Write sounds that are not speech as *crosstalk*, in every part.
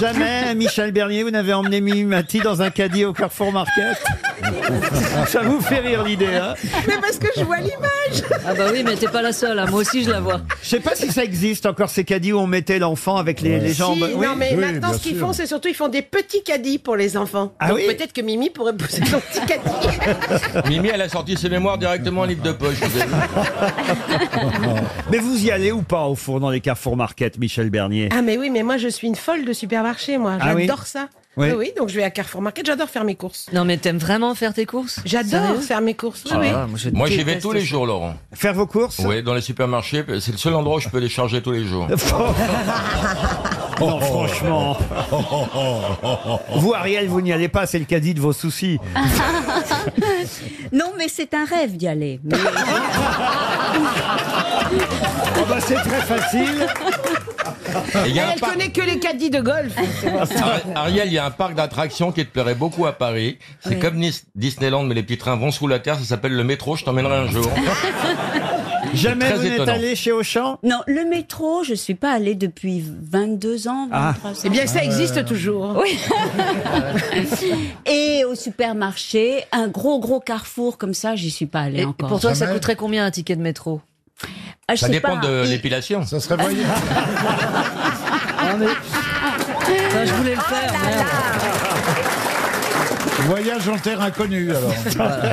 Jamais, Michel Bernier, vous n'avez emmené Mimimati dans un caddie au Carrefour Market Ça vous fait rire l'idée, hein Mais parce que je vois l'image Ah bah oui, mais t'es pas la seule, hein. moi aussi *laughs* je la vois. Je sais pas si ça existe encore ces caddies où on mettait l'enfant avec les, les jambes. Si, Oui. Non, mais Oui, maintenant, bien ce qu'ils sûr. font, c'est surtout ils font des petits caddies pour les enfants. Ah Donc oui peut-être que Mimi pourrait pousser son petit caddie. *laughs* Mimi, elle a sorti ses mémoires directement en livre de poche. vous savez. Mais vous y allez ou pas au four dans les Carrefour Market, Michel Bernier Ah, mais oui, mais moi, je suis une folle de supermarché, moi. Ah oui J'adore ça. Oui. Oui. oui, donc je vais à Carrefour Market, j'adore faire mes courses. Non mais t'aimes vraiment faire tes courses J'adore faire mes courses. oui, oui. Moi, j'y vais tous les jours, Laurent. Faire *laughs* vos courses Oui, dans les supermarchés, c'est le seul endroit où je peux les charger tous les *laughs* jours. Non, franchement. vous, Ariel, vous n'y allez pas, c'est le caddie de vos soucis. *laughs* Non, mais c'est un rêve d'y *laughs* aller. Mais Oh Ah bah, c'est *laughs* très facile. Et il y a un Elle parc- connaît que les caddies de golf. Ar- Ariel, il y a un parc d'attractions qui te plairait beaucoup à Paris. C'est comme Nis- Disneyland, mais les petits trains vont sous la terre. Ça s'appelle le métro. Je t'emmènerai un *laughs* jour. Jamais Très vous n'êtes étonnant. allé chez Auchan non, le métro, je suis pas allée depuis 22 ans, Ah. 23 ans. Eh bien, ça existe toujours. *laughs* Et au supermarché, un gros gros carrefour comme ça, j'y suis pas allée Et encore. pour toi, ça Jamais. coûterait combien un ticket de métro Ah, je Ça sais dépend pas. de Et- l'épilation. Ça serait voyant. Enfin, Je Oh voulais le faire, merde. Voyage en terre inconnue, *laughs* alors.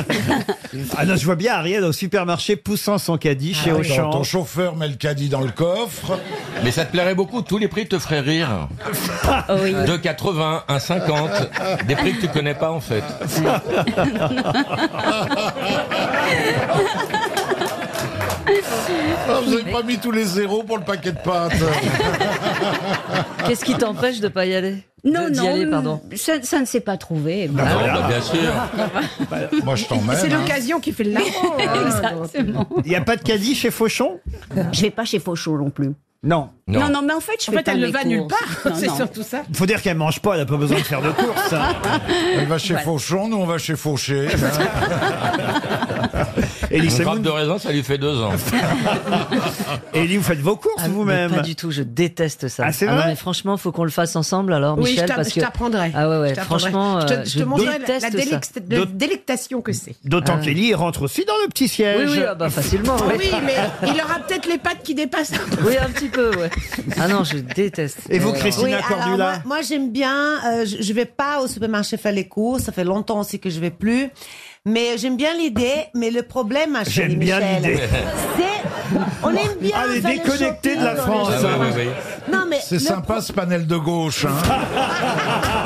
Ah non, je vois bien Ariel au supermarché poussant son caddie Ah chez Ton, Auchan. ton chauffeur met le caddie dans le coffre. Mais ça te *laughs* plairait Eh, beaucoup. Tous les prix te feraient rire. Ah oui. De 80 à 50. Des prix que tu connais pas, en *laughs* fait. Ah, vous n'avez pas mis tous les zéros pour le paquet de *laughs* pâtes. Ah. Qu'est-ce qui t'empêche de pas y aller Non, De- d'y non, aller, pardon. Ça, ça ne s'est pas trouvé. Ah Non, bah, bien sûr. Ah, *laughs* Moi, je t'emmène. C'est hein. l'occasion qui fait le larron. *laughs* hein. Exactement. Il n'y a pas de caddie chez Fauchon Je vais pas chez Fauchon non plus. Non. Non. Non. non, mais en fait, je En fais fait, pas elle ne mes va nulle courses. part. Non, C'est non. surtout ça. Faut dire qu'elle mange pas, elle n'a pas besoin de *laughs* faire de course. hein. Elle va chez Fauchon, nous, on va chez *laughs* Fauché. Élie, Une c'est grappe vous- de raisin, ça lui fait deux ans. Élie, vous faites vos courses Ah, mais Pas vous-même. du tout, je déteste ça. Ah, c'est non, vrai mais franchement, faut qu'on le fasse ensemble alors, Oui, je Michel, t'a- parce je que t'apprendrai. Ah ouais, ouais, Je t'apprendrai. franchement, je te, euh, je te je montrerai la, la déteste délect- de- D'autres- délectation que c'est. D'autant Ah. qu'Élie rentre aussi dans le petit Oui, siège. oui, ah bah facilement. Ah oui. Oui, mais il aura peut-être les pattes qui dépassent. Oui, un petit peu, ouais. Ah non, je Euh, déteste. Et vous, Alors, Christina Oui, alors Cordula moi, moi, j'aime bien. euh, je, je vais pas au supermarché faire les courses. Ça fait longtemps aussi que je vais plus. Mais j'aime bien l'idée. Mais le problème, ma chérie J'aime bien Michel, l'idée. C'est, on aime bien. Elle est faire le déconnectée de la shopping dans France. les Ah, oui, oui, oui. gens. Non mais C'est le sympa, ce panel de gauche. Hein.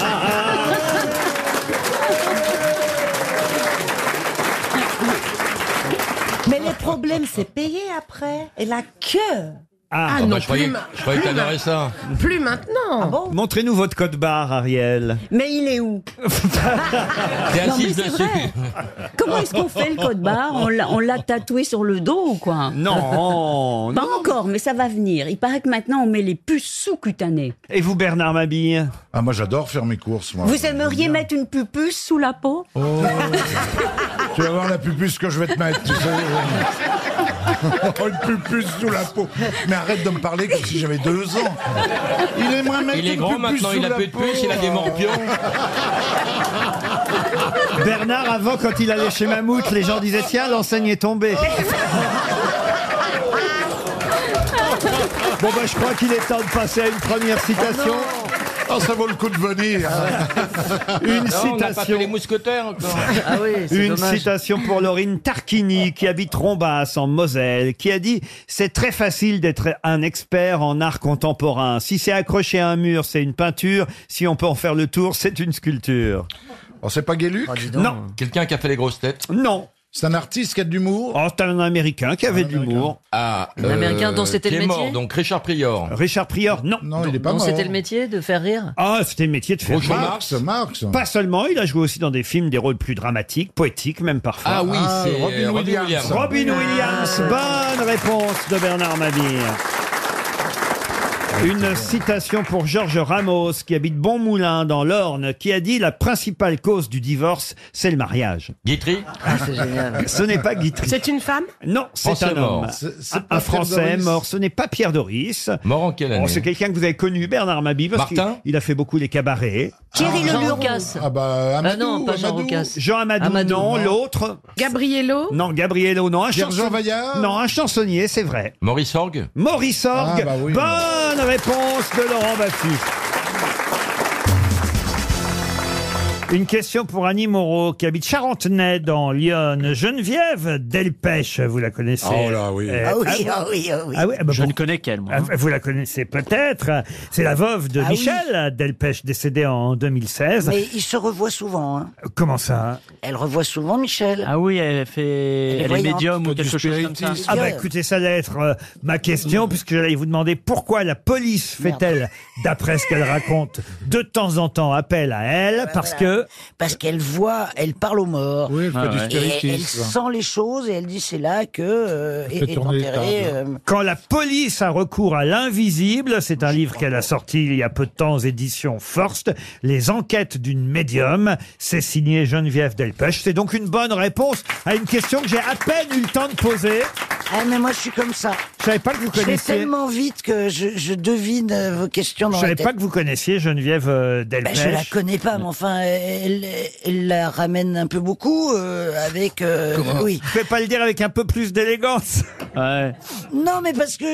pro- Mais le problème, c'est payer après et la queue. Ah, Ah Ah, bah, non, je croyais, plus, ma- je croyais que plus t'adorais ça. ma- plus maintenant. Bon, Montrez-nous votre code barre, Ariel. Mais il est où T'es Non, mais assise c'est dessus. vrai. Comment est-ce qu'on fait le code barre On l'a- on l'a tatoué sur le dos ou quoi *laughs* Non, Pas non. encore, mais ça va venir. Il paraît que maintenant on met les puces sous-cutanées. Et vous, Bernard Mabille Ah, moi, j'adore faire mes courses. Moi. Vous aimeriez mettre une pupuce sous la peau Oh. tu vas voir la pupuce que je vais te mettre, tu sais. *laughs* Oh, une pupuce sous la peau. Mais arrête de me parler comme si j'avais deux ans. Il aimerait mettre Il est une grand pupuce maintenant, sous il a la plus de peau. puce, il a des morpions. Bernard, avant, quand il allait chez Mammouth, les gens disaient Tiens, l'enseigne est tombée. bon, bah, je crois qu'il est temps de passer à une première citation. Oh, ça vaut le coup *laughs* de venir. une Non, on n'a pas fait citation. les mousquetaires encore. Ah oui, c'est Une dommage. citation pour Laurine Tarquini, qui habite Rombas, en Moselle, qui a dit « C'est très facile d'être un expert en art contemporain. Si c'est accroché à un mur, c'est une peinture. Si on peut en faire le tour, c'est une sculpture. Oh, c'est pas Guéluc Ah, dis donc. Non, Quelqu'un qui a fait les grosses têtes. non. C'est un artiste qui a de l'humour. Oh, c'est un Américain qui avait de l'humour. Ah, Un Américain dont c'était qui le est métier mort, donc Richard Prior. Richard Prior, non. Non, il est pas Bah, Non, mort. c'était le métier de faire rire Ah, c'était le métier de faire Groucho rire. Marx, Marx. Pas seulement, il a joué aussi dans des films, des rôles plus dramatiques, poétiques même parfois. Ah oui, Ah, c'est Robin Williams. Ah. Robin Williams, bonne réponse de Bernard Mabir. Une citation pour Georges Ramos, qui habite Bonmoulin dans l'Orne, qui a dit La principale cause du divorce, c'est le mariage. Guitry Ah, c'est génial. Ce n'est pas Guitry. C'est une *laughs* femme Non, c'est Français un mort. homme. C'est- c'est Un, pas un Pierre Français Doris. mort. Ce n'est pas Pierre Doris. Mort en quelle Bon, année c'est quelqu'un que vous avez connu, Bernard Mabie, parce qu'il Martin il a fait beaucoup les cabarets. Thierry Jean Leluron. Roucas. Ah bah, Ah Amadou, non, pas Jean Amadou. Roucas. Jean Amadou, Amadou, non. non. L'autre, Gabriello non, Gabriel non. Un Pierre Jean chanson- Vaillard Non, un chansonnier, c'est vrai. Maurice Orgue Maurice Orgue. Ah, bah oui. Bonne réponse de Laurent Baffy. Une question pour Annie Moreau qui habite Charentenay dans Lyon. Geneviève Delpech, vous la connaissez Oh là, oui. Euh, Ah oui, ah, ah oui, ah oui. ah oui, ah bah Je ne bon, connais qu'elle, moi. hein. ah, Vous la connaissez peut-être. C'est la veuve de Ah oui. Michel Delpech, décédée en 2016. Mais il se revoit souvent. hein. Comment ça Elle revoit souvent Michel. Ah oui, elle fait, elle est voyante. médium ou Du quelque chose comme ça. spiritisme. Ah Dieu. bah écoutez, ça allait être euh, ma question, puisque j'allais vous demander pourquoi la police fait-elle, d'après ce qu'elle raconte, de temps en temps appel à elle, parce que... Parce qu'elle voit, Ah, elle parle aux morts. Oui, elle fait Ah du ouais. Et elle, elle spiritisme. sent les choses et elle dit c'est là que euh, fait est est tourner les enterré. euh, Quand la police a recours à l'invisible, c'est un livre qu'elle a sorti il y a peu de temps aux éditions Forst, Les enquêtes d'une médium, c'est signé Geneviève Delpech. C'est donc une bonne réponse à une question que j'ai à peine eu le temps de poser. Ah mais moi je suis comme ça. Je savais pas que vous Je vais connaissiez... tellement vite que je, je devine euh, vos questions Je dans savais la pas tête. que vous connaissiez Geneviève euh, Ben, Delpech. je la connais pas, mais enfin, elle, elle la ramène un peu beaucoup euh, avec. euh, oui. Vous pouvez pas le dire avec un peu plus d'élégance Ouais. Non, mais parce que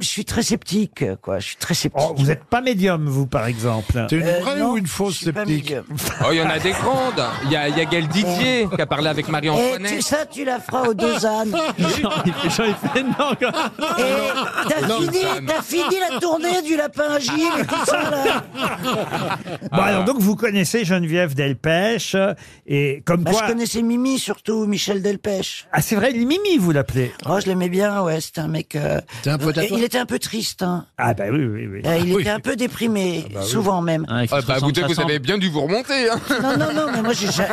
je suis très sceptique, quoi. Je suis très sceptique. Oh, vous n'êtes pas médium, vous, par exemple. T'es une Euh, vraie non, ou une fausse je suis pas sceptique médium. Oh, il y en a des grandes. Il y a, il y a Gaël Didier qui a parlé avec Eh, Marie-Antoinette. tu, ça, tu la feras aux deux *laughs* ânes. Jean, il fait, Jean, il fait non. quoi. Et t'as fini, t'as fini la tournée du lapin à Gilles et tout ça, là. Ah. Bon, Ah. Bah, alors, donc, vous connaissez Geneviève Delpech, euh, et comme Bah, quoi... je connaissais Mimi, surtout, Michel Delpech. Ah, c'est vrai, Mimi, vous l'appelez Oh, je l'aimais bien, ouais, c'était un mec... euh, euh, il était un peu triste, hein. Ah, bah oui, oui, oui. Ah bah Euh, il était un peu déprimé, souvent même. Ouais, qui Ah, se bah, vous, ressemble, deux, ça vous ressemble. avez bien dû vous remonter. Hein. Non, non, non, mais moi, j'ai *laughs* ja-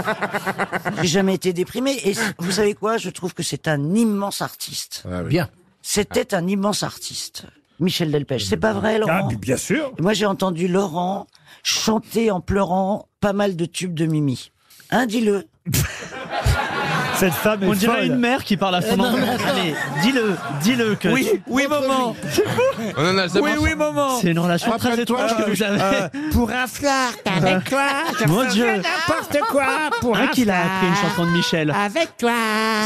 j'ai jamais été déprimé. Et c- vous savez quoi Je trouve que c'est un immense artiste. Ah Bien. C'était un immense artiste, Michel Delpech. C'est pas vrai, Ah, Laurent mais bien sûr Et Moi, j'ai entendu Laurent chanter en pleurant pas mal de tubes de Mimi. Hein, dis-le. *laughs* Cette femme est On dirait folle. une mère qui parle à Euh, son enfant. Allez, dis-le, dis-le que Oui, oui, maman On en a Oui, jamais oui, maman c'est une relation très Rappelle-toi étrange que vous avez. Euh. Euh, *laughs* Pour un flirt avec toi, je Mon ferai Dieu. n'importe quoi pour Vrai un qu'il a appris une flirt chanson de Michel. Ah Avec toi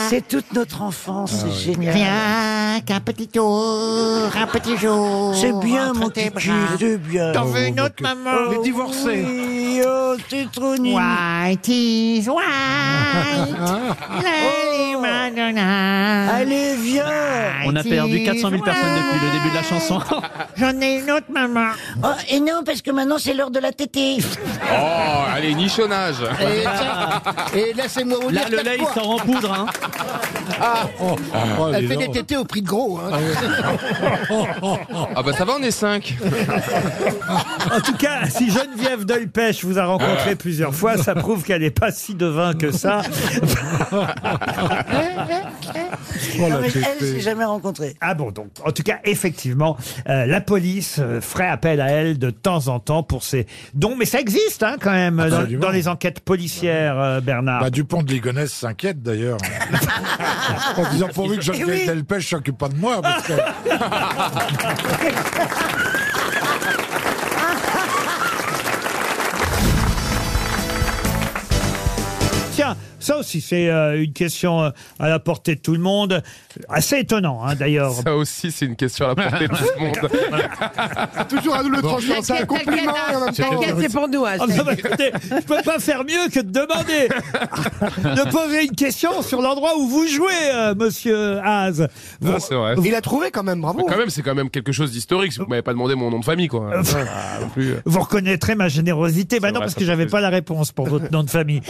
C'est toute notre enfance, c'est génial. Rien qu'un petit tour, un petit jour. C'est bien, entre mon tes petit, bras. c'est bien. T'en Oh, veux une autre, maman Les divorcés. Oui, oh, t'es trop nul. Why it is *laughs* white, Lady Madonna. Oh, Allez, viens. On a perdu 400 000 personnes depuis le début de la chanson. J'en ai une autre, maman. Oh, et non, parce que maintenant, c'est l'heure de la *laughs* tétée. Oh, allez, nichonnage. Et laissez-moi vous Là, dire le quatre lait, il fois, sort en poudre. Hein. Ah. Ah. Oh, elle dis fait des donc. tétés au prix de gros. hein. *laughs* Ah, bah, ça va, on est cinq. *laughs* En tout cas, si Geneviève Delpech vous a rencontré plusieurs fois, ça prouve qu'elle n'est pas si devin *laughs* que ça. *laughs* Oh, Non, la mais elle, tétée. s'est jamais rencontrée. Ah *laughs* bon, donc, en tout cas, effectivement, euh, la police euh, ferait appel à elle de temps en temps pour ses dons. Mais ça existe, hein, quand même, dans, Absolument. dans les enquêtes policières, euh, Bernard. Bah, Dupont de Ligonnès s'inquiète *laughs* d'ailleurs. en disant pourvu que Geneviève *laughs* Eh oui. Delpech s'occupe pas de moi. Parce que... Tiens, ça aussi, c'est euh, une question euh, à la portée de tout le monde. Assez étonnant, hein, d'ailleurs. Ça aussi, c'est une question à la portée de tout le monde. Toujours à nous le tranchant, c'est un T'inquiète, compliment. t'inquiète, et en même temps- T'inquiète, c'est pour nous. hein, Ah, c'est- bah, écoutez, je peux pas faire mieux que de demander, *laughs* de poser une question sur l'endroit où vous jouez, euh, monsieur Haas. Vous- Ah, c'est vrai. Il a trouvé quand même, bravo. Mais Quand même, c'est quand même quelque chose d'historique. Vous m'avez pas demandé mon nom de famille, quoi. Ah, non plus. Vous reconnaîtrez ma générosité. Ben non, vrai, parce ça que fait j'avais plaisir. pas la réponse pour votre nom *laughs* de famille.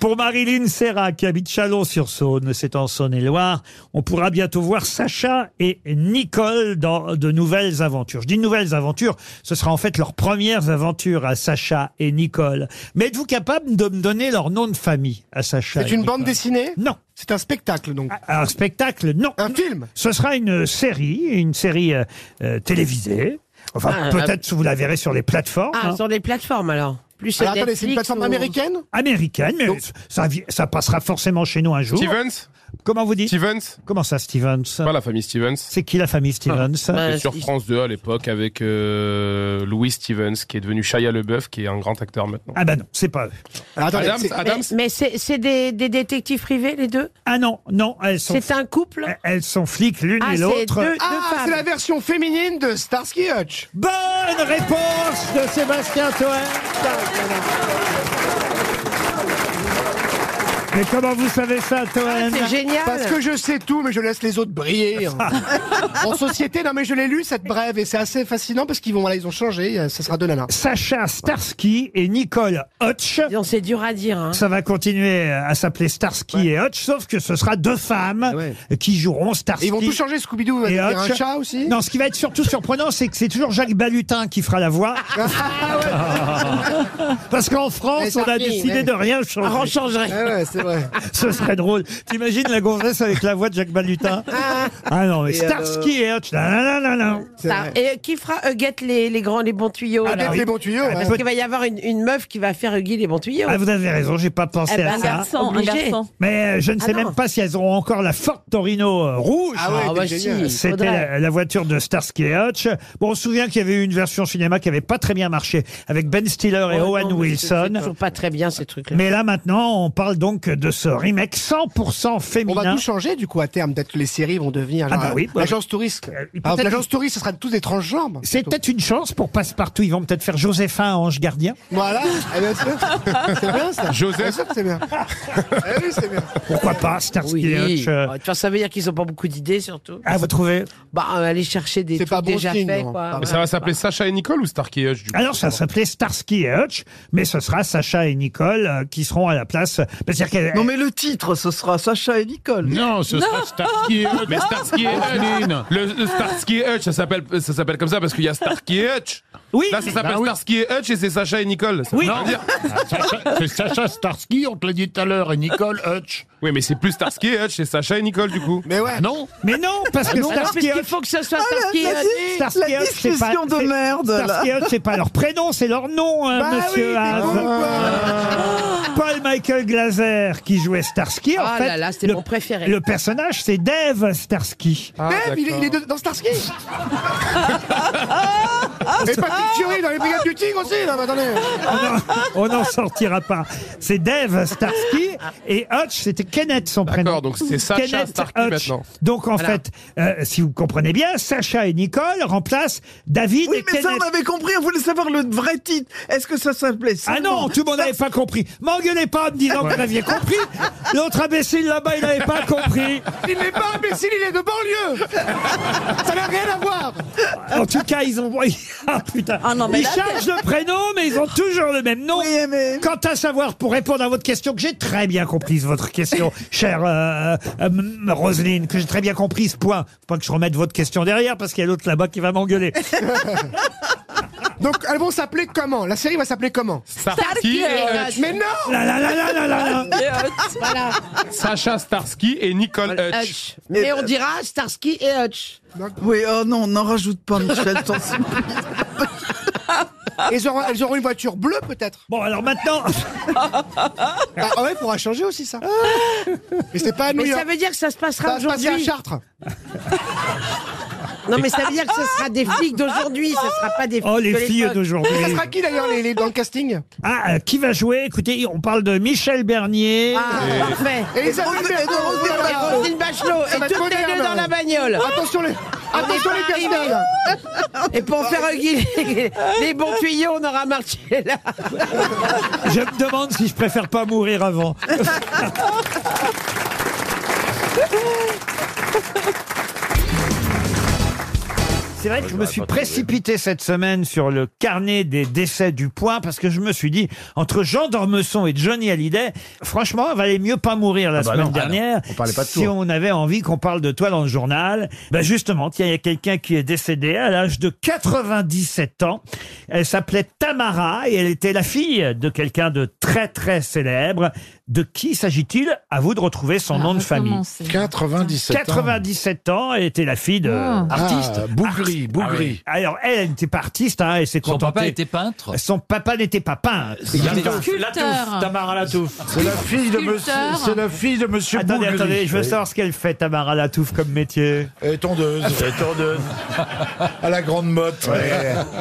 Pour Marilyn Serra, qui habite Chalon-sur-Saône, c'est en Saône-et-Loire, on pourra bientôt voir Sacha et Nicole dans de nouvelles aventures. Je dis nouvelles aventures, ce sera en fait leurs premières aventures à Sacha et Nicole. Mais êtes-vous capable de me donner leur nom de famille à Sacha C'est et une Nicole bande dessinée Non. Ah, C'est un spectacle donc. Un spectacle Non. Un film Ce sera une série, une série euh, euh, télévisée. Enfin, Ah, peut-être vous la verrez sur les plateformes. Ah, hein. sur les plateformes alors. Plus Ah, Alors, attendez, c'est une plateforme américaine Américaine, mais ça, vi- ça passera forcément chez nous un jour. Stevens Comment vous dites Stevens Comment ça, Stevens Pas la famille Stevens. C'est qui la famille Stevens Ah, bah, C'était sur France 2 à l'époque avec euh, Louis Stevens qui est devenu Shia LeBeouf qui est un grand acteur maintenant. Ah ben non, c'est pas eux. attendez, Adams, c'est- Adams Mais, c'est c'est des, des détectives privés, les deux Ah non, non, elles sont... C'est un couple Elles sont flics l'une Ah, et c'est l'autre. deux- Ah, Ah, c'est la version féminine de Starsky Hutch. Bonne réponse de Sébastien Toen. Mais comment vous savez ça, Toen Ah, c'est génial. Parce que je sais tout, mais je laisse les autres briller. hein. *laughs* en société, non mais je l'ai lu cette brève et c'est assez fascinant parce qu'ils vont, voilà, ils ont changé. euh, Ça sera deux nanas. Sacha Starsky et Nicole Hutch. Dis donc, C'est dur à dire. Hein. Ça va continuer à s'appeler Starsky et Hutch, sauf que ce sera deux femmes qui joueront Starsky. Ah Et ils vont tout changer. Scooby-Doo va et devenir un Hutch. chat aussi. Non, ce qui va être surtout surprenant, c'est que c'est toujours Jacques Balutin qui fera la *laughs* voix. Ah, Ah Ah, Parce qu'en Mais France, ça on a arrive, décidé ouais. de rien Ah, on changer. changerait. Ah ouais, c'est vrai. Ce serait drôle. T'imagines la gonzesse avec la voix de Jacques Balutin Ah non, mais Et Starsky et Hutch. Non, non, non, non. C'est Ça. vrai. Et euh, qui fera Huguette les, les grands, les bons tuyaux Avec alors les bons tuyaux. ouais. Ah, Parce qu'il va y avoir une, une meuf qui va faire Huggy les bons tuyaux. Ah, vous avez raison, j'ai pas pensé à ben, ça. garçon, un garçon. Mais euh, je ne sais Ah non. même pas si elles auront encore la Ford Torino euh, rouge. Ah ouais, Ah, t'es bah génial. si. Il C'était faudrait. la, la voiture de Starsky et Hutch. Bon, on se souvient qu'il y avait eu une version cinéma qui avait pas très bien marché avec Ben Stiller et Oh, Owen non, mais c'est- Wilson. C'est toujours pas très bien ces trucs-là. Mais là maintenant, on parle donc de ce remake 100% On va féminin. tout changer du coup à terme. Peut-être que les séries vont devenir genre, Ah bah oui, bah- l'agence touriste. Alors, peut-être- L'agence touriste, ce sera tous des transgenres. C'est plutôt. peut-être une chance pour Passepartout. Ils vont peut-être faire Joséphin Ange Gardien. *laughs* Voilà, eh bien sûr. Ah. C'est bien ça. Joseph. Bien sûr que c'est bien. Eh oui, c'est bien. Pourquoi pas Starsky Oui. et Hutch euh, Ah, tu vois, ça veut dire qu'ils ont pas beaucoup d'idées surtout. Ah, vous trouvez Bah euh, aller chercher des C'est trucs pas bon déjà signe, faits non. Ah. quoi. Mais ça va s'appeler Sacha et Nicole ou Starkey et Hutch du coup Alors, ça s'appelait Starsky et Hutch, mais ce sera Sacha et Nicole euh, qui seront à la place. C'est-à-dire qu'elles- Non, mais le titre, ce sera Sacha et Nicole. Non, ce sera Starsky et Hutch. Mais Starsky et Aline. Hutch Le, le Starsky et Hutch, ça s'appelle, ça s'appelle comme ça parce qu'il y a Starsky et Hutch Oui, Là, ça s'appelle Bah oui. Starsky et Hutch et c'est *laughs* Sacha et Nicole. Ça Oui. Ah, veut rien *laughs* dire. Sacha- C'est Sacha Starsky, on te l'a dit tout à l'heure, et Nicole Hutch. Oui, mais c'est plus Starsky et Hutch, c'est Sacha et Nicole du coup. Mais ouais. Non mais non, parce que Alors, Starsky et puisqu'il Hutch, faut que ce soit Ah, Starsky la- la- Hutch. Starsky la et Hutch, c'est pas- discussion de c'est- merde, là. Starsky et Hutch, c'est pas leur prénom, c'est leur nom, hein, Ah Bah monsieur oui, mais Haas. Paul Michael Glaser qui jouait Starsky. en Ah fait, là là, c'était le- mon préféré. Le personnage, c'est Dave Starsky. Dave, il est, il est de- dans Starsky. Et Ah. Patrick Fury dans les Brigades du Tigre aussi. Non, mais attendez. *laughs* On n'en sortira pas. C'est Dave Starsky et Hutch, c'était Kenneth son prénom. D'accord, donc c'est Sacha Kenneth Starsky Hutch. maintenant. Donc en fait, euh, si vous comprenez bien, Sacha et Nicole remplacent David Oui, et mais ça, Kenneth. on avait compris. On voulait savoir le vrai titre. Est-ce que ça s'appelait Ah non, tout le monde n'avait pas compris. M'engueulez pas en me disant que vous aviez compris. L'autre imbécile là-bas, il n'avait pas compris. Il n'est pas imbécile, il est de banlieue. Ça n'a rien à voir. En tout cas, ils ont. *laughs* Ah putain. Ah non, mais ils là, changent de prénom, mais ils ont toujours le même nom. Oui, mais- Quant à savoir, pour répondre à votre question, que j'ai très bien comprise, votre *laughs* question, chère euh, euh, m- Roselyne, que j'ai très bien comprise, point. Faut Pas que je remette votre question derrière, parce qu'il y a l'autre là-bas qui *laughs* va m'engueuler. *laughs* Donc, elles vont s'appeler comment La série va s'appeler comment Starsky, et Hutch. Mais non Là, là, là, là, là, là, là. Voilà. Sacha Starsky et Nicole Hutch. Hutch. Euh, Mais on dira Starsky et Hutch. Oui, oh non, n'en rajoute pas, Michel. t'en sou- Elles auront, elles auront une voiture bleue, peut-être Bon, alors maintenant, Ah ah ouais, il faudra changer aussi, ça. Mais c'est pas à New Mais ça York. veut dire que ça se passera Ça va se passer à aujourd'hui. Chartres. Non, mais ça veut dire que ce sera des flics d'aujourd'hui, ce sera pas des flics oh, les de filles l'époque. d'aujourd'hui. Ça sera qui, d'ailleurs, les, les- dans le casting Ah, euh, qui va jouer Écoutez, on parle de Michel Bernier. Ah, parfait. Et les Roselyne- Berthaud, et oh là Et là. Roselyne Bachelot, Ça va et être toutes les moderne. deux dans la bagnole. Attention les, attention est les pas personnels. Et pour faire Huggy les- les bons tuyaux, on aura Marcella. Je me demande si je préfère pas *laughs* mourir avant. C'est vrai que Bah, je me suis précipité cette semaine sur le carnet des décès du point parce que je me suis dit, entre Jean d'Ormesson et Johnny Hallyday, franchement, il valait mieux pas mourir la Ah bah semaine non, ah non. dernière. On parlait pas de si toi. on avait envie qu'on parle de toi dans le journal. Ben justement, tiens, il y a quelqu'un qui est décédé à l'âge de 97 ans. Elle s'appelait Tamara et elle était la fille de quelqu'un de très très célèbre. De qui s'agit-il À vous de retrouver son nom de famille. 97 ans. 97 ans, elle était la fille de... Artiste. bougrier. Bougri, Bougri. Ah Alors, elle, elle n'était pas artiste, hein, et s'est Son contentée- papa était peintre Son papa n'était pas peintre. Tamara Latouf. C'est la fille de monsieur- Sculpteur. c'est la fille de monsieur Attendez, attendez, je veux savoir ce qu'elle fait, Tamara Latouf, comme métier. Et tondeuse. Et tondeuse. à la grande motte.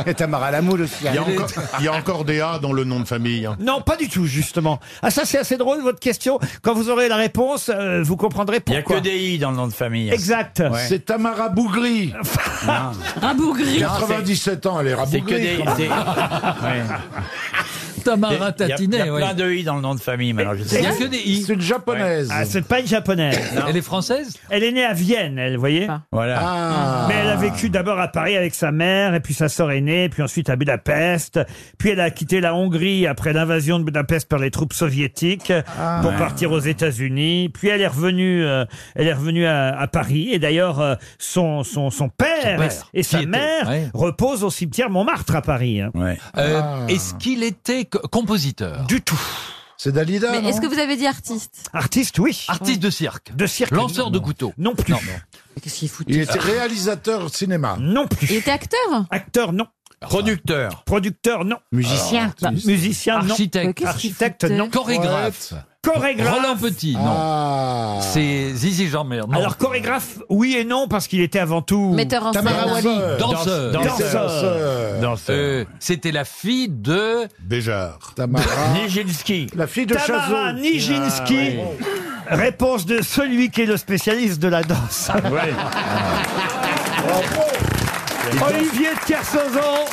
Et Tamara Lamoule aussi. Il y, a Elle est- encore, il y a encore des A dans le nom de famille. hein. Non, pas du tout, justement. Ah, ça, c'est assez drôle, votre question. Quand vous aurez la réponse, euh, vous comprendrez Il n'y pourquoi. a que des I dans le nom de famille. Exact. Ouais. C'est *laughs* Tamara Bougri. Rabougri. 97 ans, elle est C'est rabougrie. que des. quand même. c'est- Ouais. *laughs* Tamara Il y a- Tatinet, Il y a ouais. plein de I dans le nom de famille maintenant. je sais. C'est une japonaise. Ah, c'est pas une japonaise. Non. Elle est française Elle est née à Vienne, *laughs* elle, vous voyez Voilà. Ah. Mais elle a vécu d'abord à Paris avec sa mère, et puis sa sœur aînée, puis ensuite à Budapest. Puis elle a quitté la Hongrie après l'invasion de Budapest par les troupes soviétiques pour Ouais. partir aux États-Unis. Puis elle est revenue, euh, elle est revenue à, à Paris. Et d'ailleurs, euh, son, son, son père, père. et sa Qui était- mère ouais. reposent au cimetière Montmartre à Paris. hein. Euh, Est-ce qu'il était co- compositeur Du tout. C'est Dalida. Mais est-ce que vous avez dit artiste Artiste, oui. Artiste de cirque. De cirque. Lanceur de couteaux. Non plus. Qu'est-ce qu'il foutait Il était réalisateur cinéma. Non plus. Il était acteur Acteur, non. Producteur. Producteur, non. Musicien. Alors, artiste. Musicien, non. Architecte. Euh, Architecte, non. Chorégraphe. Chorégraphe. Roland Petit, non. Ah. C'est Zizi Jeanmaire, non. Alors chorégraphe, oui et non parce qu'il était avant tout Metteur en scène. Tamara Wally. Danseur. Danseur. Euh, C'était la fille de... Béjart. Nijinsky. La fille Ah. Ah, Tamara Nijinsky. Réponse de celui qui est le spécialiste de la danse. Olivier de Kersauzon.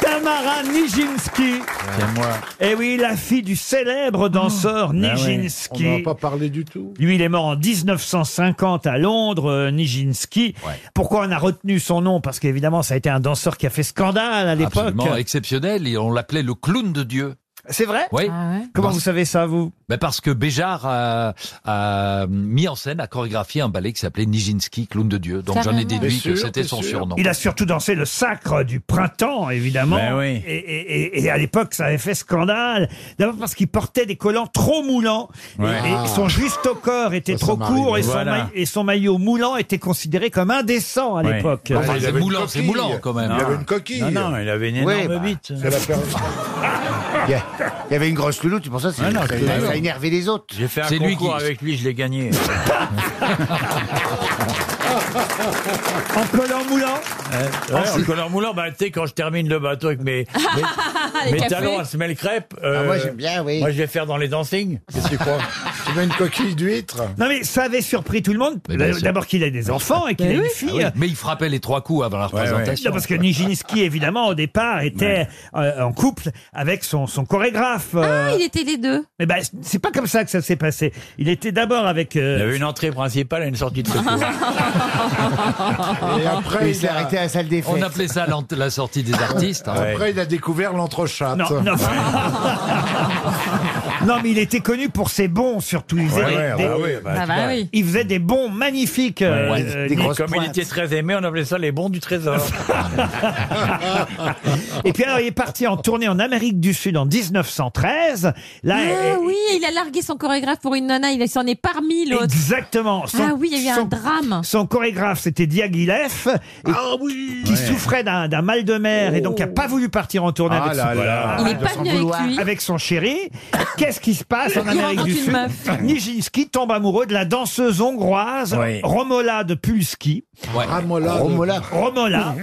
Tamara Nijinsky. C'est moi. Et oui, la fille du célèbre Ah. danseur Ben ouais. Nijinsky. On n'en a pas parlé du tout. Lui, il est mort en 1950 à Londres, euh, Nijinsky. Pourquoi on a retenu son nom Parce qu'évidemment, ça a été un danseur qui a fait scandale à l'époque. Absolument exceptionnel. Et on l'appelait le clown de Dieu. C'est vrai Oui. Comment vous savez ça, vous Ben Parce que Béjart a, a mis en scène, a chorégraphié un ballet qui s'appelait Nijinsky, clown de Dieu. Donc j'en ai Carrément. déduit Bien que sûr, c'était bien son sûr. surnom. Il a surtout dansé le sacre du printemps, évidemment. Ben oui. et, et- et- et à l'époque, ça avait fait scandale. D'abord parce qu'il portait des collants trop moulants. Ouais. Et, et Ah. son juste au corps était Ça, ça trop m'arrive. court. Et, Voilà. son maille- et son maillot moulant était considéré comme indécent à Ouais. l'époque. Enfin, Ah, il avait une coquille. Il Ah. avait une coquille. Non, non, il avait une Oui, énorme bah, bite. c'est *laughs* la per- Il y, avait une grosse louloute, tu penses ça, Ah non, je te jure. les autres. J'ai fait un C'est lui concours qui- avec lui, je l'ai gagné. *laughs* en collant moulant ouais, En collant moulant, bah, tu sais, quand je termine le bateau avec *laughs* mes, *laughs* mes, Ah, Les mes cafés. talons à semelle crêpe. Ah, moi, j'aime bien, oui. euh, Moi, je vais faire dans les dancings. Qu'est-ce que tu crois Tu mets une coquille d'huître Non mais ça avait surpris tout le monde. Eh Euh, D'abord qu'il *laughs* ait des enfants et qu'il ait une fille. Ah oui, Mais il frappait les trois coups avant la représentation. Non, parce que Nijinsky, évidemment, au départ, était euh, en couple avec son, son chorégraphe. euh. Ah, il était les deux. Mais ben, c'est pas comme ça que ça s'est passé. Il était d'abord avec. euh, *laughs* Il y avait une entrée principale et une sortie *laughs* de secours. Ah. Et après, il, a... à la salle des On appelait ça l'ent- la sortie des artistes. hein. après, il a découvert l'entrechat. Ah, Non, non. Ah. Non, mais il était connu pour ses bons, surtout. Il faisait, Ouais, des, ouais, des- bah oui, bah, Ah bah tu vois. oui. il faisait des bons magnifiques. euh, Ouais. euh, Et Nijinsky. comme il était très aimé, on appelait ça les bons du *laughs* trésor. Et puis alors, il est parti en tournée en Amérique du Sud en 1913. Là, Ah oui, il a largué son chorégraphe pour une nana, il s'en est parmi l'autre. Exactement. Son- Ah oui, il y a eu un son- drame. Son chorégraphe, c'était Diaghilev, et- qui souffrait d'un d'un mal de mer et donc qui n'a pas voulu partir en tournée Ah avec son, là là. Il est pas venu avec lui. avec son chéri. Qu'est-ce qui se passe en Il Amérique rencontre du une Sud meuf. Nijinsky tombe amoureux de la danseuse hongroise Oui. Romola de Pulski. Ramola. Romola. *laughs* Romola.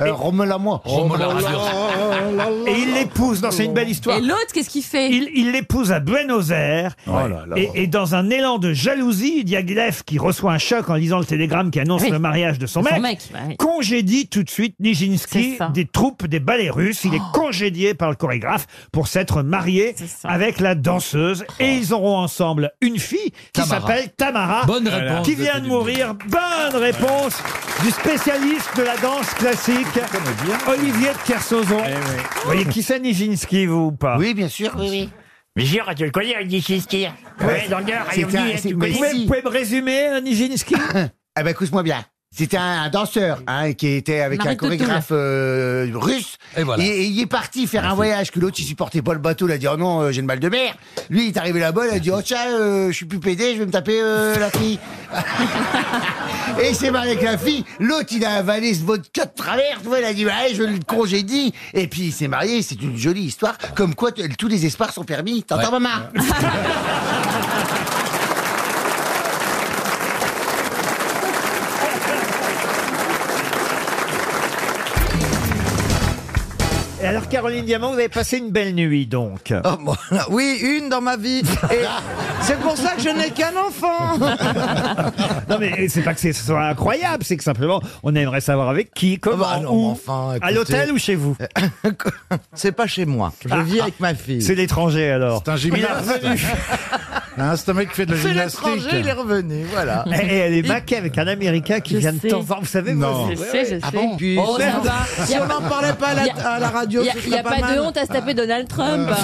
Euh, Romola moi. Romola oh Et il l'épouse. Non, c'est une belle histoire. Et l'autre, qu'est-ce qu'il fait Il il l'épouse à Buenos Aires. Oh là là. Et, et dans un élan de jalousie, Diaghilev, qui reçoit un choc en lisant le télégramme qui annonce Oui. le mariage de son De mec, son mec, bah oui. congédie tout de suite Nijinsky C'est ça. des troupes des ballets russes. Il est congédié par le chorégraphe pour s'être marié avec la danseuse. Et ils auront ensemble une fille qui Tamara. s'appelle Tamara, Bonne réponse qui de vient de Philippe mourir. Bonne réponse du spécialiste de la danse classique, Olivier de Kersauzon. Vous voyez qui c'est Nijinsky, vous ou pas Eh Oui, bien sûr, oui, oui. Mais jure, tu le connais, Nijinsky Ouais, dans le Nord, C'est Ayoni, un- hein, c'est- tu mais connais si. Vous pouvez me résumer, euh, Nijinsky Ah bah, écoute-moi bien. C'était un, un danseur hein, qui était avec Marie un chorégraphe euh, russe. Et voilà. Et, il est parti faire Ah, un c'est- voyage que l'autre il supportait pas le bateau. Il a dit oh non euh, j'ai le mal de mer. Lui il est arrivé là-bas il a dit oh tiens euh, je suis plus pédé je vais me taper euh, la fille. *laughs* Et c'est marié avec la fille. L'autre, il a avalé ce vodka de travers. Tu vois, il a dit, bah, allez, je le congédie. Et puis, il s'est marié. C'est une jolie histoire. Comme quoi, t- tous les espoirs sont permis. T'entends, maman Et Alors, Caroline Diamant, vous avez passé une belle nuit, donc. Oh, *laughs* Oui, une dans ma vie. Et c'est pour ça que je n'ai qu'un *laughs* enfant. non, mais c'est pas que ce soit incroyable, c'est que simplement, on aimerait savoir avec qui, comment, Ah bah où. à l'hôtel ou *laughs* chez vous C'est pas chez moi. Je vis avec ma fille. Ah. C'est l'étranger, alors. C'est un gymnaste. *laughs* Hein, c'est un mec qui fait de la C'est gymnastique. l'étranger, il est revenu, *laughs* voilà. Et, et elle est maquée avec un Américain qui vient de temps en temps. Vous savez, Non. vous Je Ouais, sais, ouais. je Ah sais. bon Puis- Oh, Merde. non. *laughs* Si on n'en parlait pas à la- Y a- à la radio, y a- ce y a serait pas pas, mal. Euh. de honte *laughs* à se taper Donald Trump. Re-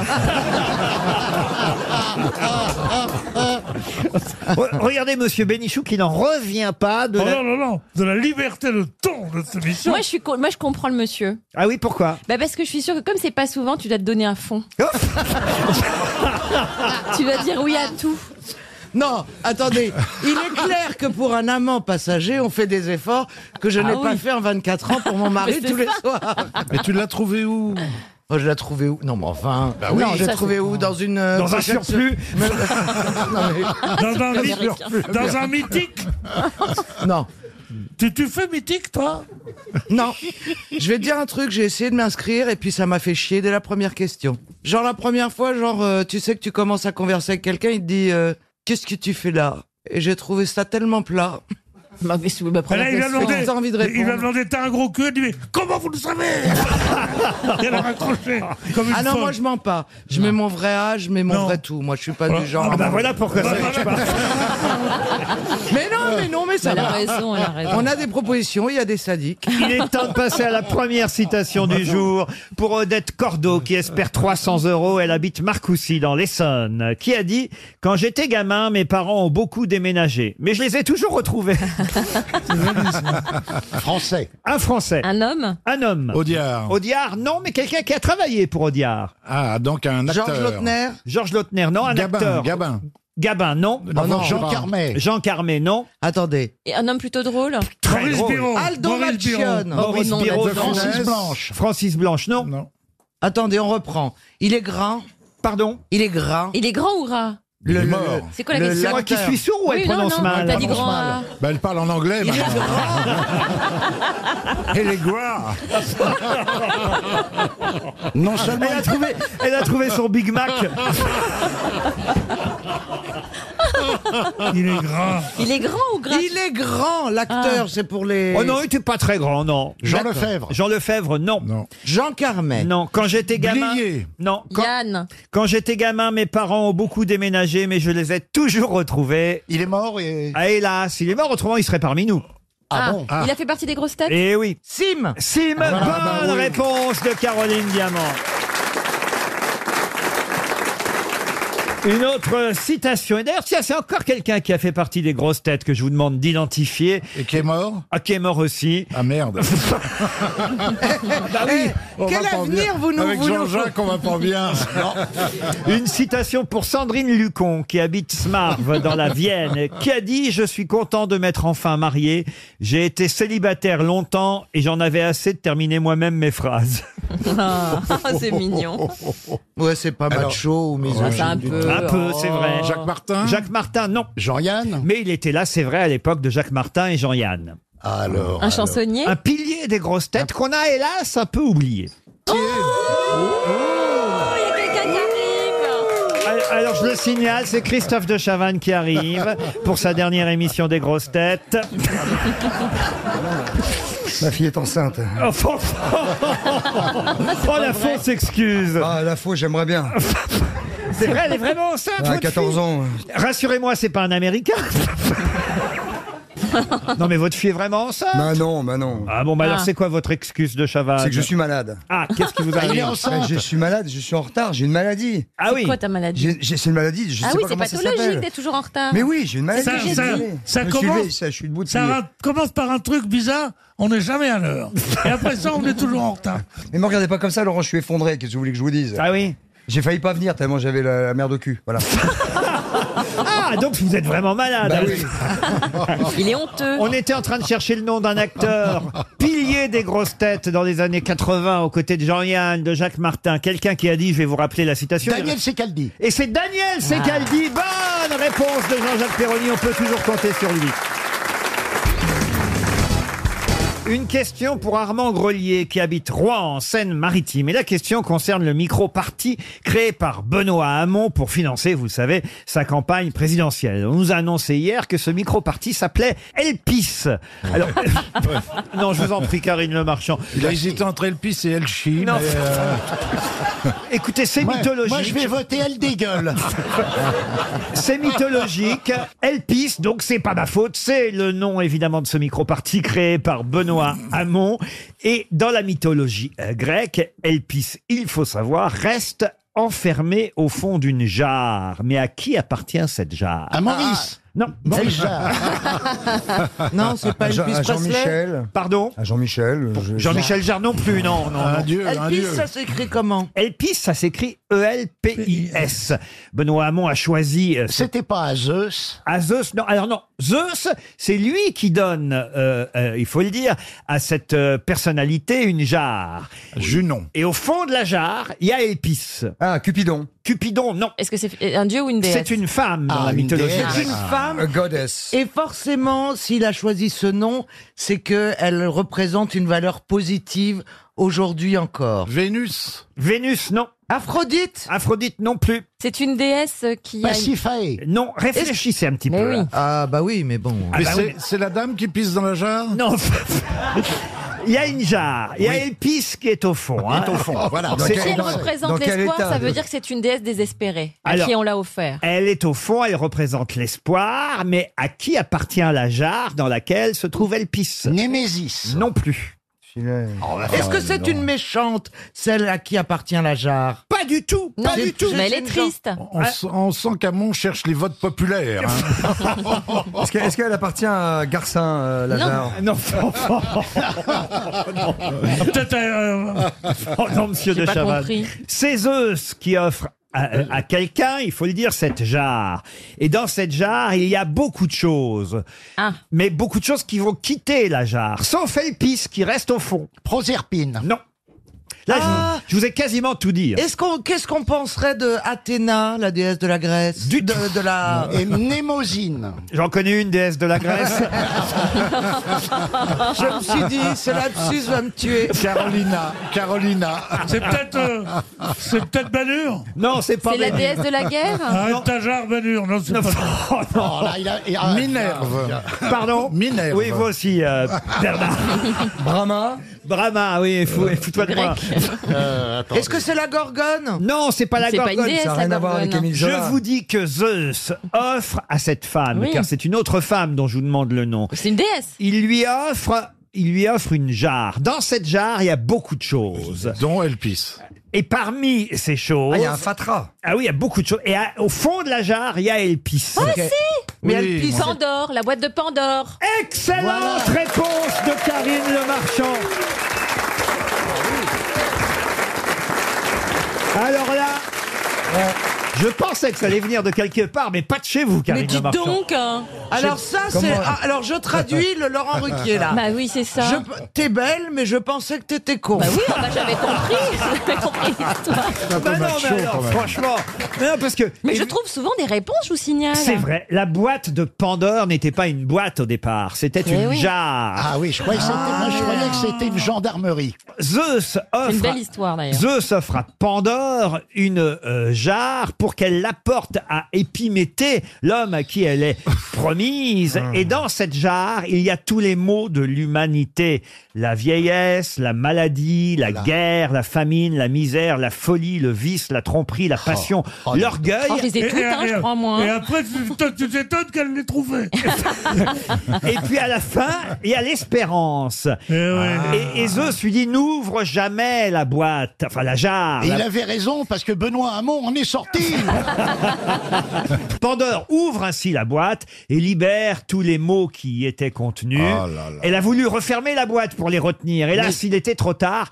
Oh, Regardez Monsieur Bénichou qui n'en revient pas de Oh la... non, non, non, de la liberté de ton de cette émission. *laughs* moi, je suis, con- moi, je comprends le monsieur. Ah oui, pourquoi Bah parce que je suis sûre que comme c'est pas souvent, tu dois te donner un *laughs* fond. tu dois dire oui à tout. Non, attendez, il est clair que pour un amant passager, on fait des efforts que je Ah n'ai oui. pas fait en 24 ans pour mon mari Mais c'est tous les ça. soirs. Mais tu l'as trouvé où Oh, je l'ai trouvé où Non, mais enfin. Ah Bah oui. non, je Ça, l'ai c'est trouvé où Dans une. euh, Dans un pochette- surplus. *laughs* Mais- Dans *laughs* un, mythique- dans un mythique Non. Tu, tu fais mythique, toi Non. Je vais te dire un truc, j'ai essayé de m'inscrire et puis ça m'a fait chier dès la première question. Genre la première fois, genre euh, tu sais que tu commences à converser avec quelqu'un, il te dit euh, qu'est-ce que tu fais là Et j'ai trouvé ça *laughs* tellement plat. Bah, Ma, Et là, il vient demander, envie de il vient répondre. demander t'as un gros cul, il dit mais comment vous le *laughs* savez Et elle a raccroché comme une ah non, folle. *laughs* moi je mens pas. Je mets mon vrai âge, je mets mon vrai tout. Moi je suis pas Voilà. du genre. Ah bah à mentir. voilà pourquoi ça *laughs* Mais non, mais non, mais ça Elle a va. raison, elle a raison. On a des propositions, il y a des sadiques. Il est temps de passer à la première citation du jour pour Odette Cordeau qui espère 300 euros. Elle habite Marcoussis dans l'Essonne qui a dit « Quand j'étais gamin, mes parents ont beaucoup déménagé, mais je les ai toujours retrouvés. Un Français. » Un Français. Un homme Un homme. Audiard. Audiard, non, mais quelqu'un qui a travaillé pour Audiard. Ah, donc un acteur. Georges Lautner, non, un Gabin, acteur. Gabin. Gabin, non. Non, non, Jean Carmet. Jean Carmet, non. Attendez. Et un homme plutôt drôle. Très Maurice drôle. Biron. Aldo Maurice Biron. Mancione. Maurice Oh, non, Biron, De non. Funès. Blanche. Francis Blanche, non. Attendez, on reprend. Il est grand. Pardon Il est grand. Il est grand ou rat Il est le- mort. C'est quoi la question C'est moi qui l'acteur. suis sourd ou elle Oui, non, prononce non, mal t'as dit Prononce grand mal. A. Bah, elle parle en anglais. Il est maintenant. grand. Elle est gras. Non seulement Elle a trouvé, elle a trouvé son Big Mac. Il est grand. Il est grand ou gras Il est grand, l'acteur, c'est pour les. Oh non, il était pas très grand, non. Jean D'accord. Lefebvre. Jean Lefebvre, non. Non. Jean Carmet. Non, quand j'étais gamin. Blier. Non, quand, Yann. quand j'étais gamin, mes parents ont beaucoup déménagé, mais je les ai toujours retrouvés. Il est mort et. Ah, hélas, il est mort, autrement il serait parmi nous. Ah, bon Il a fait partie des grosses têtes Eh oui. Sim. Sim, bah bonne oui. réponse de Caroline Diamant. Une autre citation. Et d'ailleurs, tiens, c'est encore quelqu'un qui a fait partie des grosses têtes que je vous demande d'identifier. Et qui est mort Ah, qui est mort aussi. Ah *laughs* merde. Bah oui. On Eh, Quel va pas en avenir bien. vous nous Avec voulez Jean-Jacques, on va pas *laughs* bien. *laughs* Une citation pour Sandrine Lucon, qui habite Smarve, dans la Vienne, qui a dit « Je suis content de m'être enfin marié. J'ai été célibataire longtemps et j'en avais assez de terminer moi-même mes phrases. Ah, c'est mignon. Ah, Ouais, c'est pas Alors- macho ou misogyne. c'est un peu. Un peu, c'est vrai. Oh. Jacques Martin Jacques Martin, non. Jean-Yann Mais il était là, c'est vrai, à l'époque de Jacques Martin et Jean-Yann. Alors. Un chansonnier Un pilier des grosses têtes qu'on a, hélas, un peu oublié. Oh, il y a quelqu'un qui arrive Al- Alors, je le signale, c'est Christophe de Chavannes qui arrive pour sa dernière émission des grosses têtes. Ma fille est enceinte. Oh, Oh, la fausse excuse Ah, la faux, j'aimerais bien. C'est vrai, elle est vraiment enceinte votre fille ans. Rassurez-moi, c'est pas un Américain Non, mais votre fille est vraiment enceinte Bah non, bah non. Ah bon, bah alors Ah. c'est quoi votre excuse de Chaval C'est que je suis malade. Ah, qu'est-ce qui vous arrive Je suis malade, je suis en retard, j'ai une maladie. Ah C'est oui. quoi ta maladie J'ai- j'ai- C'est une maladie, je ah sais oui, pas c'est comment ça pathologique s'appelle. d'être toujours en retard. Mais oui, j'ai une maladie. Ça, je suis ça, désolé. ça Je me suis commence, levé, ça, je suis debout depuis- ça ra- commence par un truc bizarre, on n'est jamais à l'heure. Et après ça, on est toujours en retard. Mais me regardez pas comme ça, Laurent, je suis effondré. Qu'est-ce que vous voulez que je vous dise Ah oui J'ai failli pas venir tellement j'avais la, la merde au cul. Voilà. Ah, donc vous êtes vraiment malade. Bah hein. oui. *laughs* Il est honteux. On était en train de chercher le nom d'un acteur, pilier des grosses têtes dans les années 80, aux côtés de Jean-Yann, de Jacques Martin. Quelqu'un qui a dit, je vais vous rappeler la citation. Daniel Secaldi. Et c'est Daniel Ah. Ah. Secaldi. Bonne réponse de Jean-Jacques Perroni. On peut toujours compter sur lui. Une question pour Armand Grelier qui habite Rouen en Seine-Maritime. Et la question concerne le micro-parti créé par Benoît Hamon pour financer, vous le savez, sa campagne présidentielle. On nous a annoncé hier que ce micro-parti s'appelait Elpis. *laughs* Alors, *laughs* non, je vous en prie, Karine Le Marchand. *laughs* Il a hésité entre Elpis et Elchi. Non. mais, euh, Écoutez, c'est Moi- mythologique. moi, je vais voter elle dégueule. *laughs* c'est mythologique. Elle pisse, donc c'est pas ma faute. C'est le nom, évidemment, de ce micro-parti créé par Benoît Hamon. Et dans la mythologie euh, grecque, elle pisse, il faut savoir, reste enfermée au fond d'une jarre. Mais à qui appartient cette jarre À Maurice. Non. Maurice. Cette jarre. Ah. Non, c'est pas À Jean- Elvis à Presley. Jean-Michel. Pardon À Ah, Jean-Michel. euh, je- Jean-Michel Jarre non plus, non. non, Un non. dieu, un Elpis, dieu. ça s'écrit comment Elpis, ça s'écrit E E-L-P-I-S. Benoît Hamon a choisi... C'était pas à Zeus À Zeus, non. Alors non, Zeus, c'est lui qui donne, euh, euh, il faut le dire, à cette euh, personnalité une jarre. Ah, Junon. Et au fond de la jarre, il y a Elpis. Ah, Cupidon. Cupidon, non. Est-ce que c'est un dieu ou une déesse C'est une femme dans Ah, la une mythologie. déesse. grecque. Une femme. A goddess. Et forcément, s'il a choisi ce nom, c'est que elle représente une valeur positive aujourd'hui encore. Vénus. Vénus, non. Aphrodite. Aphrodite, non plus. C'est une déesse euh, qui. Non, réfléchissez un petit peu. là. Ah bah oui, mais bon. Ah mais bah c'est- oui. c'est la dame qui pisse dans la jarre Non. Il y a une jarre, il y a Oui. Elpis qui est au fond. Il est hein. au Ah, fond, voilà. Dans Si quel- elle dans- dans représente quel l'espoir, état ça de- veut dire que c'est une déesse désespérée à Alors- qui on l'a offert. Elle est au fond, elle représente l'espoir, mais à qui appartient la jarre dans laquelle se trouve Elpis Némésis. Oh, Non plus. Oh, Est-ce que c'est une méchante, celle à qui appartient la jarre Pas du tout, Non, mais elle est triste. On, Ah, s- on sent qu'Amon cherche les votes populaires. hein. Est-ce que- est-ce qu'elle appartient à Garcin, euh, la Non. jarre Non. Ah, Peut-être. euh, *laughs* Oh non, monsieur J'ai de pas Chavannes. compris. C'est Zeus qui offre à, euh, à quelqu'un, il faut le dire, cette jarre. Et dans cette jarre, il y a beaucoup de choses. Ah. Mais beaucoup de choses qui vont quitter la jarre. Sauf Elpis qui reste au fond. Proserpine. Non. Là, je- Ah. je, vous ai quasiment tout dit. Est-ce qu'on qu'est-ce qu'on penserait de Athéna, la déesse de la Grèce, du de, de la Et Mnémosine J'en connais une déesse de la *laughs* Grèce. Je me suis dit, ce lapsus va me tuer. Carolina, Carolina. C'est peut-être. euh, c'est peut-être Banur Non, c'est pas C'est la Banur. déesse de la guerre Arrête Non. ta jarre, Banur. Ah, Non, c'est pas. Oh, là, il a- il a- Minerve. Pardon Minerve. Oui, vous aussi, euh, Bernard. Brahma Euh, Brahma, oui, fou- fous-toi de moi. euh, Est-ce que c'est la Gorgone Non, c'est pas la C'est pas gorgone. une déesse, Ça a la rien à voir gorgone. avec Émile Zola. Je vous dis que Zeus offre à cette femme, Oui. car c'est une autre femme dont je vous demande le nom. C'est une déesse. Il lui offre, il lui offre une jarre. Dans cette jarre, il y a beaucoup de choses. Dont elle pisse. Et parmi ces choses, Ah, il y a un fatras. Ah oui, il y a beaucoup de choses. Et à- au fond de la jarre, il y a Elpis. Ah si Mais elle pisse. Pandore, la boîte de Pandore. Excellente réponse de Karine Le Marchand. Alors là, je pensais que ça allait venir de quelque part, mais pas de chez vous, Karine Mais dites Le Marchand. donc euh, hein. Alors Je- ça, Comment- c'est... ah, alors je traduis le Laurent Ruquier, là. Bah oui, c'est ça. Je- T'es belle, mais je pensais que t'étais con. Bah oui, bah j'avais compris. *laughs* J'avais compris l'histoire. Bah non, mais alors, franchement. Non, parce que. Mais je trouve souvent des réponses, je vous signale. C'est vrai, la boîte de Pandore n'était pas une boîte au départ, c'était Eh une oui. jarre. Ah oui, je croyais que c'était- moi, je croyais que c'était une gendarmerie. Zeus offre, C'est une à- belle histoire d'ailleurs. Zeus offre à Pandore une euh, jarre pour pour qu'elle l'apporte à Épiméthée, l'homme à *laughs* qui elle est promise. Ah. Et dans cette jarre, il y a tous les maux de l'humanité. La vieillesse, la maladie, la guerre, la famine, la misère, la folie, le vice, la tromperie, la passion, Oh, l'orgueil. Oh, je les ai toutes, hein, je prends, moi, hein. Et après, tu- toi, tu t'étonnes qu'elle *laughs* l'ait trouvé. Et puis à la fin, il y a l'espérance. Et, et Zeus lui dit n'ouvre jamais la boîte, enfin la jarre. Et La- il avait raison parce que Benoît Hamon en est sorti. Pandore ouvre ainsi la boîte et libère tous les mots qui y étaient contenus. Elle a voulu refermer la boîte pour les retenir. Et là, s'il était trop tard,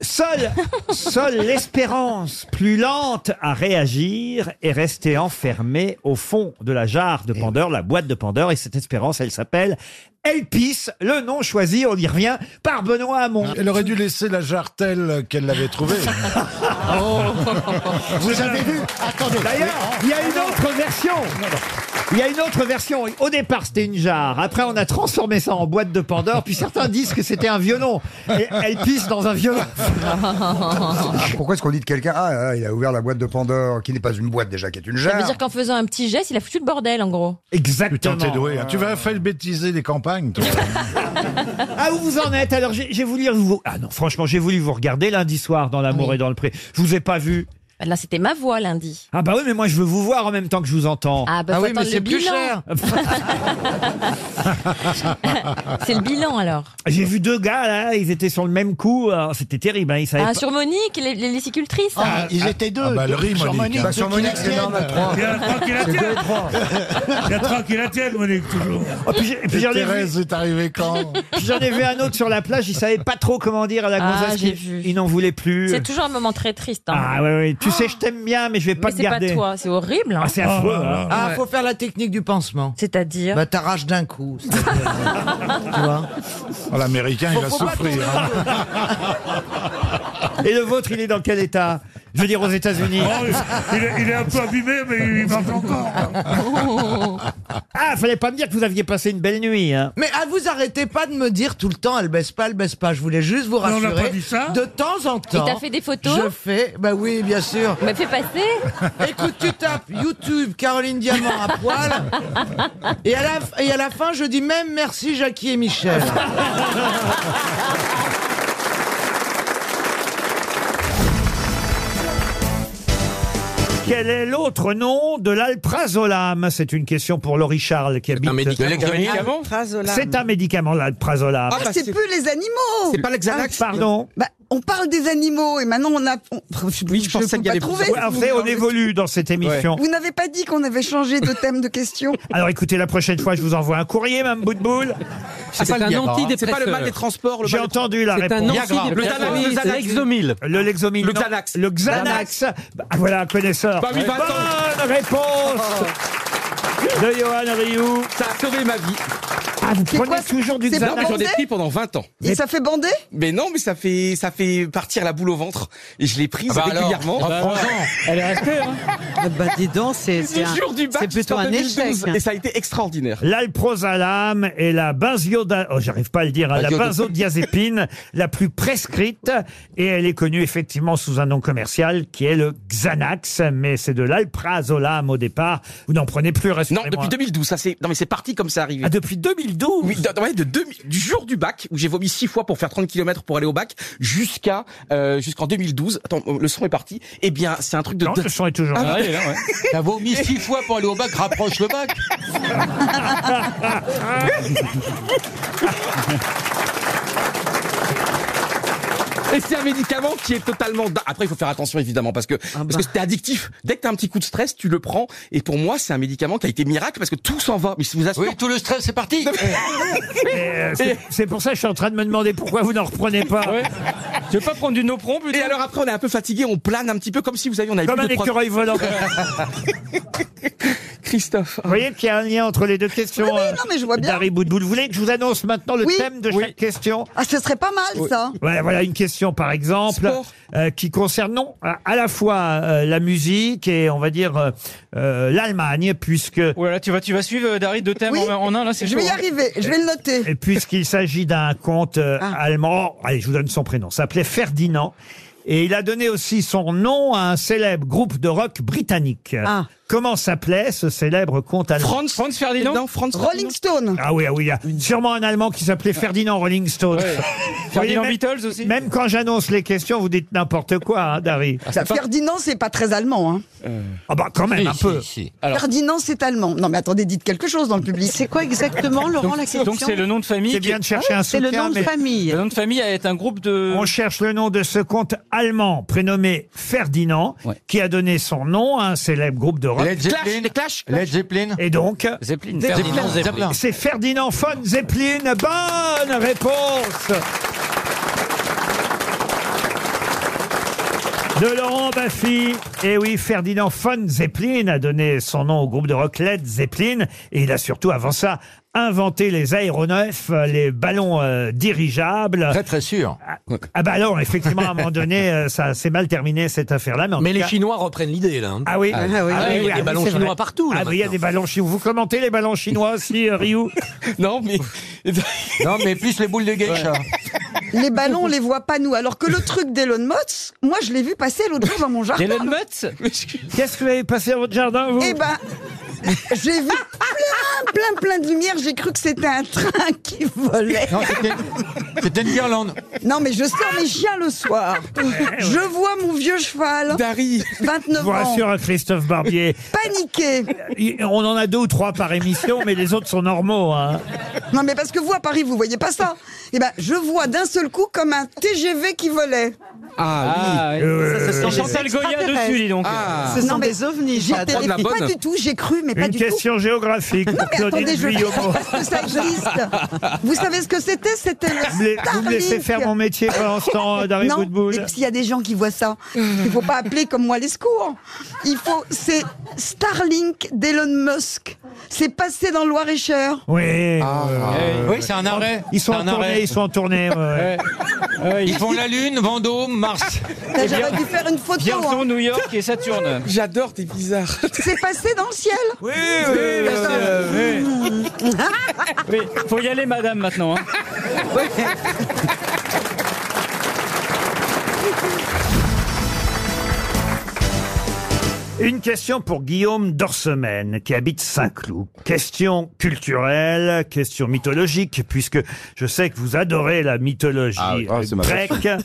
seule, seule l'espérance plus lente à réagir est restée enfermée au fond de la jarre de Pandore, la boîte de Pandore. Et cette espérance, elle s'appelle Elpis, le nom choisi, on y revient, par Benoît Hamon. Elle aurait dû laisser la jarre telle qu'elle l'avait *laughs* trouvée. Oh. Vous avez vu Attendez. D'ailleurs, il y a une autre version. Il y a une autre version. Au départ, c'était une jarre. Après, on a transformé ça en boîte de Pandore. Puis certains disent que c'était un violon. Et elle pisse dans *laughs* un violon. Pourquoi est-ce qu'on dit de quelqu'un Ah, ah, il a ouvert la boîte de Pandore, qui n'est pas une boîte déjà, qui est une Ça veut jarre. dire qu'en faisant un petit geste, il a foutu le bordel, en gros. Exactement. Euh, Putain, t'es doué. hein. Tu vas alphabétiser les campagnes, toi. *laughs* Ah, où vous en êtes Alors, j'ai j'ai voulu vous. Ah non, franchement, j'ai voulu vous regarder lundi soir dans l'amour et dans le pré. Je vous ai pas vu. Bah, Là, c'était ma voix lundi. Ah bah oui, mais moi, je veux vous voir en même temps que je vous entends. Ah bah faut attendre le bilan. *laughs* c'est le bilan alors. J'ai vu deux gars là, ils étaient sur le même coup. Alors, C'était terrible. Hein, ils savaient Ah, pas- sur Monique, les, les lessicultrices. Ah, ils étaient deux. bah, le riz, sur Monique, Monique, hein. Bah, deux sur qui Monique, la c'est tiennent. normal, trois. Il y a trois qui la C'est deux et tiennent. trois. *laughs* Il y a trois qui la tiennent, Monique, toujours. Oh, puis j'ai- puis j'en ai vu- Thérèse est arrivée quand *laughs* Puis J'en ai vu un autre sur la plage, il savait pas trop comment dire à la Ah, gonzesse j'ai qu'il- il n'en voulait plus. C'est toujours un moment très triste. hein. Euh. Ah ouais, ouais. tu sais, je t'aime bien, mais je vais pas Mais te c'est pas garder. toi, c'est horrible. hein. Ah, c'est affreux. Oh, hein. Ah, faut faire la technique du pansement. C'est-à-dire Bah, t'arraches d'un coup. Oh, L'américain, il va souffrir. hein. Et le vôtre, il est dans quel état Je veux dire aux *laughs* États-Unis. Oh, il, est, il est un peu abîmé, mais il marche encore. *laughs* Ah, fallait pas me dire que vous aviez passé une belle nuit. hein. Mais ah, vous arrêtez pas de me dire tout le temps, elle baisse pas, elle baisse pas. Je voulais juste vous Mais on rassurer. n'a pas dit ça. De temps en temps. Et t'as fait des photos Je fais. Bah oui, bien sûr. Mais fais passer. Écoute, tu tapes YouTube Caroline Diamant à *laughs* poil. Et à la, et à la fin, je dis même merci Jackie et *laughs* Michel. Quel est l'autre nom de l'alprazolam C'est une question pour Laurie Charles qui habite. médicament. De médicament Alprazolam. C'est un médicament, l'alprazolam. Ah, c'est plus les animaux C'est pas le Xanax. Pardon Bah, On parle des animaux et maintenant on a... oui, je, pensais qu'il y avait plus- Ouais, vous savez, on évolue dans cette émission. Vous n'avez pas dit qu'on avait changé de thème de question Alors écoutez, la prochaine fois, je vous envoie un courrier, Mme Boutboul. Ah, C'est pas le antidépresseur. C'est pas le mal des transports, le J'ai mal des transports. entendu la C'est un réponse. Viagra. Le Xanax, le Xanax. l'exomil. Le l'exomil. Le non. Xanax. Le Xanax. Bah, voilà un connaisseur. Bah oui, bah attends. Bonne réponse de Johan Rioux. Ça a sauvé ma vie. Ah, vous C'est prenez quoi, c'est- toujours du c'est Xanax J'en ai Bandé pris pendant 20 ans. Et ça fait bander Mais non, mais ça fait ça fait partir la boule au ventre. Et je l'ai prise Ah bah alors. régulièrement. Ah bah alors. *laughs* Elle est restée. Hein. Bah dis donc, c'est Le jour du bac, plutôt en un 2012, échec. hein. Et ça a été extraordinaire. L'alprazolam est la benzioda... oh, j'arrive pas à le dire, hein, la Benzioda- benzodiazépine *laughs* la plus prescrite et elle est connue effectivement sous un nom commercial qui est le Xanax, mais c'est de l'alprazolam au départ. Vous n'en prenez plus, Non, rassurez-moi. depuis 2012, ça c'est non mais c'est parti comme ça arrivé. Ah, depuis 2012 Oui, de- ouais, de 2000 du jour du bac où j'ai vomi six fois pour faire 30 km pour aller au bac jusqu'à euh, jusqu'en 2012. Attends, le son est parti. Eh bien, c'est un truc de Non, le son est toujours Ah, là. oui, *laughs* là, ouais. T'as vomi six fois pour aller au bac, rapproche le bac. Ah. Et c'est un médicament qui est totalement. da- Après, il faut faire attention évidemment parce que Ah bah. parce que t'es addictif. Dès que t'as un petit coup de stress, tu le prends. Et pour moi, c'est un médicament qui a été miracle parce que tout s'en va. Mais je vous assure. Oui, tout le stress, c'est parti. *laughs* Eh. Euh, c'est- C'est pour ça que je suis en train de me demander pourquoi vous n'en reprenez pas. Tu veux pas prendre du Nopron plutôt Et alors après, on est un peu fatigué, on plane un petit peu comme si vous aviez on avait Comme plus un de pro- écureuil volant. Christophe. Vous voyez qu'il y a un lien entre les deux questions. Oui, oui, euh, non, mais je vois bien. d'Harry Boudboul. Vous voulez que je vous annonce maintenant le Oui. thème de chaque question Ah, ce serait pas mal, ça Ouais, voilà une question par exemple euh, qui concerne non à, à la fois euh, la musique et on va dire euh, euh, l'Allemagne puisque là, tu vas *laughs* tu vas suivre Dari deux thèmes Oui. en- un là, hein. Je vais y arriver, je vais le noter. Ah. et puisqu'il s'agit d'un conte euh, allemand. Allez, je vous donne son prénom. Ça s'appelait Ferdinand Et il a donné aussi son nom à un célèbre groupe de rock britannique. Ah. Comment s'appelait ce célèbre conte allemand Franz- Franz Ferdinand Non, Franz Rolling Stone. Ah oui, ah oui, il y a sûrement un Allemand qui s'appelait Ferdinand Rolling Stone. Vous voyez, Ferdinand même- Beatles aussi Même quand j'annonce les questions, vous dites n'importe quoi, hein, Dari. Ferdinand, c'est pas très allemand. Hein. Ah bah quand même, Si, un si, peu. si. Ferdinand, c'est allemand. Non, mais attendez, dites quelque chose dans le public. C'est quoi exactement, Donc c'est le nom de famille. C'est qui- bien de chercher un Ah C'est le soutien, nom de mais- famille. Le nom de famille est un groupe de. On cherche le nom de ce comte allemand prénommé Ferdinand, qui a donné son nom à un célèbre groupe de rock. Led Zeppelin. Clash, Clash, Led Zeppelin. Et donc Zeppelin. Ferdinand Zeppelin. C'est Ferdinand von Zeppelin. Bonne réponse De Laurent Baffy. Et oui, Ferdinand von Zeppelin a donné son nom au groupe de rock Led Zeppelin. Et il a surtout, avant ça, inventé les aéronefs, euh, les ballons euh, dirigeables. Très, très sûr. Ah, ah bah alors, effectivement, à un moment donné, euh, ça s'est mal terminé cette affaire-là. Mais, en tout cas- reprennent l'idée, là. Ah oui, Ah oui, ah oui, il y a des ballons c'est vrai. chinois partout, là, Ah oui, il y a maintenant. des ballons chinois. Vous commentez les ballons chinois aussi, euh, *laughs* Ryu Non, mais. non, mais plus les boules de geisha. Les ballons, on les voit pas nous. Alors que le truc d'Elon Musk, moi, je l'ai vu passer l'autre jour dans mon jardin. Elon Musk Qu'est-ce que vous avez passé dans votre jardin, vous Eh ben, j'ai vu plein, plein, plein de lumière. J'ai cru que c'était un train qui volait. Non, c'était- C'était une guirlande. Non, mais je sors mes chiens le soir. Je vois mon vieux cheval. Dari. Je 29 vous ans. rassure, hein, Christophe Barbier. Paniqué. Il- On en a deux ou trois par émission, mais les autres sont normaux. hein. Non, mais parce que vous, à Paris, vous voyez pas ça. Eh ben, je vois d'un seul coup comme un TGV qui volait. Ah, oui. Ça, Euh, ça sent euh, Chantal Goya dessus, dis donc. Ah. Ce sont des ovnis. J'étais pas du tout, j'ai cru, mais pas Une du question géographique tout. *laughs* Non, mais pour Claudine attendez, je ne Vuillaumeau. savais pas *laughs* que ça existe. Vous savez ce que c'était C'était le Vous me la- vous me laissez Starlink. faire mon métier pendant ce temps, euh, Dari Non, Boudboul. et puis s'il y a des gens qui voient ça, il faut pas appeler comme moi les secours. Il faut, c'est Starlink d'Elon Musk. C'est passé dans le Loir-et-Cher. Oui. Ah, Eh, ouais. Oui, c'est un arrêt. Euh, Ils sont C'est en un tournée, arrêt. ils sont en tournée. ouais, ouais. Ils font la Lune, Vendôme, Mars. *laughs* Eh Là, J'aurais dû faire une photo. hein. Bientôt New York et Saturne. J'adore, t'es bizarre. C'est passé dans le ciel. Oui, *laughs* Oui, faut y aller, madame, maintenant. hein. *laughs* Une question pour Guillaume Dorsemène, qui habite Saint-Cloud. Question culturelle, question mythologique, puisque je sais que vous adorez la mythologie Ah oui. euh, Ah, c'est ma grecque. passion.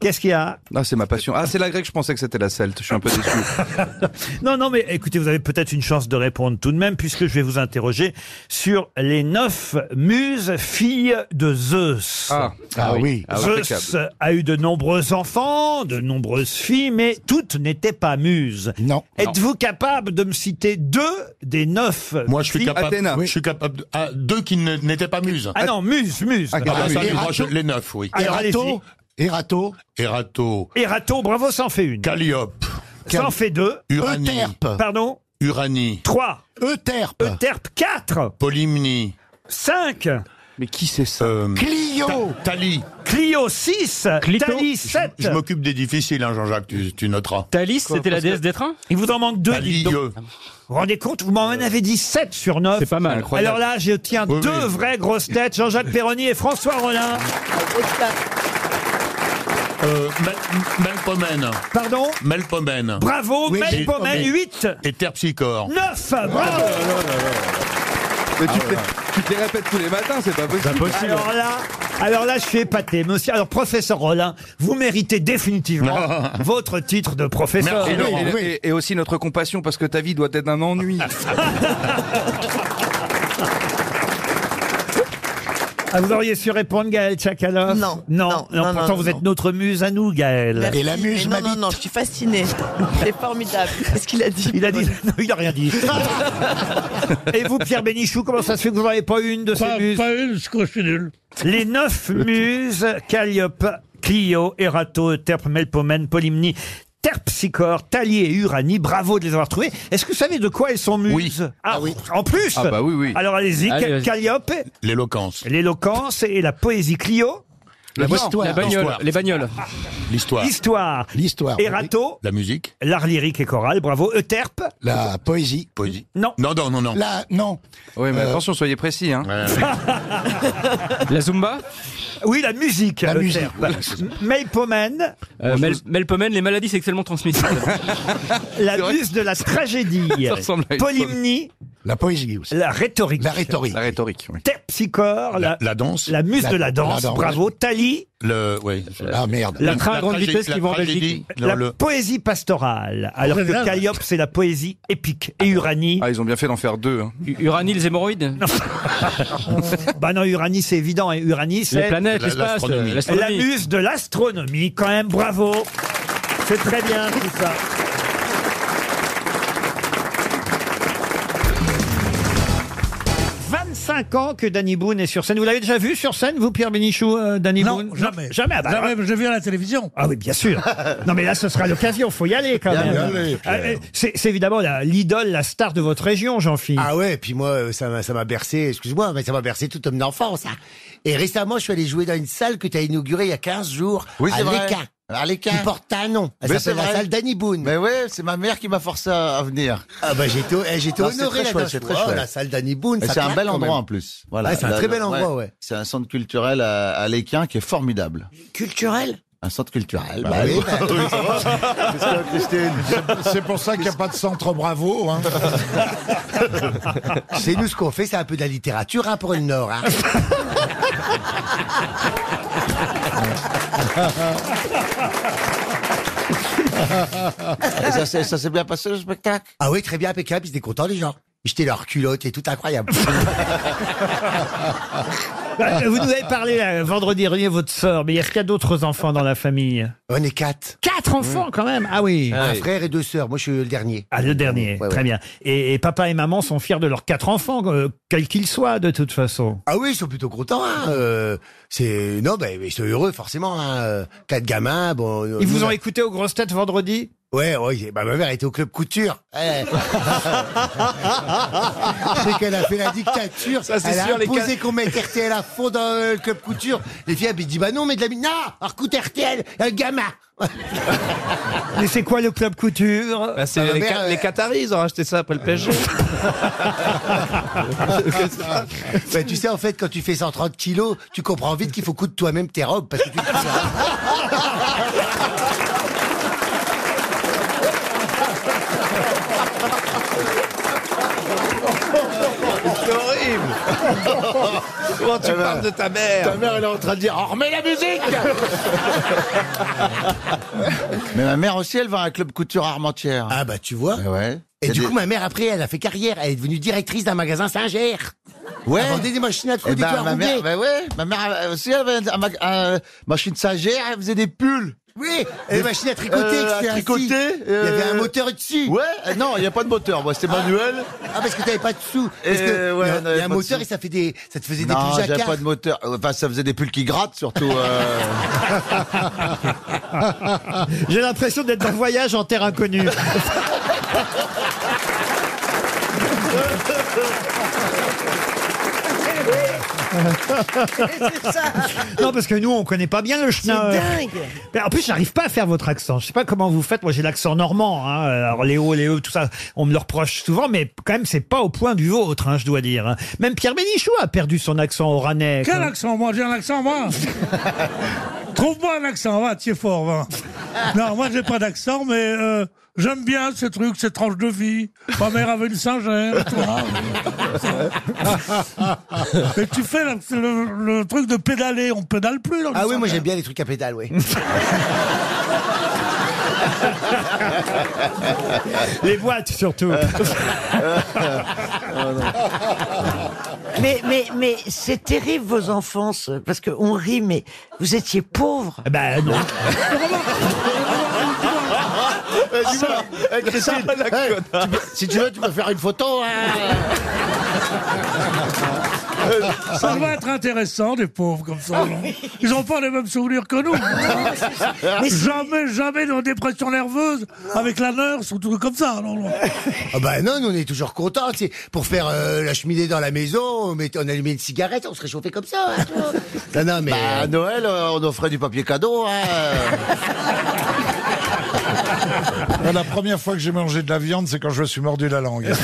Qu'est-ce qu'il y a Ah, c'est ma passion. Ah, c'est la grecque, je pensais que c'était la celte. Je suis un peu déçu. *laughs* Non, non, mais écoutez, vous avez peut-être une chance de répondre tout de même, puisque je vais vous interroger sur les neuf muses filles de Zeus. Ah. Ah oui. Ah, Zeus impeccable. a eu de nombreux enfants, de nombreuses filles, mais toutes n'étaient pas muses. Non. Êtes-vous capable de me citer deux des neuf Moi, je suis filles capable. Je suis capable. De, ah, deux qui ne- n'étaient pas muses. Ah non, muse, muse. Ah, bah, ça, Erato- moi, je- les neuf, oui. Alors, allez-y. Erato. Erato. Erato, bravo, ça en fait une. Calliope. Ça en fait deux. Uranie. Euterpe. Pardon Uranie. Trois. Euterpe. Euterpe, quatre. Polymnie. Cinq. Mais qui c'est ça Clio. Tali. Clio 6. Thalie 7. Je m'occupe des difficiles, hein, Jean-Jacques, tu, tu noteras. Thalis, Quoi, c'était la parce déesse que- des trains Il vous en manque deux. dites donc. Talieux. Vous vous rendez compte Vous m'en avez dit 7 sur 9. C'est pas mal. Euh, Incroyable. Alors là, je tiens Oui, deux oui. vraies grosses têtes, Jean-Jacques Perroni et François Rollin. Euh, Mel- Melpomène. Pardon Melpomène. Bravo, Oui, Melpomène j'ai- 8. Et Terpsichore. 9. Bravo Mais tu, te les- tu te les répètes tous les matins, c'est pas possible. Ah Alors là, alors là, je suis épaté, monsieur. Alors, professeur Rollin, vous *laughs* méritez définitivement votre titre de professeur. Et, et- et- et aussi notre compassion, parce que ta vie doit être un ennui. Ah, vous auriez su répondre, Gaël Tchakalov Non. Non, Non, non, non, pourtant, non, vous non. êtes notre muse à nous, Gaël. Merci, mais Non, non, non, je suis *laughs* fascinée. C'est formidable. Qu'est-ce qu'il a dit Il a dit. Non, il a *laughs* rien dit. Et vous, Pierre Bénichou, comment ça se fait que vous n'avez pas eu une de ces muses Pas une, je suis nul. Les neuf muses, Calliope, Clio, Erato, Terpe, Melpomène, Polymnie, Terpsichore, Thalie et Uranie, bravo de les avoir trouvées. Est-ce que vous savez de quoi elles sont muses Ah oui. En plus Ah bah oui, oui. Alors allez-y, Allez, vas-y. Calliope, *laughs* L'éloquence. l'éloquence et la poésie Clio. La bo- histoire. la bagnole, L'histoire. les bagnoles. L'histoire. Histoire. L'histoire. Erato. La musique. L'art lyrique et choral, bravo. Euterpe. La poésie. euh, Poésie. Non. Non, non, non, non. Là, non. Oui, mais attention, soyez précis. Hein. La Zumba Oui, la musique. La musique, Melpomen. Euh, Melpomen, les maladies sexuellement transmissibles. La C'est vrai. muse de *laughs* la tragédie. Ça ressemble à une Polymnie. *laughs* La poésie aussi. La rhétorique. La rhétorique. La rhétorique, oui. Terpsichore. La, La danse. la muse La- de la danse. la danse. Bravo. Thalie. Le, oui. Euh, Ah merde. Le train à grande tragédie- vitesse qui la va en tragédie, Belgique. non, La le- poésie pastorale. Alors Oh, que génial. Calliope, c'est la poésie épique. Et Uranie. Ah, ils ont bien fait d'en faire deux. hein. Uranie, les hémorroïdes *laughs* Bah non, Uranie, c'est évident. hein. Uranie, c'est. planètes, La- l'espace, l'astronomie. euh, La l'astronomie. muse de l'astronomie, quand même. Bravo. C'est très bien tout ça. « 25 ans que Danny Boone est sur scène. Vous l'avez déjà vu sur scène, vous, Pierre Bénichou, euh, Danny Non, Boone jamais. Jamais. ah bah, Jamais, je viens à la télévision. Ah oui, bien *laughs* sûr. Non, mais là, ce sera l'occasion. Faut y aller quand Bien même. aller, Ah, euh, C'est c'est évidemment la- l'idole, la star de votre région, Jean-Philippe. Ah ouais, puis moi, euh, ça m'a ça m'a bercé, excuse-moi, mais ça m'a bercé tout homme d'enfant, ça. Et récemment, je suis allé jouer dans une salle que tu as inaugurée il y a 15 jours Oui, à c'est vrai. l'Équin. À l'Équin. Qui porte un nom. Elle Mais s'appelle c'est la vrai. salle Danny Boone. Mais ouais, c'est ma mère qui m'a forcé à à venir. Ah bah j'étais eh, j'étais Non, c'est honoré très là chouette, c'est très chouette. Oh, La salle Danny Boone. Et ça C'est un claque bel quand endroit même. en plus. Ouais, c'est un Là, très bel le- endroit, *laughs* ouais. C'est un centre culturel à, à l'Équin qui est formidable. Culturel Un centre culturel. Bah *laughs* oui, bah oui. *laughs* C'est- C'est pour ça qu'il n'y a pas de centre bravo. *laughs* hein. C'est nous ce qu'on fait, c'est un peu de la littérature hein, pour le Nord. *laughs* hein. *laughs* Et ça s'est- ça s'est bien passé le spectacle Ah oui, très bien, impeccable, ils étaient contents les gens. Ils jetaient leur culotte et tout incroyable. Bah, Vous nous avez parlé là, vendredi dernier, votre sœur, mais est-ce qu'il y a d'autres enfants dans la famille On est quatre. Mmh. Quatre enfants quand même Ah oui un frère et deux sœurs, moi je suis le dernier. Ah, le dernier, Ouais, ouais. très bien. Et, et papa et maman sont fiers de leurs quatre enfants, euh, quels qu'ils soient, de toute façon. Ah oui, ils sont plutôt contents. hein, euh, c'est non, ben ils sont heureux forcément. hein, euh, Quatre gamins, bon. euh, Ils vous ont écouté aux grosses têtes vendredi Ouais, ouais. bah, ma mère était au club couture. *laughs* Eh. c'est qu'elle a fait la dictature. Ça, c'est elle sûr, a les imposé quatre- qu'on mette RTL à fond dans euh, le club couture. Les filles avaient dit bah non, mais de la mine. Non, on recoute RTL, un gamin. Mais c'est quoi le club *laughs* couture Bah, c'est Bah, ma les, mère, Ca- euh, les Qataris, ils ont racheté ça après le PSG. *laughs* Bah, tu sais, en fait, quand tu fais 130 kilos, tu comprends vite qu'il faut coudre toi-même tes robes parce que tu C'est horrible. *laughs* Comment tu parles de ta mère Ta mère, elle est en train de dire, remets la *laughs* musique Mais ma mère aussi, elle va à un club couture armentière. Ah bah tu vois. Ouais. Et C'est du des- coup, ma mère, après, elle a fait carrière. Elle est devenue directrice d'un magasin Singer. Ouais. Elle vendait des machines à Eh coudre et tout à ben, ma mère, rouler. ben ouais, ma mère euh, aussi, elle avait un mag- un- machine sagère, elle faisait des pulls. Oui, et des machines à tricoter. Euh, etc. à tricoter. euh. Il y avait un moteur dessus. Ouais, euh, non, il n'y a pas de moteur, moi, c'était manuel. Ah, parce que t'avais pas de sous. Parce Euh, que ouais, il y a- on il y avait a un pas de moteur sous. et ça fait des, ça te faisait des Non, pulls j'avais jacquard. pas de moteur. Enfin, ça faisait des pulls qui grattent, *laughs* surtout. euh. J'ai l'impression d'être en voyage en *laughs* terre inconnue. *laughs* non, parce que nous, on connaît pas bien le schnauz. dingue. Mais en plus, j'arrive pas à faire votre accent. Je sais pas comment vous faites. Moi, j'ai l'accent normand. Hein. Alors, Léo, Léo, tout ça, on me le reproche souvent, mais quand même, c'est pas au point du vôtre, hein, je dois dire. hein. Même Pierre Bénichou a perdu son accent oranais. Quel quand- accent, moi J'ai un accent, moi Trouve-moi un accent, va, tu es fort, va. Non, moi, j'ai pas d'accent, mais euh, j'aime bien ce truc, cette tranche de vie. Ma mère avait une singère, toi. Mais tu fais la- le, le truc de pédaler, on pédale plus. Ah oui, moi j'aime bien les trucs à pédale, *laughs* oui. Les boîtes, surtout. Mais, mais, mais c'est terrible vos enfances, parce qu'on rit, mais vous étiez pauvres. Ben non. Eh, dis-moi, eh, Christine, eh, tu peux- si tu veux, tu peux faire une photo. hein. Ça va être intéressant, des pauvres comme ça. non Ils n'ont pas les mêmes souvenirs que nous. Mais si- jamais, jamais dans dépression nerveuse, avec la nurse ou tout comme ça. Non, non. Ah bah non, nous on est toujours contents. tu sais. Pour faire euh, la cheminée dans la maison, on, mettait- on allumait une cigarette, on se réchauffait comme ça. hein, tu *laughs* vois. non, non, mais... Bah, à Noël, euh, on offrait du papier cadeau. *laughs* Hein. Euh, La première fois que j'ai mangé de la viande, c'est quand je me suis mordu la *laughs* langue. vous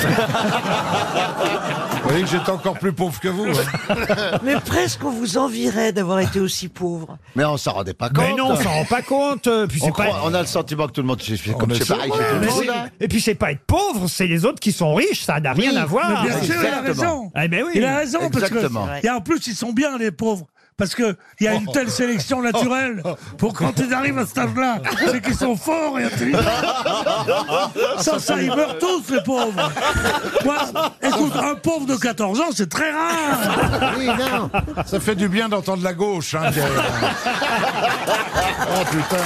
voyez que j'étais encore plus pauvre que vous. hein. Mais presque on vous envierait d'avoir été aussi pauvre. Mais on s'en rendait pas compte. Mais non, on s'en rend pas compte. euh, Puis on, c'est pas- croit- on a le sentiment que tout le monde c'est comme Mais chez c'est- Paris. Ouais, c'est tout le mais monde, c'est- *laughs* hein. Et puis c'est pas être pauvre, c'est les autres qui sont riches, ça n'a rien Oui, à voir. mais Bien sûr, il a raison. Eh ben oui. Il a raison parce que et en plus ils sont bien les pauvres. Parce qu'il y a une telle sélection naturelle pour quand ils arrivent à cet âge-là, c'est qu'ils sont forts et intelligents. Sans ça, ils meurent tous, les pauvres. Moi, écoute, un pauvre de 14 ans, c'est très rare. Oui, non. Ça fait du bien d'entendre la gauche. Hein, qui- oh putain.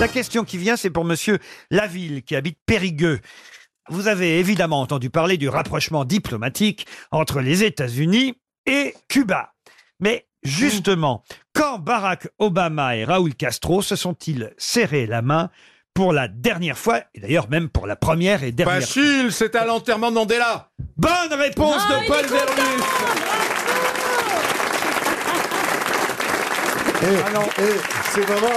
La question qui vient, c'est pour monsieur Laville, qui habite Périgueux. Vous avez évidemment entendu parler du rapprochement diplomatique entre les États-Unis et Cuba. Mais justement, quand Barack Obama et Raúl Castro se sont-ils serrés la main pour la dernière fois, et d'ailleurs même pour la première et dernière fois Facile, c'était à l'enterrement de Mandela. Bonne réponse Ah, de Paul Verlus. Eh, c'est vraiment.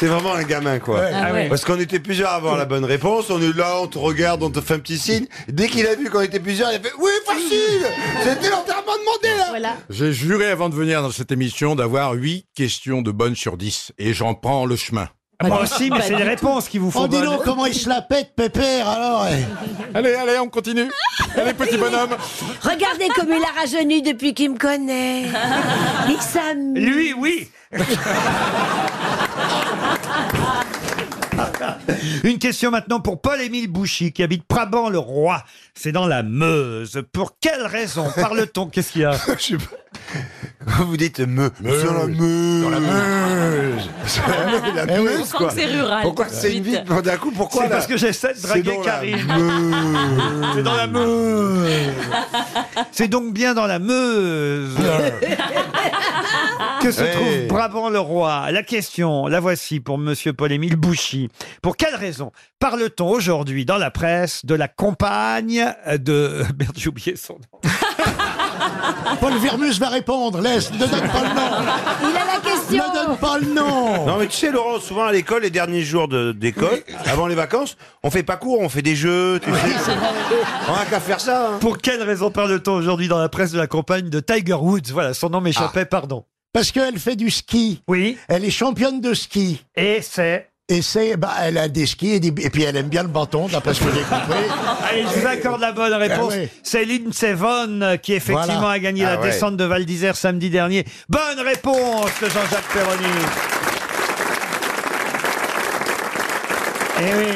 C'est vraiment un gamin, quoi. Ah, Ouais. Ah ouais. Parce qu'on était plusieurs à avoir la bonne réponse. On est là, on te regarde, on te fait un petit signe. Dès qu'il a vu qu'on était plusieurs, il a fait Oui, facile C'était l'enterrement de Mandela J'ai juré avant de venir dans cette émission d'avoir 8 questions de bonnes sur 10. Et j'en prends le chemin. Ah, Moi aussi, mais c'est les réponses qui vous font Oh, dis bonnes. donc, comment il Je la pète, pépère, alors. eh. bah. Allez, allez, on continue. Allez, petit bonhomme. Regardez comme il a rajeuni depuis qu'il me connaît. Il s'amuse. *laughs* Lui, oui. Une question maintenant pour Paul-Émile Bouchy, qui habite Brabant-le-Roi. C'est dans la Meuse. Pour quelle raison parle-t-on *laughs* Qu'est-ce qu'il y a Quand vous dites me, sur la meuse. Sur la meuse. *laughs* la Eh oui, on meuse, sent quoi. que c'est rural, Pourquoi tout de c'est une suite. ville pour d'un coup Pourquoi C'est là parce que j'essaie de C'est draguer dans la Karine. meuse. C'est dans la Meuse. C'est donc bien dans la Meuse que se Ouais. trouve Brabant-le-Roi. La question, la voici pour Monsieur Paul-Émile Bouchy. Pour quelle raison parle-t-on aujourd'hui dans la presse de la compagne de... euh, Merde, j'ai oublié son nom. *laughs* Paul Vermus va répondre. Laisse, ne donne pas le nom. Il a la question. Ne donne pas le nom. Non mais tu sais Laurent, souvent à l'école, les derniers jours de- d'école, avant les vacances, on fait pas cours, on fait des jeux, tu sais. On a qu'à faire ça. hein. Pour quelle raison parle-t-on aujourd'hui dans la presse de la compagne de Tiger Woods Voilà, son nom m'échappait, pardon. Parce qu'elle fait du ski. Oui. Elle est championne de ski. Et c'est Et c'est, bah, elle a des skis et, des- et puis elle aime bien le bâton, d'après ce que j'ai compris. *laughs* Allez, je vous accorde la bonne réponse. Ah oui. Céline Sevon qui effectivement Voilà. a gagné la Ah ouais. descente de Val d'Isère samedi dernier. Bonne réponse de Jean-Jacques Perroni. Eh oui,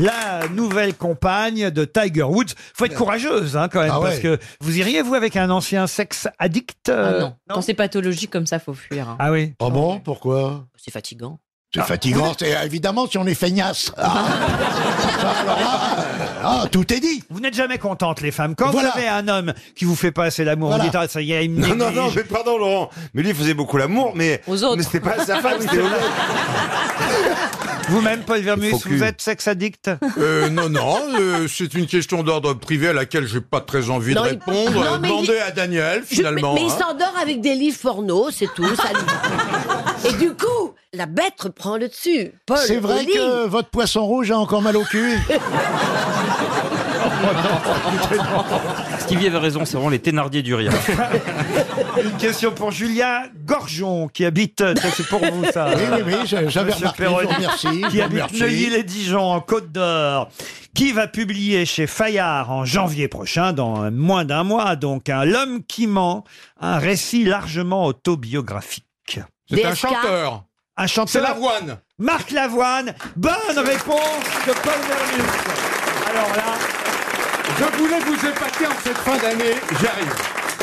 la nouvelle compagne de Tiger Woods. Faut être courageuse hein, quand même, Ah parce ouais. que vous iriez vous avec un ancien sexe addict Ah euh, non. Quand c'est pathologique comme ça, faut fuir. hein. Ah oui. Ah bon Pourquoi C'est fatigant. C'est fatigant, c'est évidemment si on est feignasse. Ah, ça, alors là, ah, tout est dit. Vous n'êtes jamais contente, les femmes. Quand Voilà. vous avez un homme qui vous fait pas assez l'amour, Voilà. vous dites, ah, ça y est, il me Non, non, non, néglige. mais pardon Laurent. Mais lui il faisait beaucoup l'amour, mais, mais c'était pas à sa femme, c'était aux autres. Vous-même, Paul Vermus, Faut que- vous êtes sexe addict Euh, non, non, euh, c'est une question d'ordre privé à laquelle j'ai pas très envie Non, de il- répondre. Non, mais Demandez il- à Daniel, Je- mais finalement. mais il hein. s'endort avec des livres porno, c'est tout. ça lui- Et du coup, la bête reprend le dessus. Paul, C'est au vrai lit. que votre poisson rouge a encore mal au *laughs* cul. Oh, *laughs* Stevie avait raison, c'est vraiment les Thénardier du rire. *laughs* Une question pour Julien Gorgeon, qui habite. ça, C'est pour vous, ça. Oui, oui, oui, je- j'avais Monsieur remarqué, je vous remercie, je Qui vous habite remercie. Neuilly-les-Dijon, en Côte d'Or. Qui va publier chez Fayard en janvier prochain, dans moins d'un mois, donc, un L'homme qui ment, un récit largement autobiographique. C'est un chanteur. Un chanteur. C'est Lavoine. Marc Lavoine. Bonne réponse de Paul Vermus. Ah, Alors là. Je voulais vous épater en cette fin d'année, j'arrive.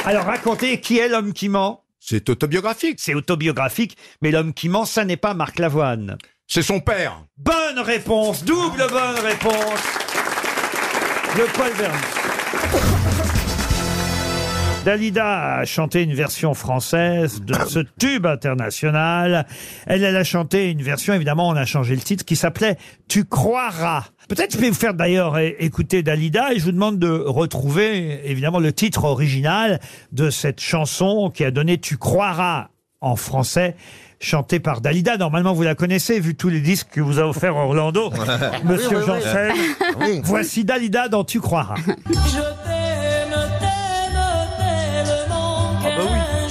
Alors racontez, qui est l'homme qui ment C'est autobiographique. C'est autobiographique, mais l'homme qui ment, ça n'est pas Marc Lavoine. C'est son père. Bonne réponse, double bonne réponse Le Paul Verhoeven. Dalida a chanté une version française de *coughs* ce tube international. Elle, elle a chanté une version, évidemment, on a changé le titre, qui s'appelait Tu croiras. Peut-être je vais vous faire d'ailleurs é- écouter Dalida et je vous demande de retrouver, évidemment, le titre original de cette chanson qui a donné Tu croiras en français. chantée par Dalida. Normalement, vous la connaissez, vu tous les disques que vous a *laughs* offert Orlando, Oui, oui, Monsieur oui. Janssen. Oui. Voici Dalida dans *laughs* Tu croiras. bah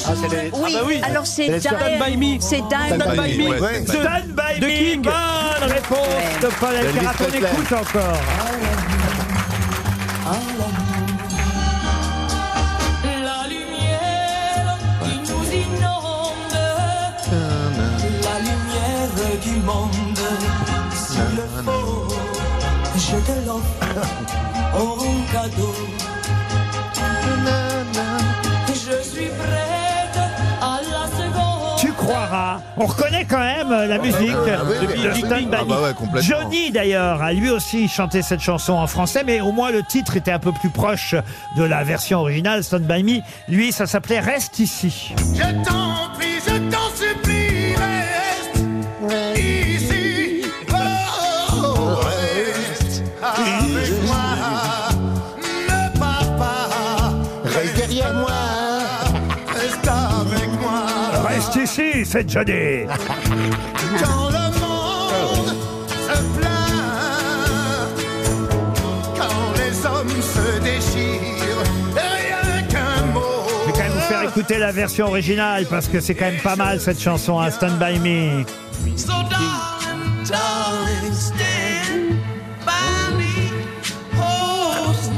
Ah, c'est les- Oui, ah bah oui. alors c'est Les Stand Diane- By Me. C'est Diane- Stand By Me. Ouais, Ouais. Stand By Stand by me. Bonne réponse de Paul Elvis Elkarat. On Presley. écoute encore. La lumière qui nous inonde, la lumière du monde, sur le faux, je te l'offre en cadeau. Je suis prête à la seconde. Tu croiras. On reconnaît quand même Ah euh, la bah musique ouais, ouais, de ouais, Bill ouais. Clinton Ah Bunny. bah ouais, complètement. Johnny d'ailleurs a lui aussi chanté cette chanson en français, mais au moins le titre était un peu plus proche de la version originale. Stand by me, lui, ça s'appelait Reste ici. Je t'en prie, je t'en supplie, reste ici. Oh, reste avec moi. Ne pars pas. Reste derrière moi. Reste avec moi. Reste ici, c'est Johnny. Quand le monde se plaint, quand les hommes se déchirent, rien qu'un mot. Je vais quand même vous faire écouter la version originale parce que c'est quand même pas mal cette chanson, hein, Stand by me. So darling, darling, stand by me. Oh, stand.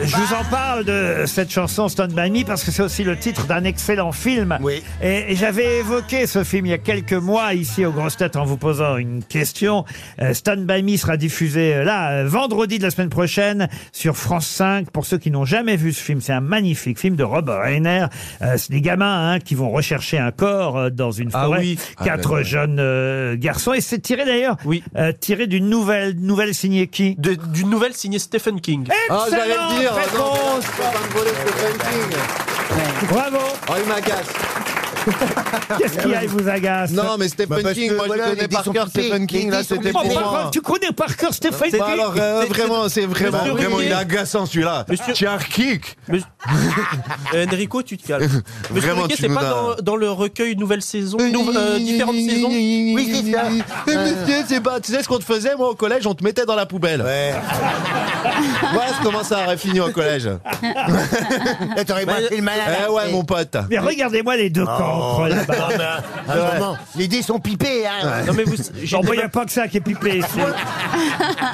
Je vous en parle de cette chanson Stand By Me parce que c'est aussi le titre d'un excellent film. Et, et j'avais évoqué ce film il y a quelques mois ici au Grosse Tête en vous posant une question. Euh, Stand By Me sera diffusé euh, là euh, vendredi de la semaine prochaine sur France 5. Pour ceux qui n'ont jamais vu ce film, c'est un magnifique film de Robert Reiner. Euh, c'est des gamins hein, qui vont rechercher un corps euh, dans une Ah forêt. oui. Ah Quatre ben, ouais. jeunes euh, garçons. Et c'est tiré d'ailleurs. Oui. tiré d'une nouvelle nouvelle signée qui D'une nouvelle signée Stephen King. Ah, Excellente j'allais le dire. réponse. Bravo. Oh, il m'agace. Qu'est-ce qu'il y a, il vous agace Ah, Non, mais Stephen Bah, parce King, que, moi voilà, je les connais dés par sont cœur coupés. Stephen King, Les là dés sont c'était coupés. pour Oh, moi. par- *laughs* Tu connais par cœur Stephen King Bah Alors euh, vraiment, c'est vraiment, Monsieur vraiment, il est Riquet. agaçant celui-là. Monsieur- Tu as un kick. Euh, *laughs* Enrico, tu *laughs* te calmes. Monsieur Vraiment, Riquet, tu c'est nous pas as- dans, dans le recueil Nouvelle Saison, nou- euh, différentes *laughs* saisons Oui, c'est ça. Eh, Euh, monsieur, c'est pas- tu sais ce qu'on te faisait, moi, au collège, on te mettait dans la poubelle. Ouais. *laughs* Voilà comment ça aurait fini au collège. T'aurais pas fait le mal à Eh la- ouais, mon pote. Mais regardez-moi les deux cancres là-bas. Ah, vraiment, les dés sont pipés. Hein. Non, *laughs* mais vous- J'en voyais pas que ça qui est *laughs* pipé. ici.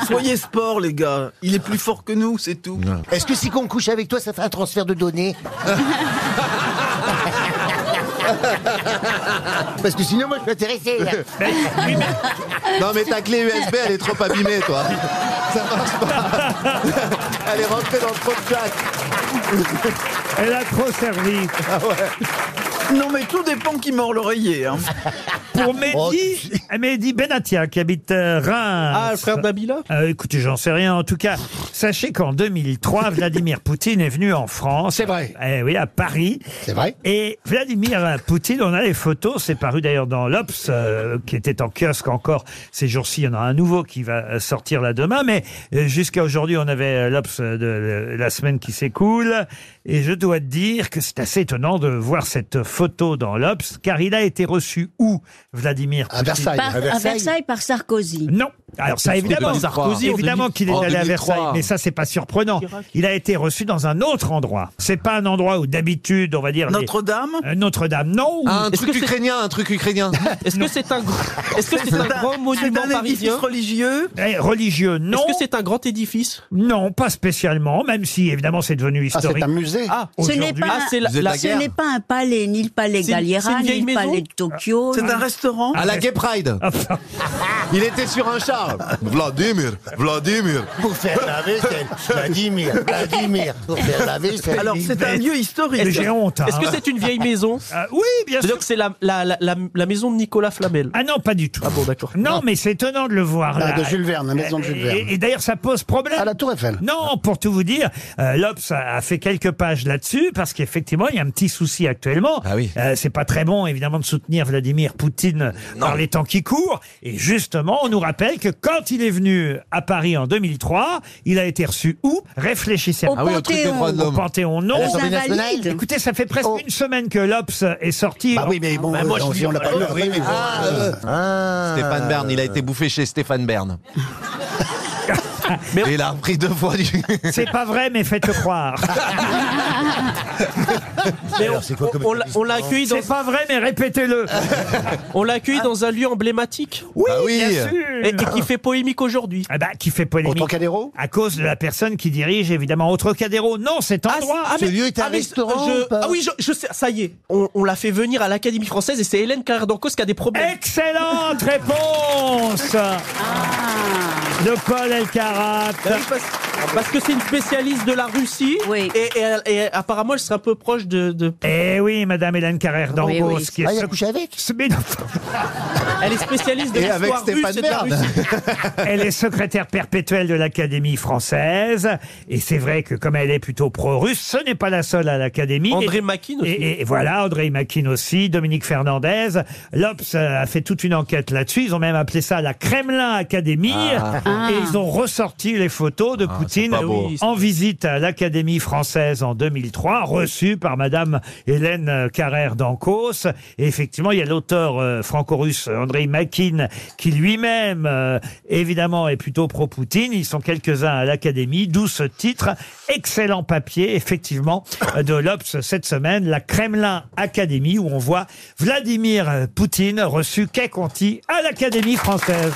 Soyez sport, les gars. Il est plus fort que nous, c'est tout. Est-ce que si qu'on couche avec toi, ça fait un transfert de *laughs* données Parce que sinon, moi, je suis intéressé. *laughs* là. Non, mais ta clé *laughs* USB, elle est trop abîmée, *laughs* toi. Ça marche pas. *laughs* Elle est rentrée dans trop de plaques. Ah Elle a trop servi. Non, mais tout dépend qui mord l'oreiller. hein. Pour Mehdi, Mehdi Benatia qui habite euh, Reims. Ah, le frère d'Abila Euh, écoutez, j'en sais rien. En tout cas, sachez qu'en 2003, Vladimir Poutine est venu en France. C'est vrai. oui, à Paris. C'est vrai. Et Vladimir Poutine, on a les photos. C'est paru d'ailleurs dans l'Obs, euh, qui était en kiosque encore ces jours-ci. Il y en a un nouveau qui va euh, sortir là demain. Mais euh, jusqu'à aujourd'hui, on avait euh, l'Obs de euh, la semaine qui s'écoule. Et je dois te dire que c'est assez étonnant de voir cette photo dans l'Obs, car il a été reçu où, Vladimir Poutine Par, à Versailles par Sarkozy. Non. Alors ça évidemment, évidemment qu'il est allé à Versailles, mais ça c'est pas surprenant. Il a été reçu dans un autre endroit. C'est pas un endroit où d'habitude on va dire les- Notre-Dame Euh, Notre-Dame, non. Ah, Un truc ukrainien, un truc *laughs* ukrainien. Est-ce que c'est un, gr- *laughs* est-ce que c'est un grand monument parisien religieux Eh, Religieux, non. Est-ce que c'est un grand édifice Non, pas spécialement, même si évidemment c'est devenu historique. Ah, Aujourd'hui. Ce n'est pas, ce n'est pas un palais ni il C'est- Palais c'est Galliera, une vieille il maison Palais de Tokyo. l'île- À la Gay Pride. *laughs* Il était sur un char. Vladimir, Vladimir. Pour faire la vaisselle. Vladimir, Vladimir. Pour faire la vaisselle. Alors, c'est un lieu historique. Mais j'ai honte, hein. Est-ce que c'est une *laughs* vieille maison Ah Oui, bien sûr. que c'est la, la, la, la- la maison de Nicolas Flamel. Ah non, pas du tout. Ah bon, d'accord. Non, mais c'est étonnant de le voir. là. Ah, de Jules Verne, la maison de Jules Verne. Et, et d'ailleurs, ça pose problème. À la Tour Eiffel. Non, pour tout vous dire, euh, Lops a, a fait quelques pages là-dessus parce qu'effectivement, il y a un petit souci actuellement. Ah oui. c'est pas très bon, évidemment, de soutenir Vladimir Poutine dans les temps qui courent. Et justement, on nous rappelle que quand il est venu à Paris en 2003, il a été reçu où Réfléchissez. Au Ah oui, au truc des Panthéon. droits de Au l'homme. Panthéon, non. À l'Assemblée Aux Invalides. nationale. Écoutez, ça fait presque une semaine que Lops est sorti. Oh. Bah oui, mais bon, Bah, moi, je on- dis- on l'a pas Ah, vu. oui, mais bon. Ah, euh, Ah. Stéphane Bern, il a été bouffé chez Stéphane *laughs* Bern. Et il a repris deux fois du. C'est pas vrai, *laughs* mais faites-le croire. Mais on- on- on l'a- on l'a accueilli dans. C'est pas vrai, mais répétez-le. *laughs* Ah On l'a accueilli dans un lieu emblématique. Oui, Ah bien sûr. Et, et qui fait polémique aujourd'hui. Ah bah, qui fait polémique. À cause de la personne qui dirige, évidemment. Autre Cadéro, non, cet endroit. mais- ah, mais je- Ah oui, je, je sais, ça y est, on, on l'a fait venir à l'Académie française et c'est Hélène Carrère d'Ancos qui a des problèmes. Excellente réponse de Paul Elkarat. Ah oui, Parce, parce que c'est une spécialiste de la Russie et, et- et apparemment elle serait un peu proche de. de- Eh oui, Madame Hélène Carrère Oui, d'Angos, oui. qui est Ah, il a couché avec. Elle est spécialiste de Et l'histoire avec russe Stéphane et de la Bern. Russie. Elle est secrétaire perpétuelle de l'Académie française. Et c'est vrai que comme elle est plutôt pro-russe, ce n'est pas la seule à l'Académie. André Et- Makin aussi. Et, et voilà, André Makin aussi, Dominique Fernandez. L'Obs euh, a fait toute une enquête là-dessus. Ils ont même appelé ça la Kremlin Académie. Ah. Et ils ont ressorti les photos de Poutine pas beau. en visite à l'Académie française en 2003, reçue par Madame Hélène Carrère d'Ancos. Et effectivement, il y a l'auteur euh, franco-russe Andrei Makin qui lui-même, euh, évidemment, est plutôt pro-Poutine. Ils sont quelques-uns à l'Académie, d'où ce titre. Excellent papier, effectivement, euh, de l'Obs cette semaine, la Kremlin Académie, où on voit Vladimir euh, Poutine reçu quai Conti à l'Académie française.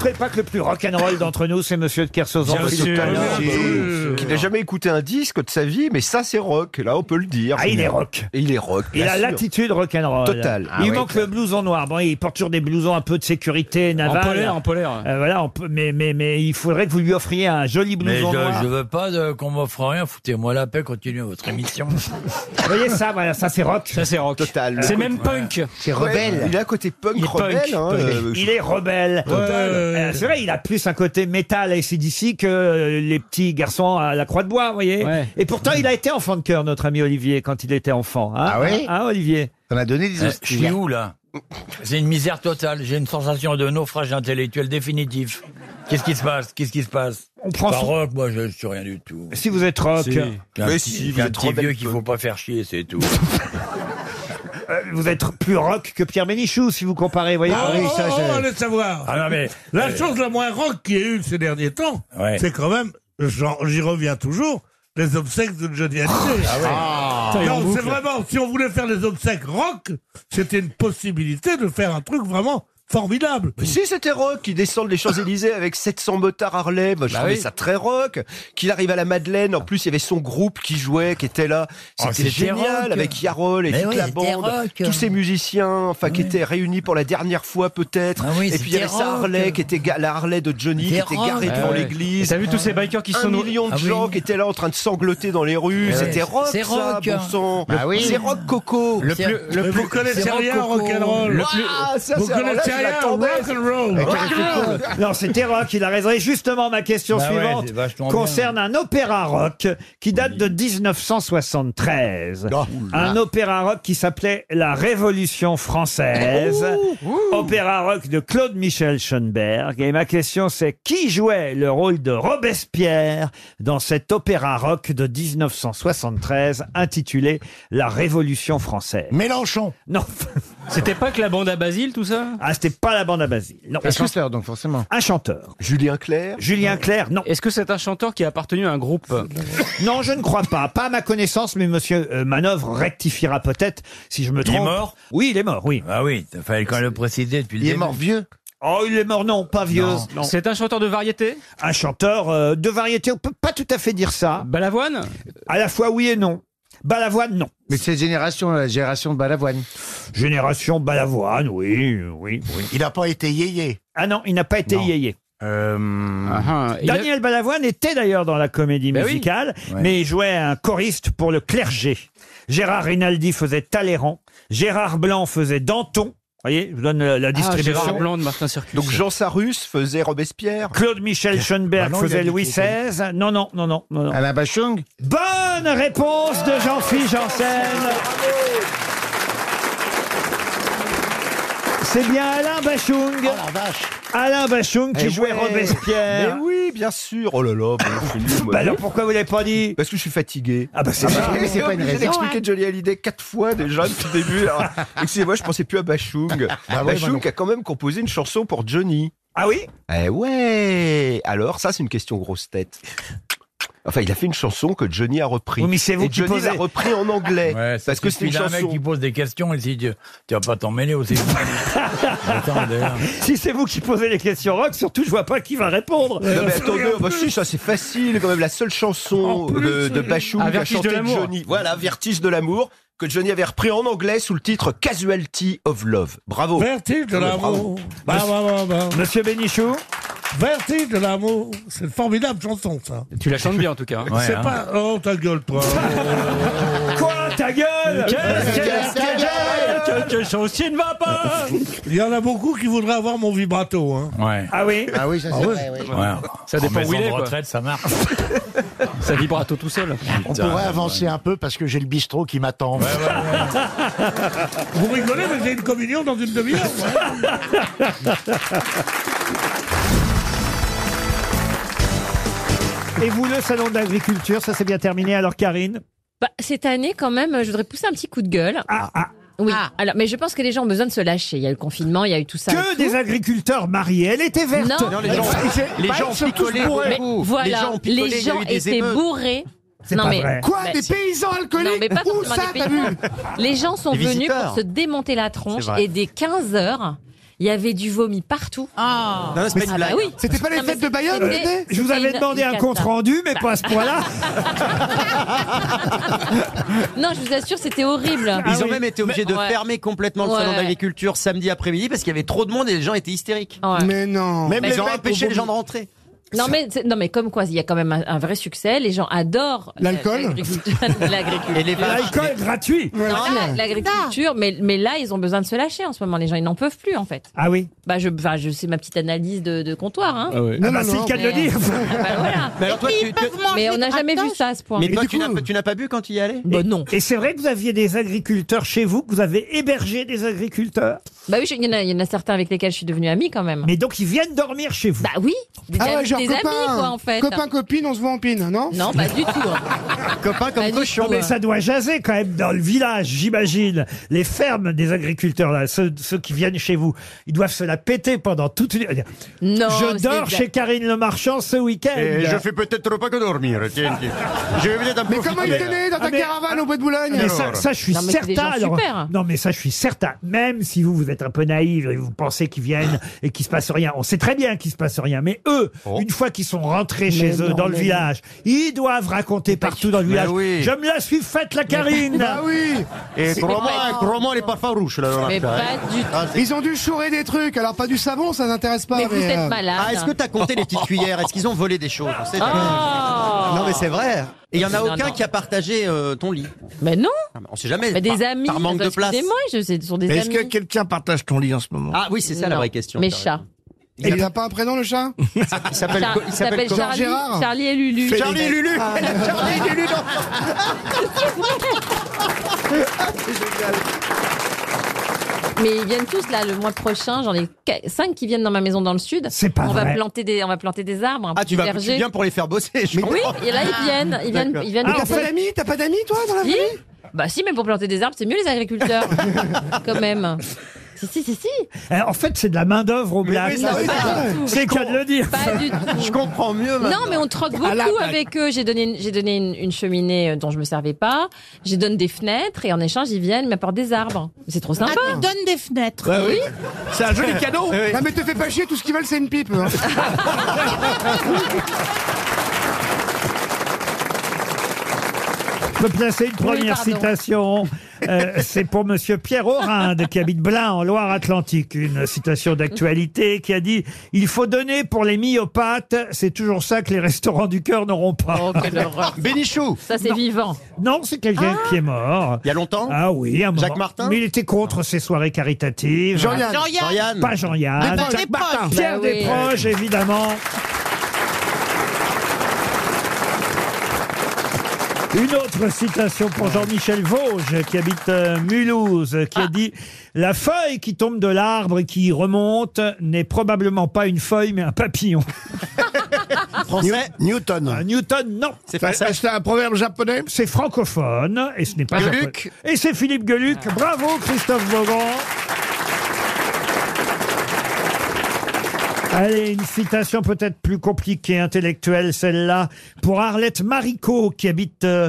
Je ne pas que le plus rock'n'roll d'entre nous, c'est Monsieur de Kersauzon. Bien sûr, bien sûr. Qui n'a jamais écouté un disque de sa vie, mais ça c'est rock, là on peut le dire. Ah, il est rock. Et Il est rock. Il bien a sûr. l'attitude rock'n'roll. Total. Ah il ouais. manque le blouson noir. Bon, il porte toujours des blousons un peu de sécurité navale. polaire, en polaire. Euh, voilà, on peut- mais, mais, mais il faudrait que vous lui offriez un joli Mais blouson je, noir. je veux pas de- qu'on m'offre rien, foutez-moi la paix, continuez votre émission. *laughs* Vous voyez ça, voilà, ça c'est rock. Ça c'est rock. Total. C'est Le même côté- punk. Ouais, Il a un côté punk rebelle. hein, euh, il est rebelle. Total. Euh, c'est vrai, il a plus un côté métal et d'ici que euh, les petits garçons à la croix de bois, vous voyez. Et pourtant, il a été enfant de cœur, notre ami Olivier, quand il était enfant. hein. Ah ouais Hein, Olivier T'en as donné Euh, des Euh, Je hosties, suis là. où là J'ai une misère totale, j'ai une sensation de naufrage intellectuel définitif. Qu'est-ce qui se passe Qu'est-ce qui se passe On prend Pas son- rock, moi je, je suis rien du tout. Si vous êtes rock. Si. J'ai un Mais petit- si, j'ai vous un êtes petit rebelle vieux qu'il faut pas faire chier, c'est tout. Euh, Vous êtes plus rock que Pierre Ménichou, si vous comparez, vous voyez. Ah, oh, oh, oh, allez savoir. Ah non, mais- la euh, chose la moins rock qu'il y ait eu ces derniers temps, Ouais. c'est quand même, j'en- j'y reviens toujours, les obsèques de Johnny Hallyday. Ah ouais. Ah. Ça y est, en Non, c'est boucle. vraiment, si on voulait faire les obsèques rock, c'était une possibilité de faire un truc vraiment formidable. Si c'était rock, il descend les Champs-Élysées avec 700 motards Harley, moi je Bah trouvais oui. ça très rock. Qu'il arrive à la Madeleine, en plus il y avait son groupe qui jouait, qui était là. Oh, C'était c'était génial rock. avec Yarol et Mais toute oui, la c'était bande, rock. tous ces musiciens, enfin qui étaient réunis pour la dernière fois peut-être. Ah oui, et puis il y c'était avait sa rock. Harley qui était ga- la Harley de Johnny qui C'était était garée rock. devant Ah ouais. l'église. Et t'as vu tous ces bikers qui sont Un nour- million de Ah oui. gens qui étaient là en train de sangloter dans les rues. Ouais. C'était rock, C'est ça, rock. bon sang. Bah oui. C'est rock coco. Le C'est- plus- le Mais vous connaissez rien en rock'n'roll. Le plus- Ah, ça, vous c'est- alors là, connaissez je rien en l'attendais. rock'n'roll. Avec les Rock'n'roll. Non, c'était rock, il a raison. Et justement, ma question Bah ouais, suivante c'est vachement concerne un opéra rock qui date de 1973. Un opéra rock qui s'appelait La Révolution française. Opéra rock de Claude Michel Schoenberg. Et ma question, c'est qui jouait le rôle de Robespierre dans cet opéra rock de 1973 intitulé La Révolution française Mélenchon Non. *laughs* C'était pas que la bande à Basile, tout ça Ah, c'était pas la bande à Basile. Non. Un chanteur, donc forcément. Un chanteur. Julien Clerc Julien Clerc, non. Est-ce que c'est un chanteur qui a appartenu à un groupe Non, je ne crois pas. Pas à ma connaissance, mais monsieur euh, Manœuvre rectifiera peut-être si je me Il est trompe. mort Oui, il est mort, oui. Ah oui, il fallait quand même le préciser depuis le Il est début. mort vieux Oh, il est mort, non, pas vieux. non. C'est un chanteur de variété Un chanteur euh, de variété, on peut pas tout à fait dire ça. Balavoine À la fois oui et non. Balavoine, non. Mais c'est génération, la génération de Balavoine. Génération Balavoine, oui, oui, oui. Il n'a pas été yéyé. Ah non, il n'a pas été yéyé. Euh, Ah, Daniel Balavoine était d'ailleurs dans la comédie Ben oui. musicale, Ouais. mais il jouait un choriste pour le clergé. Gérard Rinaldi faisait Talleyrand, Gérard Blanc faisait Danton. Vous voyez, je vous donne la, la distribution. Ah, Gérard Blanc de Martin Circus. Donc Jean Sarus faisait Robespierre. Claude Michel Schoenberg Bah non, il a faisait dit Louis qu'il XVI. Non, non, non, non, non. Alain Bachung. Bonne réponse de Jean-Philippe Janssen. C'est bien Alain Bachung. Oh Alain Bachung qui Eh jouait ouais. Robespierre. Mais oui, bien sûr. Oh là là, bon film. Bah alors pourquoi vous l'avez pas dit Parce que je suis fatigué. Ah bah c'est pas- mais c'est pas une J'ai raison, expliqué hein. Johnny Hallyday quatre fois déjà depuis le début. Alors, Excusez-moi, je pensais plus à Bachung. Bah ouais, bah non. Bachung a quand même composé une chanson pour Johnny. Ah oui Eh ouais. Alors ça, c'est une question grosse tête. Enfin, il a fait une chanson que Johnny a repris. Oui, mais c'est vous Et qui Johnny posez. l'a repris en anglais. Ouais, parce que c'est une un mec chanson. qui pose des questions et si tu, tu vas pas t'en mêler aussi. Attendez. hein. *laughs* Si c'est vous qui posez les questions rock, surtout je vois pas qui va répondre. Non mais attendez, bah si, ça c'est facile quand même. La seule chanson de, de Bachung Un qu'a vertige chanté de l'amour. Johnny. Voilà, Vertige de l'amour, que Johnny avait repris en anglais sous le titre Casualty of Love. Bravo. Vertige de Non, mais l'amour. bravo. Bah, bah, bah, bah. Monsieur Bénichou Vertige de l'amour. C'est une formidable chanson, ça. Tu la chantes bien en tout cas. c'est hein. hein. pas. Oh, ta gueule, toi. Quoi, ta gueule Qu'est-ce que- Quelque chose qui ne va pas *laughs* Il y en a beaucoup qui voudraient avoir mon vibrato. Hein. Ouais. Ah oui Ah oui, ça Ah c'est ouais. vrai, oui. Ça dépend en où il maison est, de quoi. retraite, ça marche. Ça vibre à tout tout seul. On pourrait avancer un peu parce que j'ai le bistrot qui m'attend. Vous rigolez, mais j'ai une communion dans une demi-heure. *laughs* Et vous, le salon d'agriculture, ça s'est bien terminé. Alors, Karine Bah, cette année, quand même, je voudrais pousser un petit coup de gueule. Ah, Oui, alors, mais je pense que les gens ont besoin de se lâcher. Il y a eu le confinement, il y a eu tout ça. et Que tout. des agriculteurs mariés. Elle était verte. Non. Non, les gens- J'ai- les bah, gens ils ont sont tous picolé bourrés. Mais voilà, les gens, il y a eu des étaient émeutes. bourrés. C'est pas vrai. Quoi, des paysans alcooliques Non, mais pas forcément des paysans. Les gens sont Des venus visiteurs. pour se démonter la tronche C'est vrai. et dès 15 heures, il y avait du vomi partout. Ah, Non, non, c'est pas une bah blague. oui. C'était pas les Non, mais fêtes de Bayonne, c'était- l'été Je vous c'était avais une- demandé une un cata. compte rendu, mais Bah. pas à ce *laughs* point-là. Non, je vous assure, c'était horrible. Ah Ils ont même été obligés de Ah Ouais. fermer complètement le Ouais. salon d'agriculture samedi après-midi parce qu'il y avait trop de monde et les gens étaient hystériques. Ouais. Mais non. Même Mais ils les ont mecs empêché au les gens de rentrer. Non mais, c'est- non mais comme quoi, il y a quand même un, un vrai succès, les gens adorent la- L'alcool l'agriculture. *laughs* l'agriculture. Et les vaches. L'alcool gratuit Non, la- L'agriculture, mais, mais là, ils ont besoin de se lâcher en ce moment, les gens, ils n'en peuvent plus en fait. Ah oui Bah, je, enfin, je, c'est ma petite analyse de, de comptoir. Hein. Ah oui. Ah bah, c'est le cas de le Mais- dire. *laughs* Ah bah, voilà. Mais alors toi, tu- tu- Mais on n'a jamais vu ça à ce point. Mais toi, tu n'as pas- tu n'as pas bu quand tu y allais Bah non. Et c'est vrai que vous aviez des agriculteurs chez vous, que vous avez hébergé des *laughs* agriculteurs. Bah oui, je- il y, en a- il y en a certains avec lesquels je suis devenue amie quand même. Mais donc ils viennent dormir chez vous. Bah oui, des, Ah ouais, amis, genre des amis, copain, quoi en fait. copain, copine, on se voit en pine, non Non, pas du tout. Copain comme Bah, cochon. Mais ça doit jaser quand même dans le village, j'imagine. Les fermes des agriculteurs, là, ceux, ceux qui viennent chez vous, ils doivent se la péter pendant toute une... Non, je c'est dors exact. chez Karine Le Marchand ce week-end. Et je fais peut-être pas que dormir. Je vais peut-être en Mais profiter. comment il tenait dans ta Ah, mais- Ah, caravane au bout de Boulogne Mais ça, ça, je suis Non, mais c'est des certain. gens super. Non, mais ça, je suis certain. Même si vous, vous êtes un peu naïf et vous pensez qu'ils viennent et qu'il se passe rien, on sait très bien qu'il se passe rien. Mais eux, une fois qu'ils sont rentrés chez Mais eux non, dans le mais village, ils doivent raconter partout dans le Mais village. oui. Je me la suis faite, la Karine. Bah oui Et C'est- crois-moi, crois-moi, les parfums rouges, là, Mais Martha, pas hein. du Ah, Ah, tout. Ah, Ils ont dû chourer des trucs, alors pas du savon, ça n'intéresse pas. euh, Mais vous êtes malade. Ah, est-ce que t'as compté les petites cuillères Est-ce qu'ils ont volé des choses On sait jamais. Oh. Non mais c'est vrai. Et il y en a Non, aucun non. qui a partagé euh, ton lit. Ah, Mais non. On sait jamais. Mais par- des amis. Par manque de place. Excusez-moi, je, ce sont des amis. quelqu'un partage ton lit en ce moment Ah oui, c'est ça la Non. vraie question. Mes chats. Il n'a pas un prénom, le chat *laughs* Il s'appelle Char- co- il s'appelle comment Charlie, Charlie et Lulu. Charlie et Lulu. *laughs* Ah. Charlie et Lulu dans- Mais ils viennent tous là le mois prochain. J'en ai 5 qui viennent dans ma maison dans le sud. C'est pas on vrai. Va planter des, on va planter des arbres. Un Ah, petit tu vas tu verger. viens pour les faire bosser. je Oui, comprends. et là ils viennent. Ils viennent, D'accord. ils viennent Ah, Mais Ah, t'as pas d'amis T'as pas d'amis, toi, dans la Si famille *laughs* Bah si, mais pour planter des arbres, c'est mieux les agriculteurs. Quand même. Si, si, si, si. Eh, En fait, c'est de la main-d'œuvre au black. Ah oui, ça, oui, Pas du tout. c'est le cas de le dire. Pas du tout. Je comprends mieux Non, mais on troque beaucoup avec eux. J'ai donné, une- j'ai donné une, une cheminée euh, dont je me servais pas. Je donne des fenêtres et en échange, ils viennent m'apporter des arbres. C'est trop sympa. Ah, tu donnes des fenêtres. Bah C'est un joli *laughs* cadeau. Non, Ah, mais te fais pas chier, tout ce qu'ils veulent, c'est une pipe. hein. Je peux placer une première pardon. citation. Euh, c'est pour Monsieur Pierre Orinde, qui habite Blain, en Loire-Atlantique. Une citation d'actualité qui a dit « Il faut donner pour les myopathes, c'est toujours ça que les restaurants du cœur n'auront pas. Oh, *laughs* quelle horreur. Bénichou Ça, c'est Non. vivant. Non, c'est quelqu'un qui est mort. Il y a longtemps Ah oui, à un moment. Jacques Martin Mais il était contre ces soirées caritatives. Jean-Yann. Jean-Yann. Jean-Yann. Pas Jean-Yann. Ah bah, Jacques Martin. Pierre Bah oui. Desproges, évidemment. Une autre citation pour Jean-Michel Vosges, qui habite euh, Mulhouse, qui a dit « La feuille qui tombe de l'arbre et qui y remonte n'est probablement pas une feuille, mais un papillon. Français Newton. Newton, non. Euh, C'est un proverbe japonais C'est francophone, et ce n'est pas Gueluc japonais. Et c'est Philippe Gueluc. Bravo, Christophe Vauban. Allez, une citation peut-être plus compliquée, intellectuelle, celle-là, pour Arlette Marico, qui habite euh,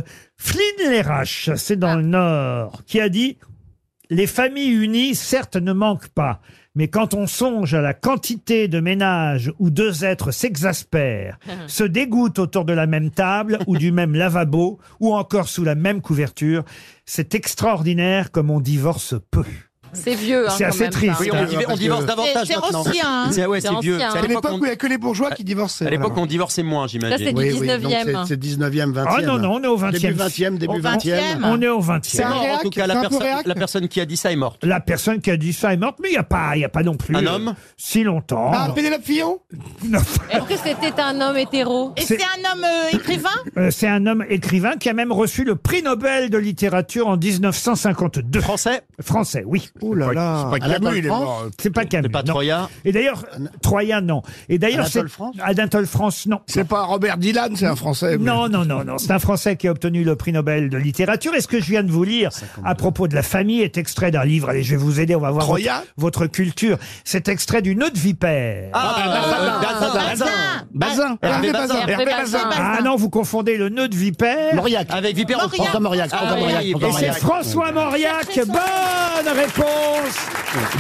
Flines-les-Raches, c'est dans le Nord, qui a dit « Les familles unies, certes, ne manquent pas, mais quand on songe à la quantité de ménages où deux êtres s'exaspèrent, se dégoûtent autour de la même table ou du même lavabo, ou encore sous la même couverture, c'est extraordinaire comme on divorce peu. » C'est vieux. hein, C'est quand assez même, triste. ça. Oui, on div- on divorce C'est- C'est ancien. hein. ah C'est ouais, c'est vieux. ancien, C'est à hein. l'époque où il n'y a que les bourgeois qui divorçaient. À l'époque, on divorçait moins, j'imagine. Ça, c'est du Oui, oui, donc 19e. c'est 19e, Ah non, non, on est au 20e. Début 20e, Au début 20e. 20e. On est au 20e. C'est mort, en tout cas, la, C'est un peu personne- réac. la personne qui a dit ça est morte. La personne qui a dit ça est morte, mais il n'y a pas, il y a pas non plus Un euh, homme si longtemps. Ah, Pénélope Fillon Est-ce que c'était un homme hétéro Et c'est un homme euh, écrivain Euh, C'est un homme écrivain qui a même reçu le prix Nobel de littérature en 1952. Français Français, oui. Oh là là. c'est pas Anatole Camus, il est France mort. C'est pas Camus. C'est pas Troya Et d'ailleurs, Troya, non. Et d'ailleurs, c'est. Anatole France Anatole France, non. C'est pas Robert Dylan, c'est un Français. Non, non, non, non. C'est un Français qui a obtenu le prix Nobel de littérature. Et ce que je viens de vous lire à propos de la famille est extrait d'un livre. Allez, je vais vous aider. On va voir Troya votre, votre culture. C'est extrait d'une autre vipère. Ah, Euh, Bazin. Hervé Bazin. Hervé Bazin. Ah non, vous confondez le nœud de vipère. Mauriac. Avec Vipère, Mauriac. François Mauriac, François Mauriac, Et François c'est Mauriac. François Mauriac. Bonne réponse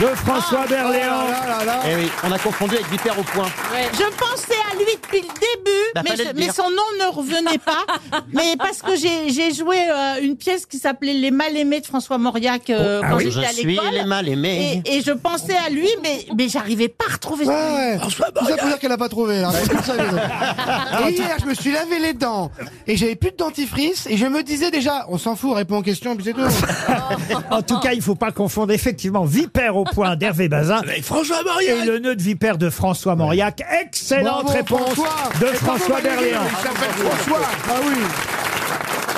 de François Ah, Berléand. oh Eh oui, on a confondu avec Vipère au point. *laughs* Je pensais à lui depuis le début, Bah, mais, fallait je- le mais dire. son nom ne revenait pas. mais parce que j'ai j'ai joué euh, une pièce qui s'appelait Les Mal-Aimés de François Mauriac euh, Oh, ah quand oui. j'étais à Je suis l'école. les Mal-Aimés. Et, et je pensais à lui, mais, mais j'arrivais pas à retrouver son nom. Ah Ouais, ouais. Tout ça pour dire qu'elle a pas trouvé, là. C'est comme ça, les autres. Et hier, je me suis lavé les dents et j'avais plus de dentifrice et je me disais déjà, on s'en fout, réponds aux questions, puis *laughs* c'est tout. En tout cas, il ne faut pas confondre effectivement Vipère au point d'Hervé Bazin Avec François Mauriac. et le nœud de Vipère de François Mauriac. Excellente Bravo, réponse François. de Et bravo, François Valérie, Berléand. Il s'appelle François. Ah oui.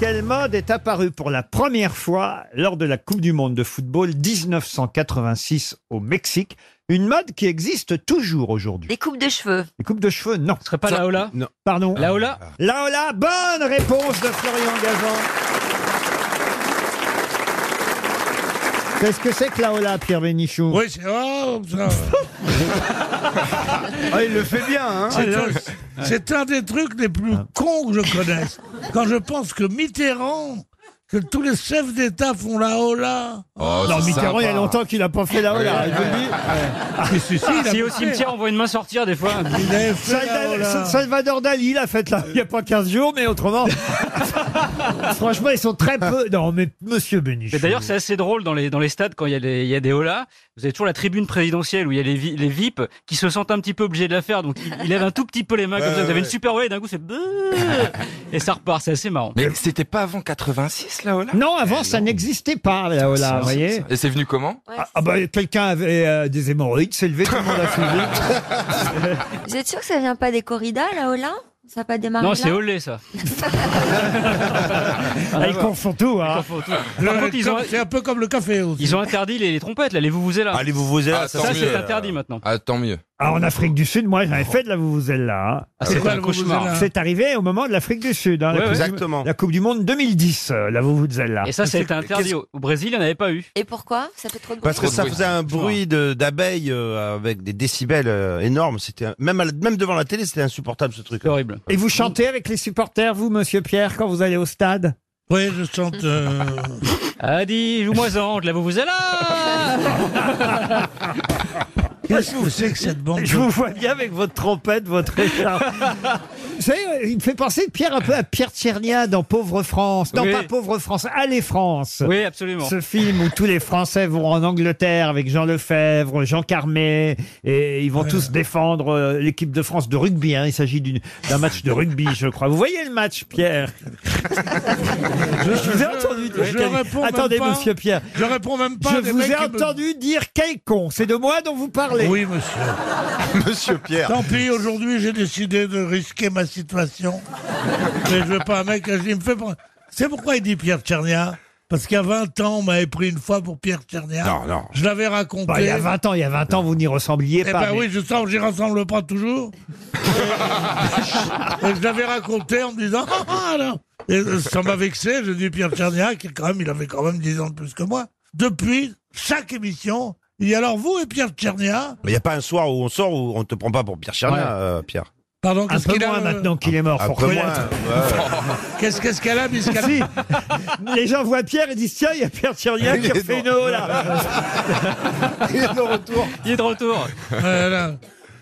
Quel mode est apparu pour la première fois lors de la Coupe du Monde de football 1986 au Mexique Une mode qui existe toujours aujourd'hui. Les coupes de cheveux. Les coupes de cheveux, non. Ce serait pas la Ola Non. Pardon La Ola La Ola, bonne réponse de Florian Gazan. Qu'est-ce que c'est que la Ola, Pierre Bénichou Oui, c'est. Oh, ça. Ah, il le fait bien, hein. C'est Ah, un, c'est un des trucs les plus cons que je connaisse. Quand je pense que Mitterrand, que tous les chefs d'État font la hola. Oh, Non, c'est Mitterrand, sympa. il y a longtemps qu'il n'a pas fait la Ah, hola, Ah, il vous le dit. Ah, Si, si, si, il a Si au fait. cimetière, on voit une main sortir des fois. Il avait fait la Salda- hola. Sa- Salvador Dali l'a faite là il n'y a pas 15 jours, mais *laughs* autrement. franchement, ils sont très peu. Non, mais monsieur Bénichou. Mais d'ailleurs, c'est assez drôle dans les, dans les stades quand il y a des, il y a des holas. Vous avez toujours la tribune présidentielle où il y a les, vi- les VIP qui se sentent un petit peu obligés de la faire. Donc, ils, ils lèvent un tout petit peu les mains comme Ouais, ça. Vous avez ouais. une super hola et d'un coup, c'est. Et ça repart. C'est assez marrant. Mais c'était pas avant 86 là, Ola Non, avant, ça n'existait pas, la Ola, Ah, vous voyez. Et c'est venu comment Ah, ah bah, quelqu'un avait euh, des hémorroïdes, s'est levé, tout le monde a fouillé. Vous êtes sûr que ça vient pas des corridas, là, Olin Ça n'a pas démarré Non, là c'est olé ça. Ah, ils confondent tout, hein. Le- Par contre, ils ont, C'est un peu comme le café aussi. ils ont interdit les, les trompettes, là, les vous là. Allez, vous vous ça, c'est interdit maintenant. Ah, tant mieux. Ah, en Afrique du Sud, moi, j'avais fait de la Vuvuzela. hein. Ah, c'est C'est quoi, un la cauchemar. Vuvuzela C'est arrivé au moment de l'Afrique du Sud. hein, la Ouais, coupe du- exactement. la Coupe du Monde 2010, euh, la Vuvuzela. Et ça, ça a été interdit. Au au Brésil, il n'y en avait pas eu. Et pourquoi Ça fait trop de Parce que bruit. ça faisait un bruit de- d'abeilles euh, avec des décibels euh, énormes. C'était un- même à la- même devant la télé, c'était insupportable ce truc. Horrible. Et vous chantez avec les supporters, vous, monsieur Pierre, quand vous allez au stade Oui, je chante. euh. *laughs* Adi, joue-moi-en, de la Vuvuzela Qu'est-ce que c'est que cette bande Je vous vois bien avec votre trompette, votre écharpe. *laughs* vous savez, il me fait penser, Pierre, un peu à Pierre Tchernia dans Pauvre France. Non, Oui. pas Pauvre France, Allez France. Oui, absolument. Ce film où tous les Français vont en Angleterre avec Jean Lefebvre, Jean Carmé, et ils vont tous défendre euh, l'équipe de France de rugby. hein. Il s'agit d'une- d'un match de rugby, je crois. Vous voyez le match, Pierre Je vous ai entendu dire. je quel- réponds même Attendez, pas. monsieur Pierre. Je réponds même pas à Je des vous mecs ai qui me- entendu dire quel con. C'est de moi dont vous parlez. Oui, monsieur. Monsieur Pierre. Tant pis, aujourd'hui, j'ai décidé de risquer ma situation. Mais je veux pas un mec, il me fait... prendre- C'est pourquoi il dit Pierre Tchernia Parce qu'à 20 ans, on m'avait pris une fois pour Pierre Tchernia. Non, non. Je l'avais raconté. Bah, il y a 20 ans, il y a 20 ans, vous n'y ressembliez Eh pas. ben mais- oui, je sens que j'y rassemble pas toujours. Et- et je l'avais raconté en me disant ah, ah, alors. Et euh, ça m'a vexé, j'ai dit Pierre Tchernia, qui quand même, il avait quand même 10 ans de plus que moi. Depuis, chaque émission, il y a alors vous et Pierre Tchernia. Mais il n'y a pas un soir où on sort où on te prend pas pour Pierre Chana, Ouais. euh, Pierre. Pardon, Un qu'est-ce peu qu'il a moins euh, maintenant qu'il est mort, Un faut peu moins, reconnaître. ouais. Qu'est-ce qu'est-ce qu'elle a, Miss *laughs* Cala- Si. Les gens voient Pierre et disent tiens, il y a Pierre *laughs* Tchernia qui a fait une eau là. *laughs* Il est de retour. Il est de retour. Euh, là.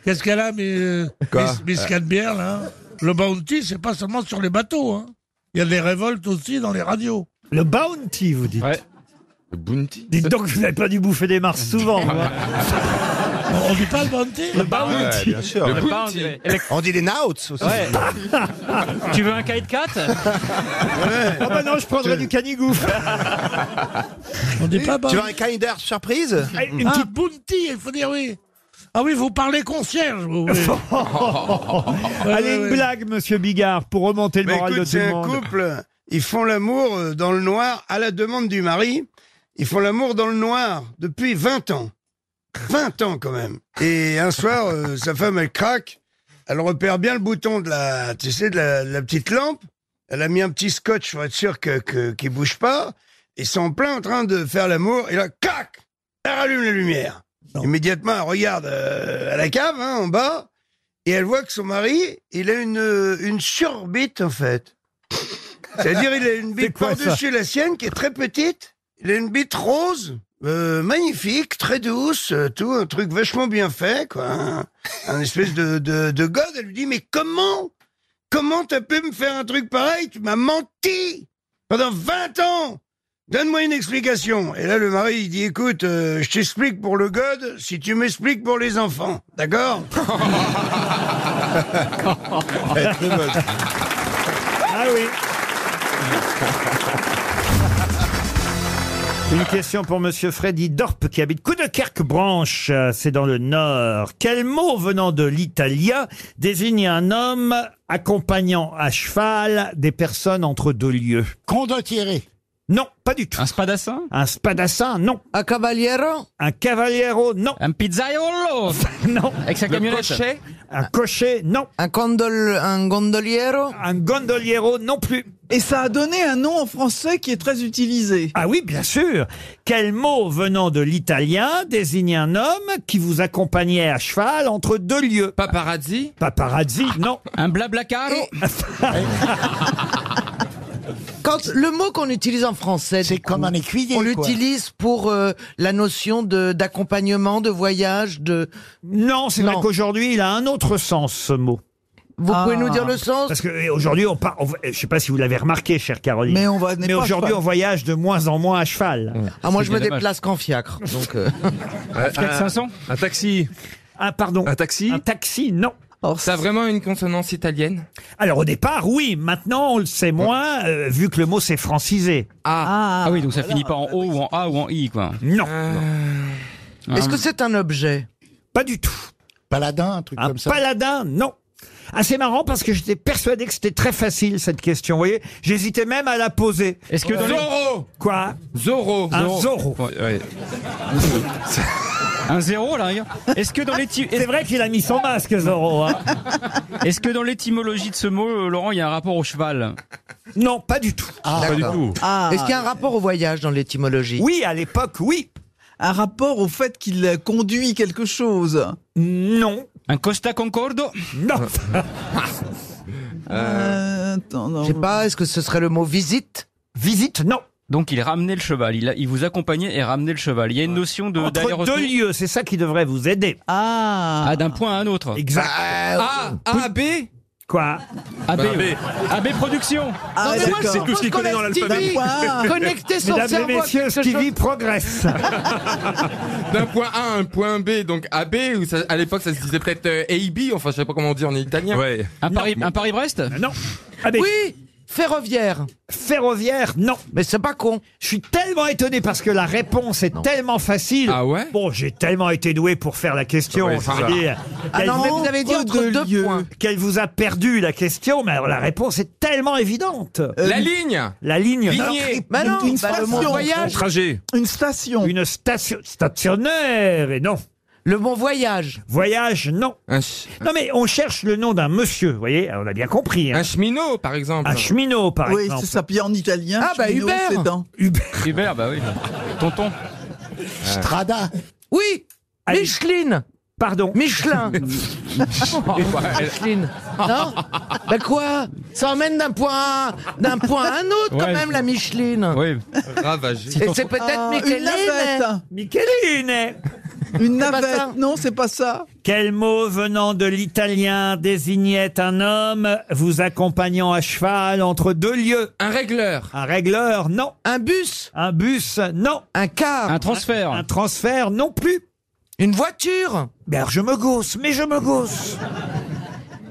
Qu'est-ce qu'elle a, mais, euh, Quoi Miss, Miss Euh. Canebière, là hein Le bounty, c'est pas seulement sur les bateaux. hein. Il y a des révoltes aussi dans les radios. Le bounty, vous dites. Le bounty Dites donc, vous n'avez pas dû bouffer des mars *laughs* souvent. vous, hein. On dit pas le bounty Le bounty. Ouais, bien sûr. Le Ouais. bounty. On dit les nauts aussi. Ouais. tu veux un cahier de 4 *laughs* Ah bah non, je prendrais du canigouf. *laughs* On dit pas Tu bounty. veux un cahier d'air surprise Ah, Une Ah. petite bounty, il faut dire oui. Ah oui, vous parlez concierge. vous, *laughs* oui. Ouais, Allez, ouais, une ouais. blague, monsieur Bigard, pour remonter le Bah, moral écoute, de tout c'est le un monde. couple, ils font l'amour euh, dans le noir à la demande du mari. Ils font l'amour dans le noir depuis 20 ans. 20 ans quand même. Et un soir, euh, sa femme, elle craque. Elle repère bien le bouton de la, tu sais, de la, de la petite lampe. Elle a mis un petit scotch pour être sûr que, que, qu'il bouge pas. Ils sont en plein en train de faire l'amour. Et là, crac! Elle rallume la lumière. Immédiatement, elle regarde euh, à la cave, hein, en bas. Et elle voit que son mari, il a une, euh, une surbite, en fait. C'est-à-dire, il a une bite quoi, ça par-dessus la sienne qui est très petite. Il a une bite rose, euh, magnifique, très douce, euh, tout, un truc vachement bien fait, quoi. Un, un espèce de, de, de god. Elle lui dit, mais comment Comment t'as pu me faire un truc pareil Tu m'as menti pendant 20 ans Donne-moi une explication. Et là, le mari, il dit, écoute, euh, je t'explique pour le god si tu m'expliques pour les enfants. *laughs* D'accord Ah oui. Une question pour Monsieur Freddy Dorp qui habite Coudekerque-Branche, euh, c'est dans le Nord. Quel mot venant de l'italien désigne un homme accompagnant à cheval des personnes entre deux lieux Condottieri. Non, pas du tout. Un spadassin Un spadassin, non. Un cavaliero Un cavaliero, non. Un pizzaiolo *laughs* Non. Avec sa camionnette Un cocher, non. Un, gondol, un gondoliero Un gondoliero, non plus. Et ça a donné un nom en français qui est très utilisé. Ah oui, bien sûr. Quel mot venant de l'italien désigne un homme qui vous accompagnait à cheval entre deux lieux Paparazzi Paparazzi, non. Un blabla caro Quand le mot qu'on utilise en français, c'est comme un écuyer, On quoi. l'utilise pour euh, la notion de d'accompagnement, de voyage, de. Non, c'est vrai qu'aujourd'hui, il a un autre sens, ce mot. Ah. Vous pouvez nous dire le sens Parce qu'aujourd'hui, on part. on va- je sais pas si vous l'avez remarqué, chère Caroline. Mais on va- n'est Mais pas à aujourd'hui, cheval. on voyage de moins en moins à cheval. Ah moi je C'est me bien dommage. déplace qu'en fiacre, donc. euh, Un- 500 Un taxi. Ah, pardon. Un taxi. Un taxi, non. Oh. Ça a vraiment une consonance italienne Alors, au départ, oui. Maintenant, on le sait moins, euh, vu que le mot s'est francisé. ah, Euh. oui, donc ça finit pas en O ou en A ou en I, quoi. Non. Ah. Est-ce que c'est un objet Pas du tout. Paladin, un truc Un comme ça. paladin, non. Ah, c'est marrant parce que j'étais persuadé que c'était très facile cette question, vous voyez. J'hésitais même à la poser. Est-ce que dans les- Quoi Zorro Un Zorro. Ouais, ouais. Un zéro, là, regarde. Est-ce que dans l'étymologie. C'est vrai qu'il a mis son masque, Zoro. hein. Est-ce que dans l'étymologie de ce mot, euh, Laurent, il y a un rapport au cheval Non, pas du tout. Ah, Ah, pas du tout. Est-ce qu'il y a un rapport au voyage dans l'étymologie Ah. Oui, à l'époque, oui. Un rapport au fait qu'il conduit quelque chose Non. Un Costa Concordo Non. Euh. *laughs* Euh, Je sais pas, est-ce que ce serait le mot visite Visite, non. Donc il ramenait le cheval, il, a- il vous accompagnait et ramenait le cheval. Il y a une notion de Entre deux lieux, c'est ça qui devrait vous aider. Ah, d'un point à un autre. Exact. Ah. A, Ah, A, B Quoi AB, Bah, ouais. AB Production Ah, Non, mais moi, d'accord. c'est tout ce qu'il connaît dans l'alphabet. *laughs* *laughs* Connectez son Mesdames et cerveau à messieurs, quelque Stevie chose. progresse. D'un point A à un point B, donc AB, ou ça- à l'époque ça se disait peut-être euh, AB, enfin je sais pas comment on dit en italien. Un Paris- un Paris-Brest Non. Oui Ferroviaire. Ferroviaire, non. Mais c'est pas con. Je suis tellement étonné parce que la réponse est tellement facile. Ah ouais Bon, j'ai tellement été doué pour faire la question. Ouais, je c'est veux ça. dire. Ah Qu'elle- non, mais vous avez dit entre deux points. Qu'elle vous a perdu la question, mais alors la réponse est tellement évidente. La ligne La ligne. Lignée. Mais non, Une bah, le station. mot Un voyage. trajet. Une station. Une station stationnaire, et non. Le bon voyage. Voyage, non. Non mais on cherche le nom d'un monsieur, vous voyez, alors, on a bien compris. hein. Un cheminot par exemple. Un cheminot, par oui, exemple. c'est ça. Puis en italien, Ah, bah, cheminot, Hubert. c'est dans- Hubert, bah oui. Tonton. Strada. Oui Allez. Micheline Pardon *laughs* Michelin Micheline Non Bah quoi Ça emmène d'un point à un- d'un point à un autre quand Ouais. même la Micheline Oui. Ravage. Et c'est peut-être Ah, une Micheline navette. Micheline Une pas navette. ça. Non, c'est pas ça. Quel mot venant de l'italien désignait un homme vous accompagnant à cheval entre deux lieux Un régleur. Un régleur, non. Un bus Un bus, non. Un car Un transfert. Un transfert, non plus. Une voiture Mais alors je me gausse, mais je me gausse.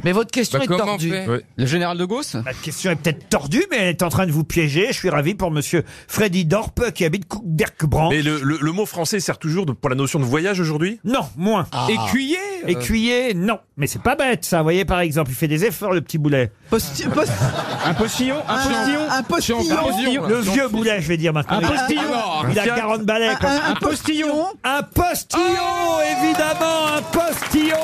Mais votre question Bah, est comment on tordue. fait Le général de Gauss La question est peut-être tordue, mais elle est en train de vous piéger. Je suis ravi pour monsieur Freddy Dorpe qui habite Coubercbran. Mais le, le- le mot français sert toujours de- pour la notion de voyage aujourd'hui Non, moins. Écuyer Ah. Écuyer, non. Mais c'est pas bête, ça. Vous voyez, par exemple, il fait des efforts, le petit boulet. Posti- post- Ah, Un postillon Un postillon un postillon. Le vieux boulet, je vais dire maintenant. Un postillon Il a 40 balais. Un, comme- un postillon. Un postillon, évidemment, un postillon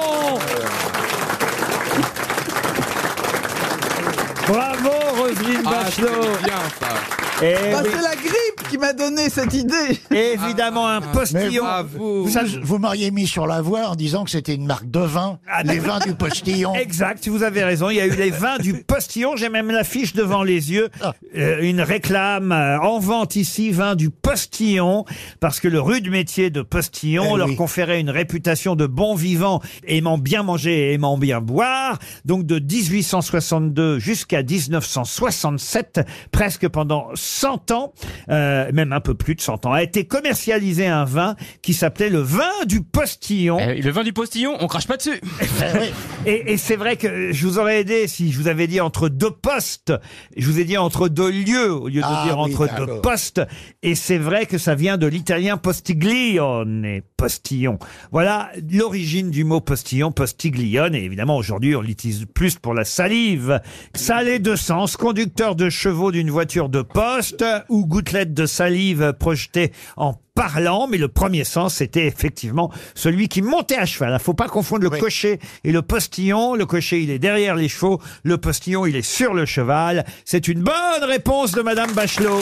Bravo, Roselyne Ah, c'est Bachelot bien ça. Eh Bah, oui, c'est la grippe qui m'a donné cette idée. Évidemment, un postillon bravo. Vous savez- Ah. Vous m'auriez mis sur la voie en disant que c'était une marque de vin, les vins du postillon. Ah, Exact, vous avez raison. Il y a eu les vins du postillon. J'ai même l'affiche devant les yeux. Ah. Euh, une réclame euh, en vente ici, vin du postillon, parce que le rude métier de postillon Eh leur oui. conférait une réputation de bon vivant, aimant bien manger et aimant bien boire. Donc de 1862 jusqu'à 1967, presque pendant 100 ans, euh, même un peu plus de 100 ans, a été commercialisé un vin qui s'appelait le vin du postillon. Eh Eh, Le vin du postillon, on crache pas *laughs* dessus. Et, et c'est vrai que je vous aurais aidé si je vous avais dit entre deux postes. Je vous ai dit entre deux lieux au lieu de Ah dire oui, entre d'accord. deux postes. Et c'est vrai que ça vient de l'italien postiglione, postillon. Voilà l'origine du mot postillon, postiglione. Et évidemment, aujourd'hui, on l'utilise plus pour la salive. Ça a les deux sens. Conducteur de chevaux d'une voiture de poste ou gouttelette de salive projetée en parlant, mais le premier sens, c'était effectivement celui qui montait à cheval. Il faut pas confondre le Oui. cocher et le postillon. Le cocher, il est derrière les chevaux. Le postillon, il est sur le cheval. C'est une bonne réponse de Madame Bachelot.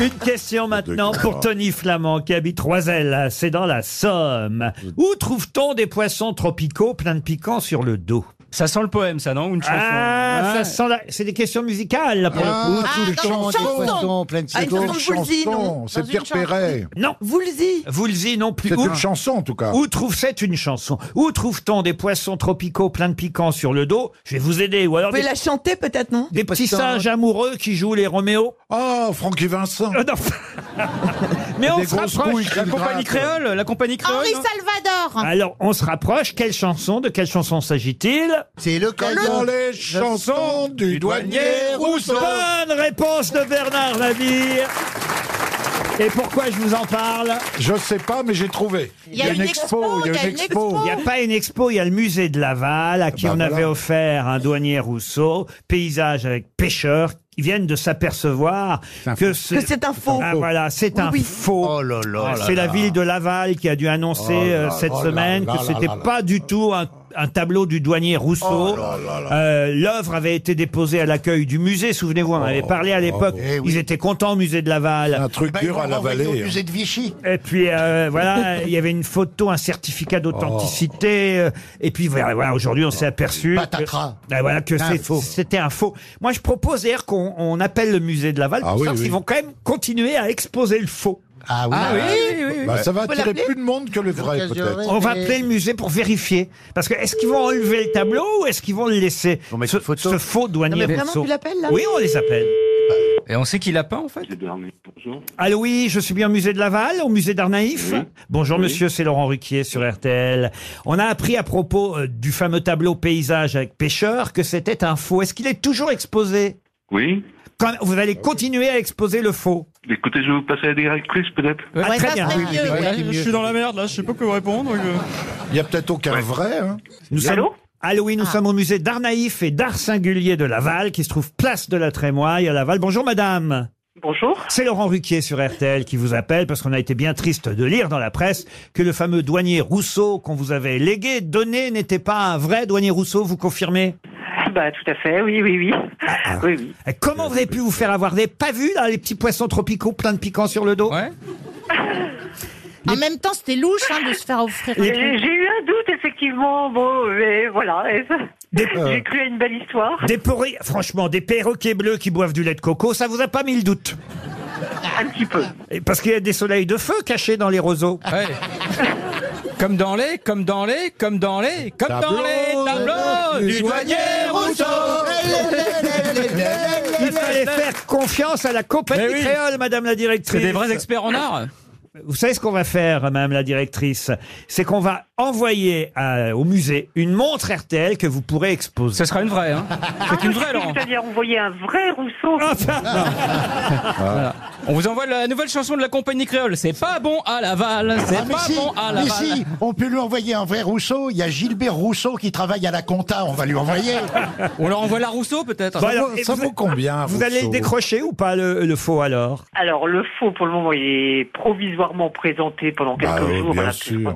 Une question maintenant pour Tony Flamand qui habite Roiselle, c'est dans la Somme. Où trouve-t-on des poissons tropicaux pleins de piquants sur le dos Ça sent le poème, ça, non Ou une chanson Ah, Ouais. ça sent la- c'est des questions musicales là, pour le coup. Ah, tout le dans temps, une des chanson. poissons, plein de Ah, une secondes, chanson de Woolsey, non chanson. C'est Dans une Pierre chanson. Perret. Non, Woolsey. Woolsey non plus. C'est Où- une chanson, en tout cas. Où trouve c'est une chanson Où trouve-t-on des poissons tropicaux pleins de piquants sur le dos Je vais vous aider. Ou alors des, chanter peut-être, non des petits singes amoureux qui jouent les Roméos. Oh, Francky Vincent. Euh, non. *laughs* Mais on Des se grosses rapproche. couilles qui La me compagnie grattent. créole La compagnie créole Henri non Salvador. Alors, on se rapproche. Quelle chanson De quelle chanson s'agit-il C'est le caillou. les chansons du douanier Rousseau. Bonne réponse de Bernard Navire. Et pourquoi je vous en parle Je sais pas, mais j'ai trouvé. Il y a une expo, il y a une expo. Il n'y a pas une expo, il y a le musée de Laval à qui bah on voilà. avait offert un douanier Rousseau, paysage avec pêcheurs. viennent de s'apercevoir que ce- Que c'est un faux. Ah, voilà, c'est Oui, un oui. faux. Oh là c'est la là. ville de Laval qui a dû annoncer Oh là euh, là cette là semaine là que là c'était là là pas du tout un, un tableau du douanier Rousseau. Oh là là là. Euh, L'œuvre avait été déposée à l'accueil du musée. Souvenez-vous, on en Oh. avait parlé à l'époque. Eh Ils étaient contents au musée de Laval. Un truc dur à l'avaler. hein. Au musée de Vichy. et puis euh, *laughs* voilà, il y avait une photo, un certificat d'authenticité. euh, et puis voilà, voilà, aujourd'hui on s'est aperçu que, Ah, voilà, que Un c'est- faux. c'était un faux. Moi je propose d'ailleurs qu'on on appelle le musée de Laval Ah pour oui, savoir oui. s'ils vont quand même continuer à exposer le faux. Ah oui. Ah oui, oui, oui. Bah, ça va Faut attirer l'appeler plus de monde que le vrai, L'occasion peut-être. rêvée. On va appeler le musée pour vérifier. Parce que est-ce qu'ils vont enlever le tableau ou est-ce qu'ils vont le laisser ce, ce faux douanier Non, mais vraiment, Rousseau tu l'appelles, là Oui, on les appelle. Et on sait qui l'a peint en fait Allô, oui, je suis bien au musée de Laval, au musée d'art naïf. Bonjour monsieur, c'est Laurent Ruquier sur RTL. On a appris à propos euh, du fameux tableau paysage avec pêcheur que c'était un faux. Est-ce qu'il est toujours exposé Oui. Quand vous allez continuer à exposer le faux Écoutez, je vais vous passer à la directrice, peut-être Ah, très bien. Oui, oui, oui, oui. Je suis dans la merde, là, je sais pas quoi répondre. Il y a peut-être aucun vrai. hein. Nous Allô sommes... Allô, oui, nous Ah. sommes au musée d'art naïf et d'art singulier de Laval, qui se trouve place de la Trémoille à Laval. Bonjour, madame. Bonjour. C'est Laurent Ruquier sur RTL qui vous appelle parce qu'on a été bien triste de lire dans la presse que le fameux douanier Rousseau qu'on vous avait légué, donné, n'était pas un vrai douanier Rousseau, vous confirmez Ah, Bah, tout à fait, oui, oui, oui. oui, oui. Et Comment vous avez pu vous faire avoir des pas vus, là, les petits poissons tropicaux pleins de piquants sur le dos En même temps, c'était louche hein, de se faire offrir. un J'ai truc. j'ai eu un doute, effectivement. Bon, mais voilà. Euh. J'ai cru à une belle histoire. *laughs* Des pourri- franchement, des perroquets bleus qui boivent du lait de coco, ça vous a pas mis le doute Un petit peu. Parce qu'il y a des soleils de feu cachés dans les roseaux. Comme dans les, comme dans les, comme dans les, comme Tableau dans les tableaux du douanier Rousseau. *laughs* Il fallait faire confiance à la compagnie Mais oui. créole, madame la directrice. C'est des vrais experts en art. Vous savez ce qu'on va faire, madame la directrice C'est qu'on va envoyer à- au musée une montre RTL que vous pourrez exposer. Ce sera une vraie, hein Ah, C'est-à-dire, on voyait un vrai Rousseau. *laughs* Voilà. On vous envoie la nouvelle chanson de la compagnie créole. C'est pas bon à Laval. C'est Ah, mais pas si, bon à mais Laval. si, on peut lui envoyer un vrai Rousseau. Il y a Gilbert Rousseau qui travaille à la compta, on va lui envoyer. On leur envoie la Rousseau peut-être. Bon, alors, et vous- Vous allez le décrocher ou pas le, le faux alors Alors, le faux, pour le moment, il est provisoirement présenté pendant quelques Bah, jours. bien voilà, sûr.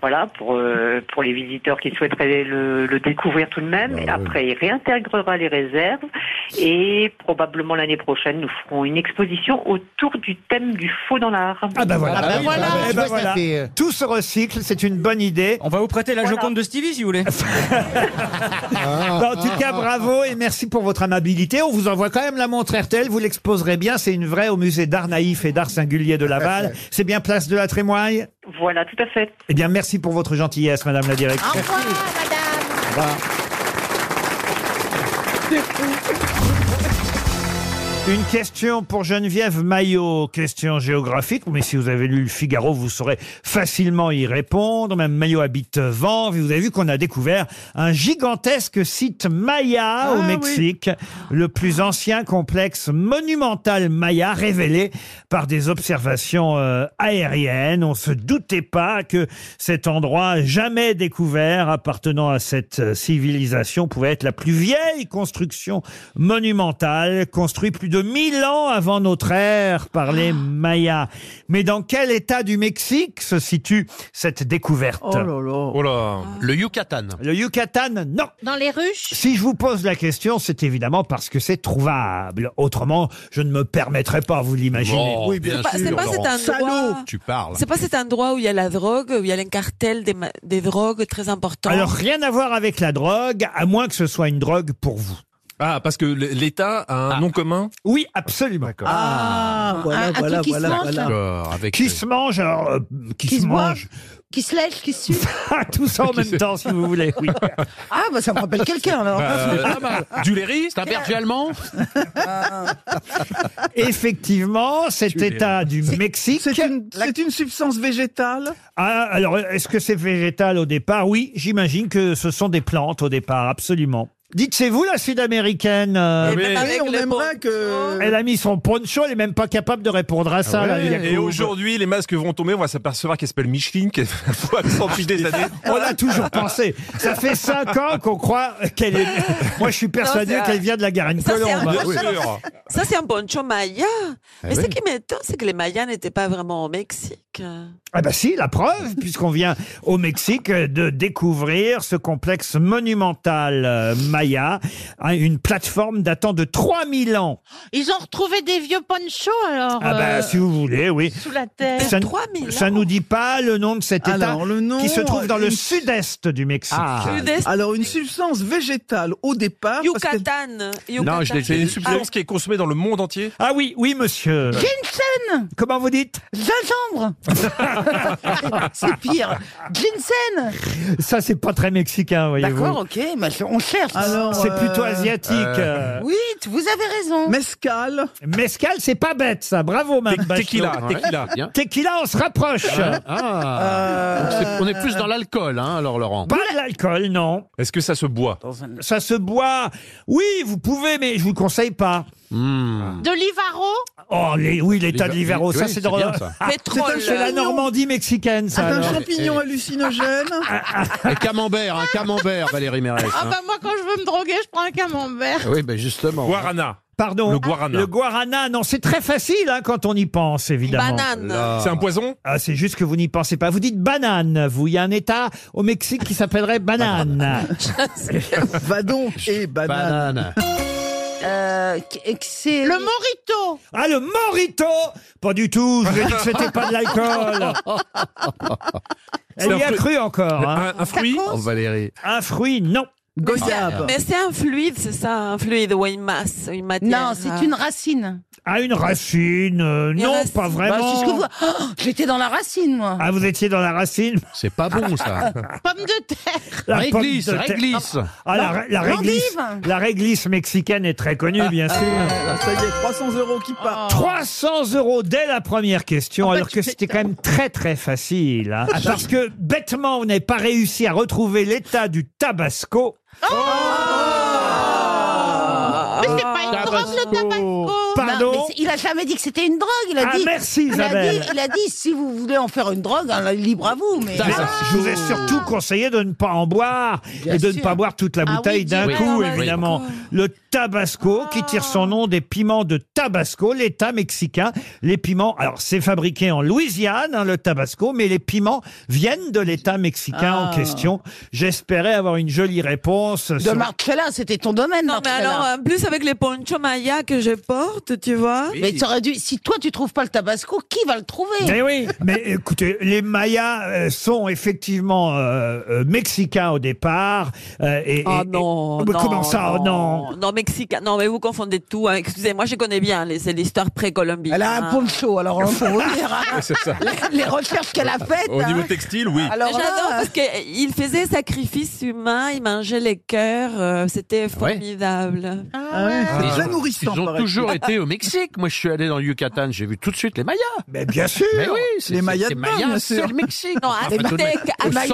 Voilà, pour, euh, pour les visiteurs qui souhaiteraient le, le découvrir tout de même. Et Après, il réintégrera les réserves. Et probablement l'année prochaine, nous ferons une exposition autour du thème du faux dans l'art. Ah bah voilà. ben voilà. Eh ben voilà. euh, Tout se recycle, c'est une bonne idée. On va vous prêter la Joconde de Stevie si vous voulez. *laughs* Bah, en tout cas, bravo et merci pour votre amabilité. On vous envoie quand même la montre RTL. Vous l'exposerez bien. C'est une vraie au musée d'art naïf et d'art singulier de *laughs* Laval. C'est bien place de la Trémoille. Voilà, tout à fait. Eh bien, merci pour votre gentillesse, madame la directrice. Une question pour Geneviève Maillot, question géographique, mais si vous avez lu le Figaro, vous saurez facilement y répondre. Même Maillot habite Vanves, et vous avez vu qu'on a découvert un gigantesque site Maya au Mexique, le plus ancien complexe monumental Maya révélé par des observations euh, aériennes. On se doutait pas que cet endroit jamais découvert appartenant à cette euh, civilisation pouvait être la plus vieille construction monumentale construite plus de 1000 ans avant notre ère par les Mayas. Mais dans quel état du Mexique se situe cette découverte Le Yucatan. Le Yucatan, non. Dans les ruches Si je vous pose la question, c'est évidemment parce que c'est trouvable. Autrement, je ne me permettrai pas, vous l'imaginez. Bon, Oui, bien C'est pas- c'est sûr, pas- c'est Laurent. un droit. Tu parles. C'est pas cet endroit où il y a la drogue, où il y a un cartel des, ma- des drogues très important. Alors rien à voir avec la drogue, à moins que ce soit une drogue pour vous. Ah, parce que l- l'État a un nom commun Ah. Oui, absolument. Ah, voilà, voilà, qui voilà, se mange, voilà. là. D'accord, avec- qui se mange, alors, euh, qui, se mange. Ah, Qui se lèche, qui *laughs* se suce. Tout ça en Qui même se- temps, si vous voulez. *laughs* Oui. Ah, bah *laughs* ça me rappelle quelqu'un alors. Ah, euh, Ah, du Léry C'est un berger allemand *laughs* Effectivement, cet Tu état verras. du Mexique. C'est une, substance végétale. alors, est-ce que c'est végétal au départ Oui, j'imagine que ce sont des plantes au départ, absolument. Dites, c'est vous la sud-américaine euh, Eh ben, Oui. avec les Oh. que... Elle a mis son poncho, elle n'est même pas capable de répondre Ah Ah à ça. Ouais, là, et Yacoub. aujourd'hui, les masques vont tomber. On va s'apercevoir qu'elle s'appelle Micheline, qu'elle *laughs* faut s'empêcher Ah, des années. On a toujours pensé. Ça fait 5 ans qu'on croit qu'elle est. Moi, je suis persuadé Non, c'est- qu'elle vient de la Ça, c'est un Garenne-Colombe. poncho- Ça, c'est un poncho maya. Eh Mais ce oui. qui m'étonne, c'est que les mayas n'étaient pas vraiment au Mexique. Ah bah si, la preuve, puisqu'on vient au Mexique euh, de découvrir ce complexe monumental euh, maya, hein, une plateforme datant de 3000 ans. Ils ont retrouvé des vieux ponchos alors. Ah bah euh, si vous voulez, oui. Sous la terre. Ça, ça nous dit pas le nom de cet état Alors, le nom, qui se trouve dans le une- sud-est du Mexique. Ah. Alors, une substance végétale au départ. Yucatan. Yucatan. qui est consommée dans le monde entier. Ah oui, oui monsieur. Ginseng Comment vous dites Ah. Gingembre C'est pire Ginseng *laughs* Ça c'est pas très mexicain, voyez-vous. D'accord, ok, mais on cherche. Alors, C'est euh, plutôt asiatique. euh, Oui, tu- vous avez raison. Mescal. Mescal, c'est pas bête ça. Bravo, Mme Bachelot. tequila, tequila. Ouais. Tequila, on se rapproche. Ah. Donc c'est- on est plus dans l'alcool, hein, alors Laurent. Euh. Pas de l'alcool, non. Est-ce que ça se boit Ça se boit. Oui, vous pouvez, mais je vous le conseille pas. De l'Ivaro Oh, les, oui, l'état de L'hiver- l'Ivaro, Hmm. oui, ça c'est c'est dans bien, la- ça. *laughs* Ah, Pétrole. C'est la Normandie mexicaine, ça. Ah, un alors. champignon hallucinogène. Et camembert, un camembert, Valérie Mérès. Ah hein. bah moi quand je veux me droguer, je prends un camembert. Oui, ben justement. Guarana. Pardon. Le guarana. Le guarana, non, c'est très facile hein, quand on y pense, évidemment. Banane. Là. C'est un poison ah, C'est juste que vous n'y pensez pas. Vous dites banane, vous. Il y a un état au Mexique qui *laughs* s'appellerait banane. *laughs* Va donc et banane. Euh, c'est... Le morito Ah, le morito Pas du tout, je vous ai dit que c'était pas de l'alcool. C'est Elle y un a fruit. cru encore. hein. Oh, Valérie. Un fruit, non. Ah, Mais c'est un fluide, c'est ça, un fluide ou une masse, une matière. Non, c'est une racine. Ah, une racine, euh, Une non, racine. pas vraiment. Bah, c'est ce que vous- Oh, J'étais dans la racine, moi. Ah, vous étiez dans la racine C'est pas bon, *laughs* ça. Pomme de terre La pomme Réglisse, de terre. réglisse. Ah, la, la L'endive. réglisse, la réglisse mexicaine est très connue, bien Ah, sûr. Euh, Ça y est, 300 euros qui Oh. partent. 300 euros dès la première question, alors que c'était quand même très très facile. hein. parce que bêtement, on n'avait pas réussi à retrouver l'état du Tabasco. Oh Mais c'est pas une drogue le tabasco Non, Pardon mais c'est- Il a jamais dit que c'était une drogue. Il a Ah, dit. merci, il a Isabelle. dit- Il a dit si vous voulez en faire une drogue, hein, libre à vous. Mais Ah, Je vous ai surtout conseillé de ne pas en boire Ah. Bien et de ne sûr. pas boire toute la Ah oui, bouteille d'un direct. coup, Ah, oui. évidemment. Le Tabasco, qui tire son nom des piments de Tabasco, l'État mexicain. Les piments, alors c'est fabriqué en Louisiane, hein, le Tabasco, mais les piments viennent de l'État mexicain en Ah. question. J'espérais avoir une jolie réponse. de Marcella, c'était ton domaine. Non, mais Marcella. alors, en plus, avec les ponchos mayas que je porte, tu vois. Mais t'aurais dû. Si toi tu trouves pas le Tabasco, qui va le trouver Mais Eh oui, mais écoutez, les Mayas euh, sont effectivement euh, euh, mexicains au départ. euh, et, Ah et- non, et- Mais non, comment ça oh non. Non, Mexique. Non, mais vous confondez tout. hein. Excusez-moi, je connais bien les- c'est l'histoire précolombienne. Elle a un Ah. hein. poncho, alors on peut dire. hein. C'est ça. Les- Les *laughs* recherches qu'elle a faites. Au niveau hein. textile, oui. Alors là, J'adore parce qu'il faisait sacrifice humain, il mangeait les cœurs, euh, c'était formidable. Ah Ah Ah Ils C'est ont- très nourrissant. Ah. Ils ont paraît-il. toujours été au Mexique. Moi, je suis allé dans le Yucatan, j'ai vu tout de suite les Mayas. Mais bien sûr. Mais oui, c'est- Les Mayas c'est de Mayas, Bain, bien c'est sûr. le Mexique. Non, Enfin, Aztèques, au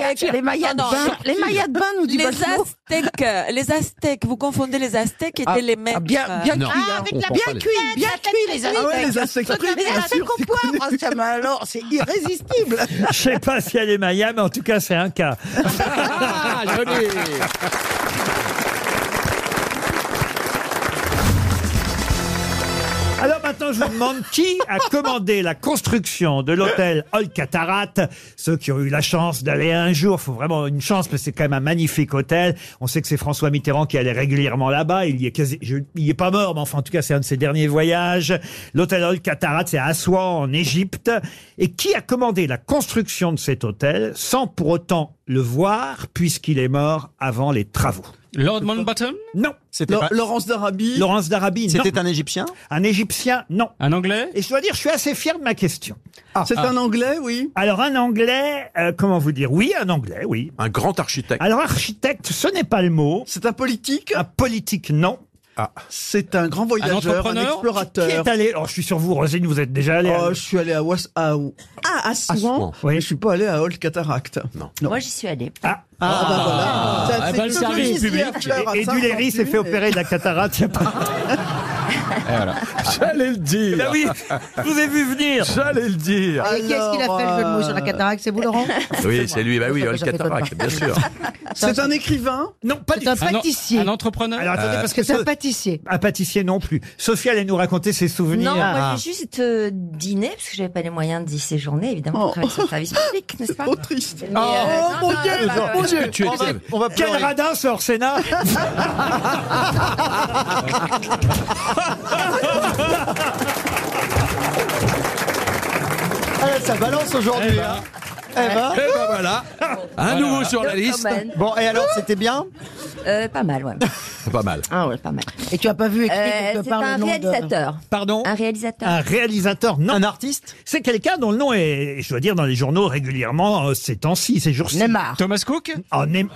sortir. les Mayas de Non, non, bain, sorti. les Mayas de bain nous dit Les Bachelot. Aztèques, euh, les Aztèques, vous confondez les Aztèques étaient Ah, les euh. mêmes. ah, bien, bien Non, cuit, on hein. comprend bien pas les- cuit, bien la tête cuit les cuite. aztèques. Ah ouais, les aztèques Toutes cuites, les bien aztèques sûr, au c'est poivre, ça m'a alors, c'est *laughs* irrésistible. Je sais pas si elle est Maya, mais en tout cas, c'est un cas. Ah, *laughs* joli. Alors maintenant, je vous demande qui a commandé la construction de l'hôtel Olcatarat. Ceux qui ont eu la chance d'aller un jour, faut vraiment une chance parce que c'est quand même un magnifique hôtel. On sait que c'est François Mitterrand qui allait régulièrement là-bas. Il y est quasi, je- il y est pas mort, mais enfin en tout cas, c'est un de ses derniers voyages. L'hôtel Olcatarat, c'est à Assouan en Égypte. Et qui a commandé la construction de cet hôtel sans pour autant le voir puisqu'il est mort avant les travaux Lord Mountbatten Non. C'était Lo- pas- Laurence d'Arabie. Laurence d'Arabie, non. C'était un Égyptien Un Égyptien, non. Un anglais Et je dois dire, je suis assez fier de ma question. Ah. C'est un anglais, oui. Alors un anglais, euh, comment vous dire Oui, un anglais, oui. Un grand architecte. Alors architecte, ce n'est pas le mot. C'est un politique. Un politique, non. C'est un grand voyageur, un, entrepreneur explorateur. Qui est allé Alors, je suis sur vous, Rosine, vous êtes déjà allé. Oh, je suis allé à Was... à- ah, à Souan. Souan. mais Je suis pas allé à Old Cataract. Non. Moi, j'y suis allée. Ah, Ah, bah voilà. Ça, c'est le toujours service ici à public. Fleur, à Et, et Duléry 50 s'est fait minutes. opérer de la cataracte il y a pas- *laughs* J'allais le dire. Bah oui, je vous ai vu venir. J'allais le dire. Et qu'est-ce qu'il a fait le jeu de mots sur la cataracte C'est vous, Laurent Oui, c'est lui. Bah oui, Ça, Old ça fait Cataract, pas bien de *laughs* sûr. *laughs* C'est un écrivain Non, pas C'est un Ah, pâtissier. entrepreneur Alors attendez, Euh, parce que C'est un ce- pâtissier. un pâtissier non plus. Sophie allait nous raconter ses souvenirs. Non, Ah. moi j'ai juste euh, dîné parce que j'avais pas les moyens de séjourner évidemment pour travailler sur le service public, n'est-ce pas euh, Trop triste. Oh, mon Dieu, mon Dieu. On va- on va Quel radin sort Sénat Ah, ça balance aujourd'hui. hein. Eh ben. Eh ben voilà. Un nouveau sur la liste. Bon, et alors, c'était bien euh, Pas mal, ouais. Pas mal. Ah ouais, pas mal. Et tu as pas vu écrit Euh, quelque c'est part un le nom de- réalisateur. Pardon Un réalisateur. *laughs* Un réalisateur, non. Un artiste C'est quelqu'un dont le nom est, je dois dire, dans les journaux régulièrement euh, ces temps-ci, ces jours-ci. Neymar. Thomas Cook oh, Neym-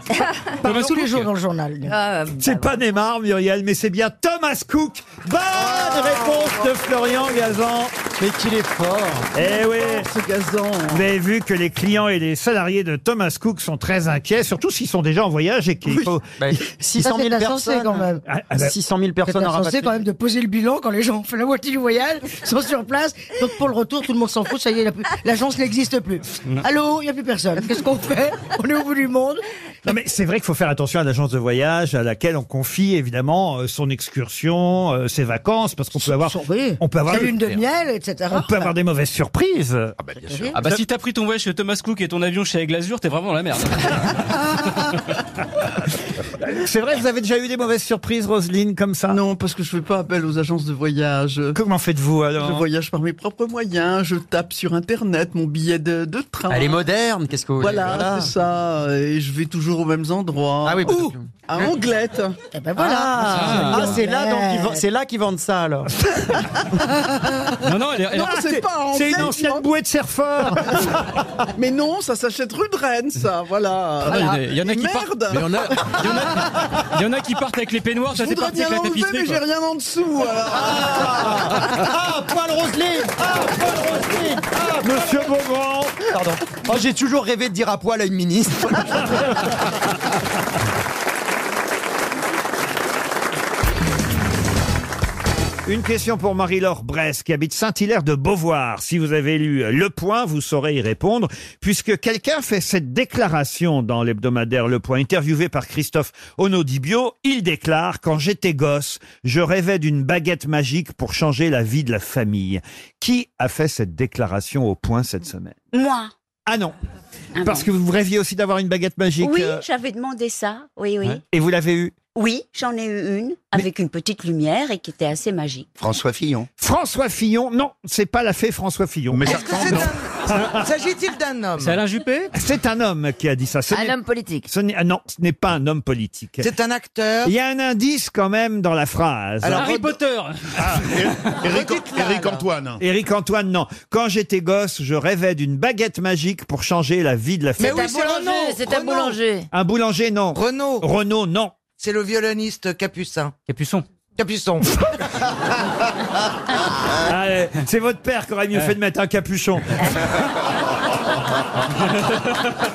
Thomas Tous les Cook. jours dans le journal. Ah, bah C'est pas Neymar, Muriel, mais c'est bien Thomas Cook. Bonne Ah. réponse de Florian Gazan. Mais qu'il est fort. Eh oui. Vous avez vu que les clients et les salariés de Thomas Cook sont très inquiets, surtout s'ils sont déjà en voyage et qu'il faut. Ça, c'est insensé, quand même. Ah, ah, bah, C'est insensé quand même de poser le bilan quand les gens ont fait la moitié du voyage, *laughs* sont sur place. Donc pour le retour, tout le monde s'en fout. Ça y est, la- l'agence n'existe plus. Allô, il n'y a plus personne. Qu'est-ce qu'on fait On est au bout du monde. Non mais c'est vrai qu'il faut faire attention à l'agence de voyage à laquelle on confie évidemment euh, son excursion, euh, ses vacances parce qu'on peut avoir on peut avoir Sa lune de miel, etc. on peut avoir des mauvaises surprises. Ah bah, Ah bah si t'as pris ton voyage chez Thomas Cook et ton avion chez Aigle Azur, t'es vraiment dans la merde. C'est vrai, vous avez déjà eu des mauvaises surprises, Roselyne, comme ça Non, parce que je fais pas appel aux agences de voyage. Comment faites-vous alors Je voyage par mes propres moyens. Je tape sur Internet mon billet de, de train. Elle est moderne, qu'est-ce que vous voulez Voilà, c'est ça. Et je vais toujours aux mêmes endroits. Ah oui, parce Ou que- à Anglette. Eh ben voilà. Ah, Ah, Ah, c'est là, donc, ils vend- c'est là qu'ils vendent ça, *laughs* alors. non, non, elle, elle- Non, c'est pas en Ah, c'est une fait, ancienne bouée de surfeur. *laughs* Mais non, ça s'achète rue de Rennes, ça. Voilà. Ah non, il Voilà. y en a- il y en a Et qui merde. partent- mais il y en a- il y en a- Il y en a qui partent avec les peignoirs, Je ça t'es voudrais parti bien avec la l'enlever, mais tapisserie. j'ai quoi. rien en dessous. Ah, Paul Roselyne Ah, Paul Roselyne Ah, Monsieur Beaugrand Pardon. Oh, j'ai toujours rêvé de dire à poil à une ministre. Une question pour Marie-Laure Bresse qui habite Saint-Hilaire de Beauvoir. Si vous avez lu Le Point, vous saurez y répondre puisque quelqu'un fait cette déclaration dans l'hebdomadaire Le Point interviewé par Christophe Onodibio, il déclare quand j'étais gosse, je rêvais d'une baguette magique pour changer la vie de la famille. Qui a fait cette déclaration au Point cette semaine Moi. Ah non. Parce que vous rêviez aussi d'avoir une baguette magique Oui, euh, hein j'avais demandé ça. Oui, oui. et vous l'avez eu Oui, j'en ai eu une avec une petite lumière et qui était assez magique. François Fillon. François Fillon, non, c'est pas la fée François Fillon. Mais *laughs* S'agit-il d'un homme Alain Juppé C'est un homme qui a dit ça. Ce Un n'est- homme politique. ce n'est- ah non, ce n'est pas un homme politique. C'est un acteur. Il y a un indice quand même dans la phrase. Harry Potter Eric, Antoine. Eric Antoine, non. Quand j'étais gosse, je rêvais d'une baguette magique pour changer la vie de la famille. c'est un boulanger. Un boulanger, non. Renaud. Renaud, non. C'est le violoniste Capucin. Capuçon. *laughs* Capuçon. Ah, euh, C'est votre père qui aurait mieux fait de mettre un capuchon.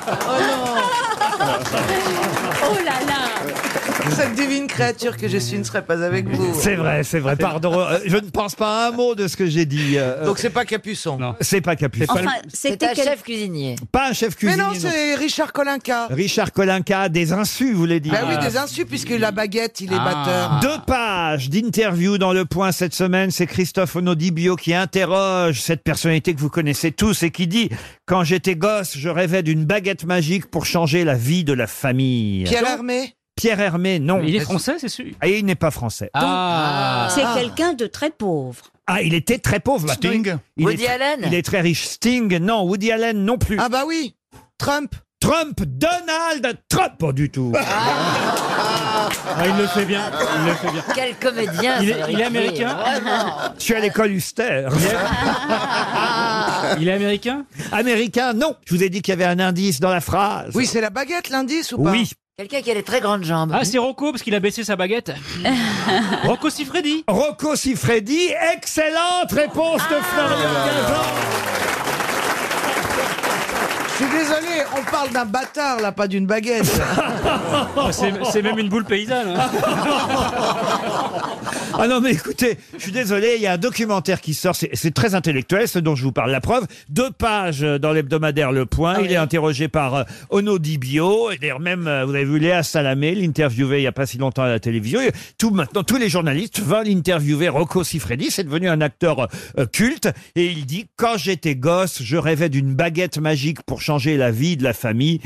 Ah, Oh là là Cette divine créature que je suis ne serait pas avec vous. C'est vrai, c'est vrai. Pardon, euh, je ne pense pas à un mot de ce que j'ai dit. euh, Donc c'est pas Capuçon. c'est pas Capuchon. Enfin, C'est c'était un quel- chef cuisinier. Pas un chef Mais cuisinier. non, non. c'est Richard Kolinka. Richard Kolinka, des insus, vous voulez dire Ah. Bah oui, des Ah. insus, puisque la baguette, il est batteur. Deux pages d'interview dans Le Point cette semaine. C'est Christophe Onodibio qui interroge cette personnalité que vous connaissez tous et qui dit « Quand j'étais gosse, je rêvais d'une baguette magique pour changer la vie de la famille. » Pierre Hermé. Pierre Hermé, non. Il est français, c'est sûr. Et il n'est pas français. Ah. C'est quelqu'un de très pauvre. Ah, il était très pauvre. bah, Sting il Woody est- Allen Il est très riche. Sting, non. Woody Allen, non plus. Ah bah oui. Trump. Trump, Donald Trump, pas du tout. Ah. Ah, il le fait bien, il le fait bien. Quel comédien. Il est- il est américain Je suis à l'école Huster. Il est américain Américain, non. Je vous ai dit qu'il y avait un indice dans la phrase. Oui, c'est la baguette, l'indice ou pas Oui. Quelqu'un qui a des très grandes jambes. Ah, c'est Rocco, parce qu'il a baissé sa baguette. Rocco Siffredi. *laughs* Rocco Siffredi, excellente réponse Ah. de Florian Gazan. Je suis désolé, on parle d'un bâtard là, pas *laughs* d'une baguette. *laughs* Oh, c'est c'est même une boule paysanne. hein. *laughs* Ah non, mais écoutez, je suis désolé, il y a un documentaire qui sort, c'est- c'est très intellectuel, ce dont je vous parle. La preuve, deux pages dans l'hebdomadaire Le Point. il est interrogé par euh, Ono Dibio, et d'ailleurs même, euh, vous avez vu Léa Salamé l'interviewer il n'y a pas si longtemps à la télévision. Et Tout maintenant, tous les journalistes vont l'interviewer. Rocco Siffredi, c'est devenu un acteur euh, culte, et il dit quand j'étais gosse, je rêvais d'une baguette magique pour changer la vie de la famille.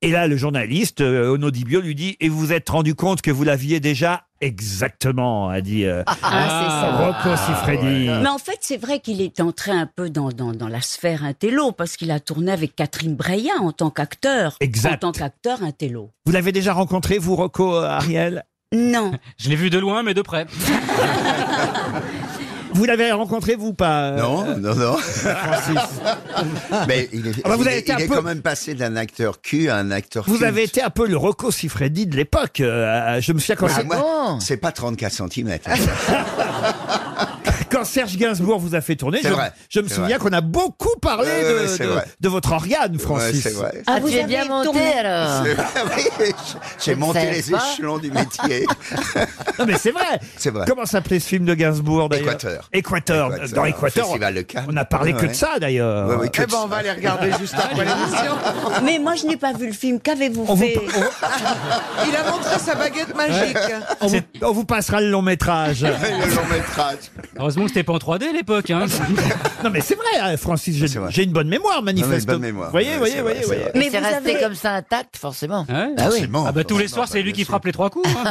Et là, le journaliste, euh, Ono Dibio, lui dit Et vous vous êtes rendu compte que vous l'aviez déjà Exactement, a dit euh, Rocco Ah, Siffredi. Mais en fait, c'est vrai qu'il est entré un peu dans, dans, dans la sphère intello, parce qu'il a tourné avec Catherine Breillat en tant qu'acteur. Exact. En tant qu'acteur intello. Vous l'avez déjà rencontré, vous, Rocco, euh, Ariel Non. Je l'ai vu de loin, mais de *laughs* près. Vous l'avez rencontré, vous, pas euh, Non, non, non. *laughs* Mais il est, Ah bah vous il avez est- été il un est peu- quand même passé d'un acteur cul à un acteur Vous culte. avez été un peu le Rocco Siffredi de l'époque. euh, euh, je me souviens quand, Ah, moi, C'est pas 34 cm. *laughs* quand Serge Gainsbourg vous a fait tourner, C'est je, vrai, je me c'est souviens qu'on a beaucoup parlé Ouais, ouais, de- c'est de, vrai. de votre organe, Francis. c'est vrai. Ah, vous avez bien monté alors. J'ai Je ne monté les savais pas. échelons du métier. non, mais c'est vrai. C'est vrai. Comment s'appelait ce film de Gainsbourg d'ailleurs Équateur. Équateur. Équateur, Dans au Équateur, Festival de Cannes. on a parlé que Ouais. de ça d'ailleurs. Ouais, ouais, que eh ben, on va aller regarder juste après l'émission. Mais moi, je n'ai pas vu le film. Qu'avez-vous On vous- fait *laughs* Il a montré sa baguette magique. on, vous, on vous passera le long *laughs* métrage. Le long métrage. Heureusement que c'était pas en 3D à l'époque. Hein. *laughs* non mais c'est vrai, hein, Francis, j'ai j'ai une bonne mémoire manifestement. bonne mémoire. Voyez, Ouais, voyez, c'est voyez, vrai, voyez. Mais vous c'est resté avez- comme ça intact, forcément. Ouais. Ah oui. Forcément. Ah bah, tous les soirs, c'est lui qui frappe les trois coups. hein.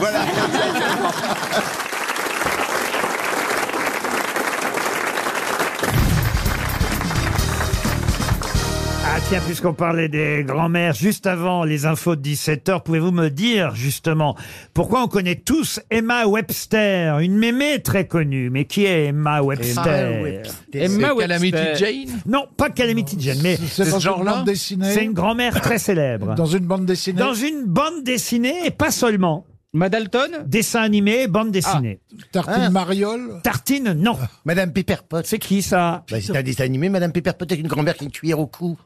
Ah tiens, puisqu'on parlait des grands-mères, juste avant les infos de 17h, pouvez-vous me dire justement pourquoi on connaît tous Emma Webster, une mémé très connue, mais qui est Emma Webster Emma C'est Calamity Webster. Jane Non, pas Calamity Jane, mais C'est dans une bande dessinée C'est une grand-mère très célèbre. Dans une bande dessinée Dans une bande dessinée et pas seulement. Madalton Dessin animé, bande dessinée. Ah, Tartine Hein Mariol Ah. Tartine, non. Madame Pepperpot. C'est qui ça Bah, C'est un dessin animé, Madame Pepperpot avec une grand-mère qui a une cuillère au cou.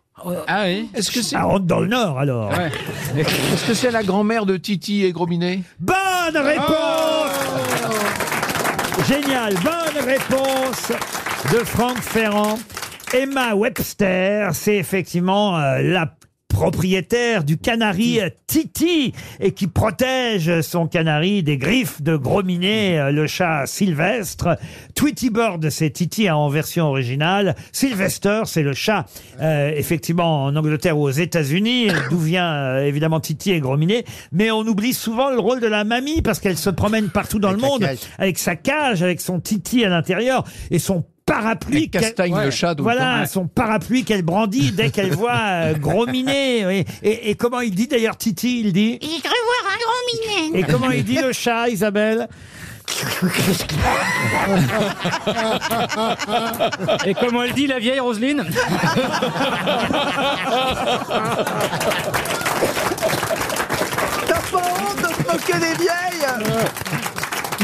Ah oui Est-ce que c'est Ah, on rentre dans le Nord alors. Est-ce que c'est la grand-mère de Titi et Oh Grominet Bonne réponse Génial, bonne réponse de Franck Ferrand. Emma Webster, c'est effectivement euh, la propriétaire du canari euh, Titi et qui protège son canari des griffes de Grominet, euh, le chat sylvestre. Tweety Bird, c'est Titi hein, en version originale. Sylvester, c'est le chat, euh, effectivement, en Angleterre ou aux États-Unis, d'où vient euh, évidemment Titi et Grominet. Mais on oublie souvent le rôle de la mamie parce qu'elle se promène partout dans le la monde cage. avec sa cage, avec son Titi à l'intérieur et son parapluie. Avec Castagne, qu'elle- le chat, donc. hein. Voilà, Ouais. son parapluie qu'elle brandit dès qu'elle voit *laughs* euh, Grominet. oui. Et, et comment il dit d'ailleurs Titi Il dit. Il cru voir un grand minet. Et comment *laughs* il dit le *laughs* chat, Isabelle Et comment elle dit, la vieille *laughs* Roselyne T'as pas honte de te moquer des vieilles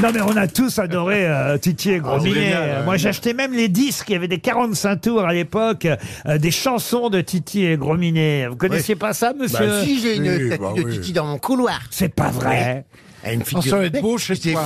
Non mais on a tous adoré euh, Titi et Grominet. Ah, c'est génial, Euh, ouais. Moi j'achetais même les disques, il y avait des 45 tours à l'époque, euh, des chansons de Titi et Grominet. Vous connaissiez pas ça, monsieur Bah, Si j'ai une Oui, statue bah de oui. Titi dans mon couloir. C'est pas vrai. Elle a une Ah, figure. Ça va être de- beau chez C'est- *laughs* toi.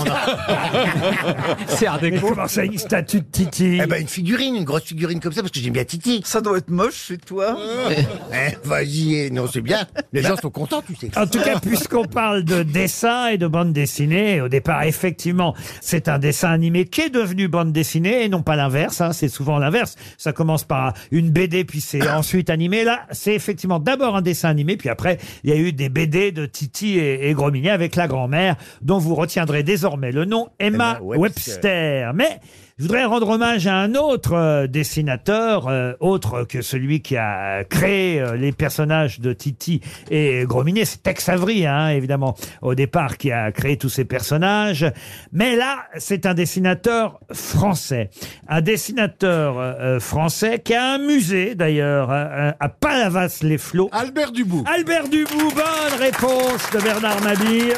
C'est Art Mais Déco. comment ça, une statue de Titi Eh ben une figurine, une grosse figurine comme ça parce que j'aime bien Titi. Ça doit être moche chez toi. *laughs* Eh, vas-y, eh, non c'est bien. Les gens sont contents, tu sais. Bah, En tout cas, puisqu'on parle de dessin et de bande dessinée, au départ, effectivement, c'est un dessin animé qui est devenu bande dessinée et non pas l'inverse. hein. c'est souvent l'inverse. Ça commence par une BD, puis c'est ensuite animé. Là, c'est effectivement d'abord un dessin animé, puis après, il y a eu des BD de Titi et, et Grominet avec la grand-mère. littéraire dont vous retiendrez désormais le nom, Emma Emma Webster. Mais je voudrais rendre hommage à un autre euh, dessinateur, euh, autre que celui qui a créé euh, les personnages de Titi et Grominet. C'est Tex Avery, hein, évidemment, au départ, qui a créé tous ces personnages. Mais là, c'est un dessinateur français. Un dessinateur euh, euh, français qui a un musée, d'ailleurs, hein, euh, à, à Palavas-les-Flots. Albert Dubout. Albert Dubout, bonne réponse de Bernard Mabille.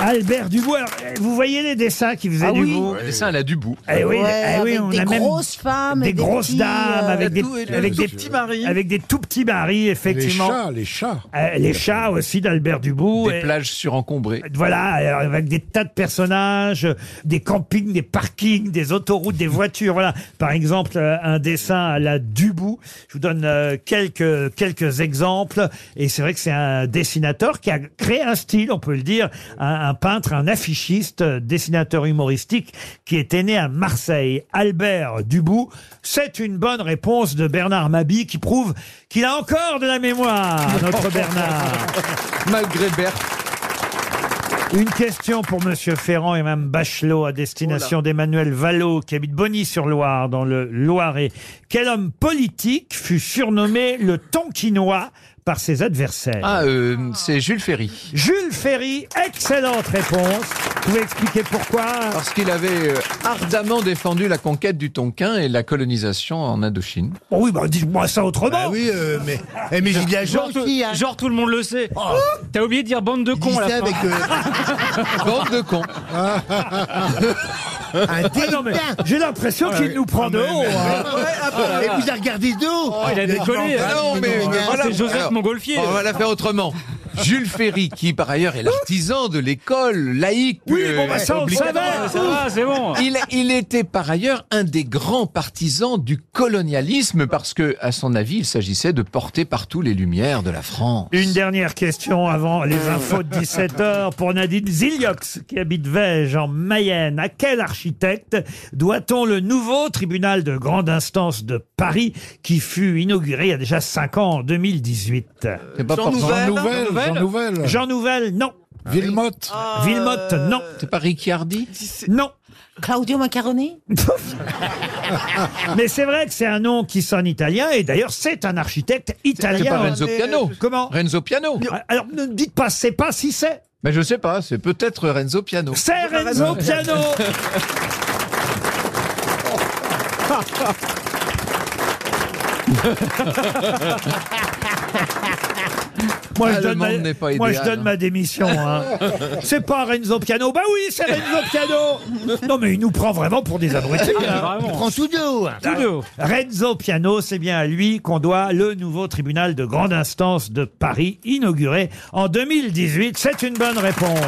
Albert Dubout. Alors, euh, vous voyez les dessins qui faisaient Ah oui. Dubout Ouais, les dessins à la Dubout. Eh oui, Ouais, eh oui, avec on des a même grosses femmes et des, des grosses petits, dames, euh, avec des, tout- et des avec tout des petits maris. avec des tout petits maris, effectivement. chats, les chats, les chats aussi d'Albert Dubout. Des Et- plages surencombrées. voilà, alors, avec des tas de personnages, euh, des campings, des parkings, des autoroutes, des voitures. Voilà, par exemple, euh, un dessin à la Dubout. Je vous donne euh, quelques quelques exemples. Et c'est vrai que c'est un dessinateur qui a créé un style, on peut le dire, un, un peintre, un affichiste, euh, dessinateur humoristique, qui était né à Marseille. Albert Dubout. C'est une bonne réponse de Bernard Mabi qui prouve qu'il a encore de la mémoire, notre Bernard. Malgré Bert. Une question pour Monsieur Ferrand et Mme Bachelot à destination d'Emmanuel Vallot qui habite Bonny-sur-Loire dans le Loiret. Quel homme politique fut surnommé le Tonkinois par ses adversaires Ah, euh, c'est Jules Ferry. Jules Ferry, excellente réponse. Vous pouvez expliquer pourquoi Parce qu'il avait euh, ardemment défendu la conquête du Tonkin et la colonisation en Indochine. oui, bah dites-moi ça autrement. oui, euh, mais, genre, tout, hein. genre tout le monde le sait. Oh. T'as oublié de dire bande de cons à la ça fin. avec, euh, *laughs* Bande de *laughs* cons. Ah non, mais J'ai Ah, l'impression qu'il nous prend de haut. hein. Et vous a regardé de haut. Oh, il a déconné. hein. Ah non, mais, mais voilà. c'est Joseph Alors, Montgolfier. On va la faire *laughs* autrement. Jules Ferry, qui par ailleurs est l'artisan de l'école laïque. Oui, bon, bah, ça, on le obligatoirement. savait. Ça va, c'est bon. Il, il était par ailleurs un des grands partisans du colonialisme parce que, à son avis, il s'agissait de porter partout les lumières de la France. Une dernière question avant Euh. les infos de 17h pour Nadine Ziliox, qui habite Vège, en Mayenne. À quel architecte doit-on le nouveau tribunal de grande instance de Paris qui fut inauguré il y a déjà 5 ans, en 2018 pas Jean forcément- Nouvel Jean Nouvel Jean Nouvel Jean Nouvel, non. Villemotte Villemotte, non. Ah C'est pas Ricciardi Non. Claudio Macaroni *laughs* Mais c'est vrai que c'est un nom qui sonne italien, et d'ailleurs, c'est un architecte italien. euh, C'est pas Renzo Piano. Comment euh, Renzo Piano. Alors, ne dites pas, c'est pas si c'est. Mais je sais pas, c'est peut-être Renzo Piano. C'est Renzo *laughs* Piano Moi, je Ah, le donne, monde ma... n'est pas moi, idéal, je donne hein. ma démission. *laughs* hein. c'est pas Renzo Piano. Bah oui, c'est Renzo Piano. Non, mais il nous prend vraiment pour des abrutis. Ah, mais hein. vraiment. Il prend tout de haut, hein. Ah, Tout de haut. Renzo Piano, c'est bien à lui qu'on doit le nouveau tribunal de grande instance de Paris, inauguré en 2018. C'est une bonne réponse.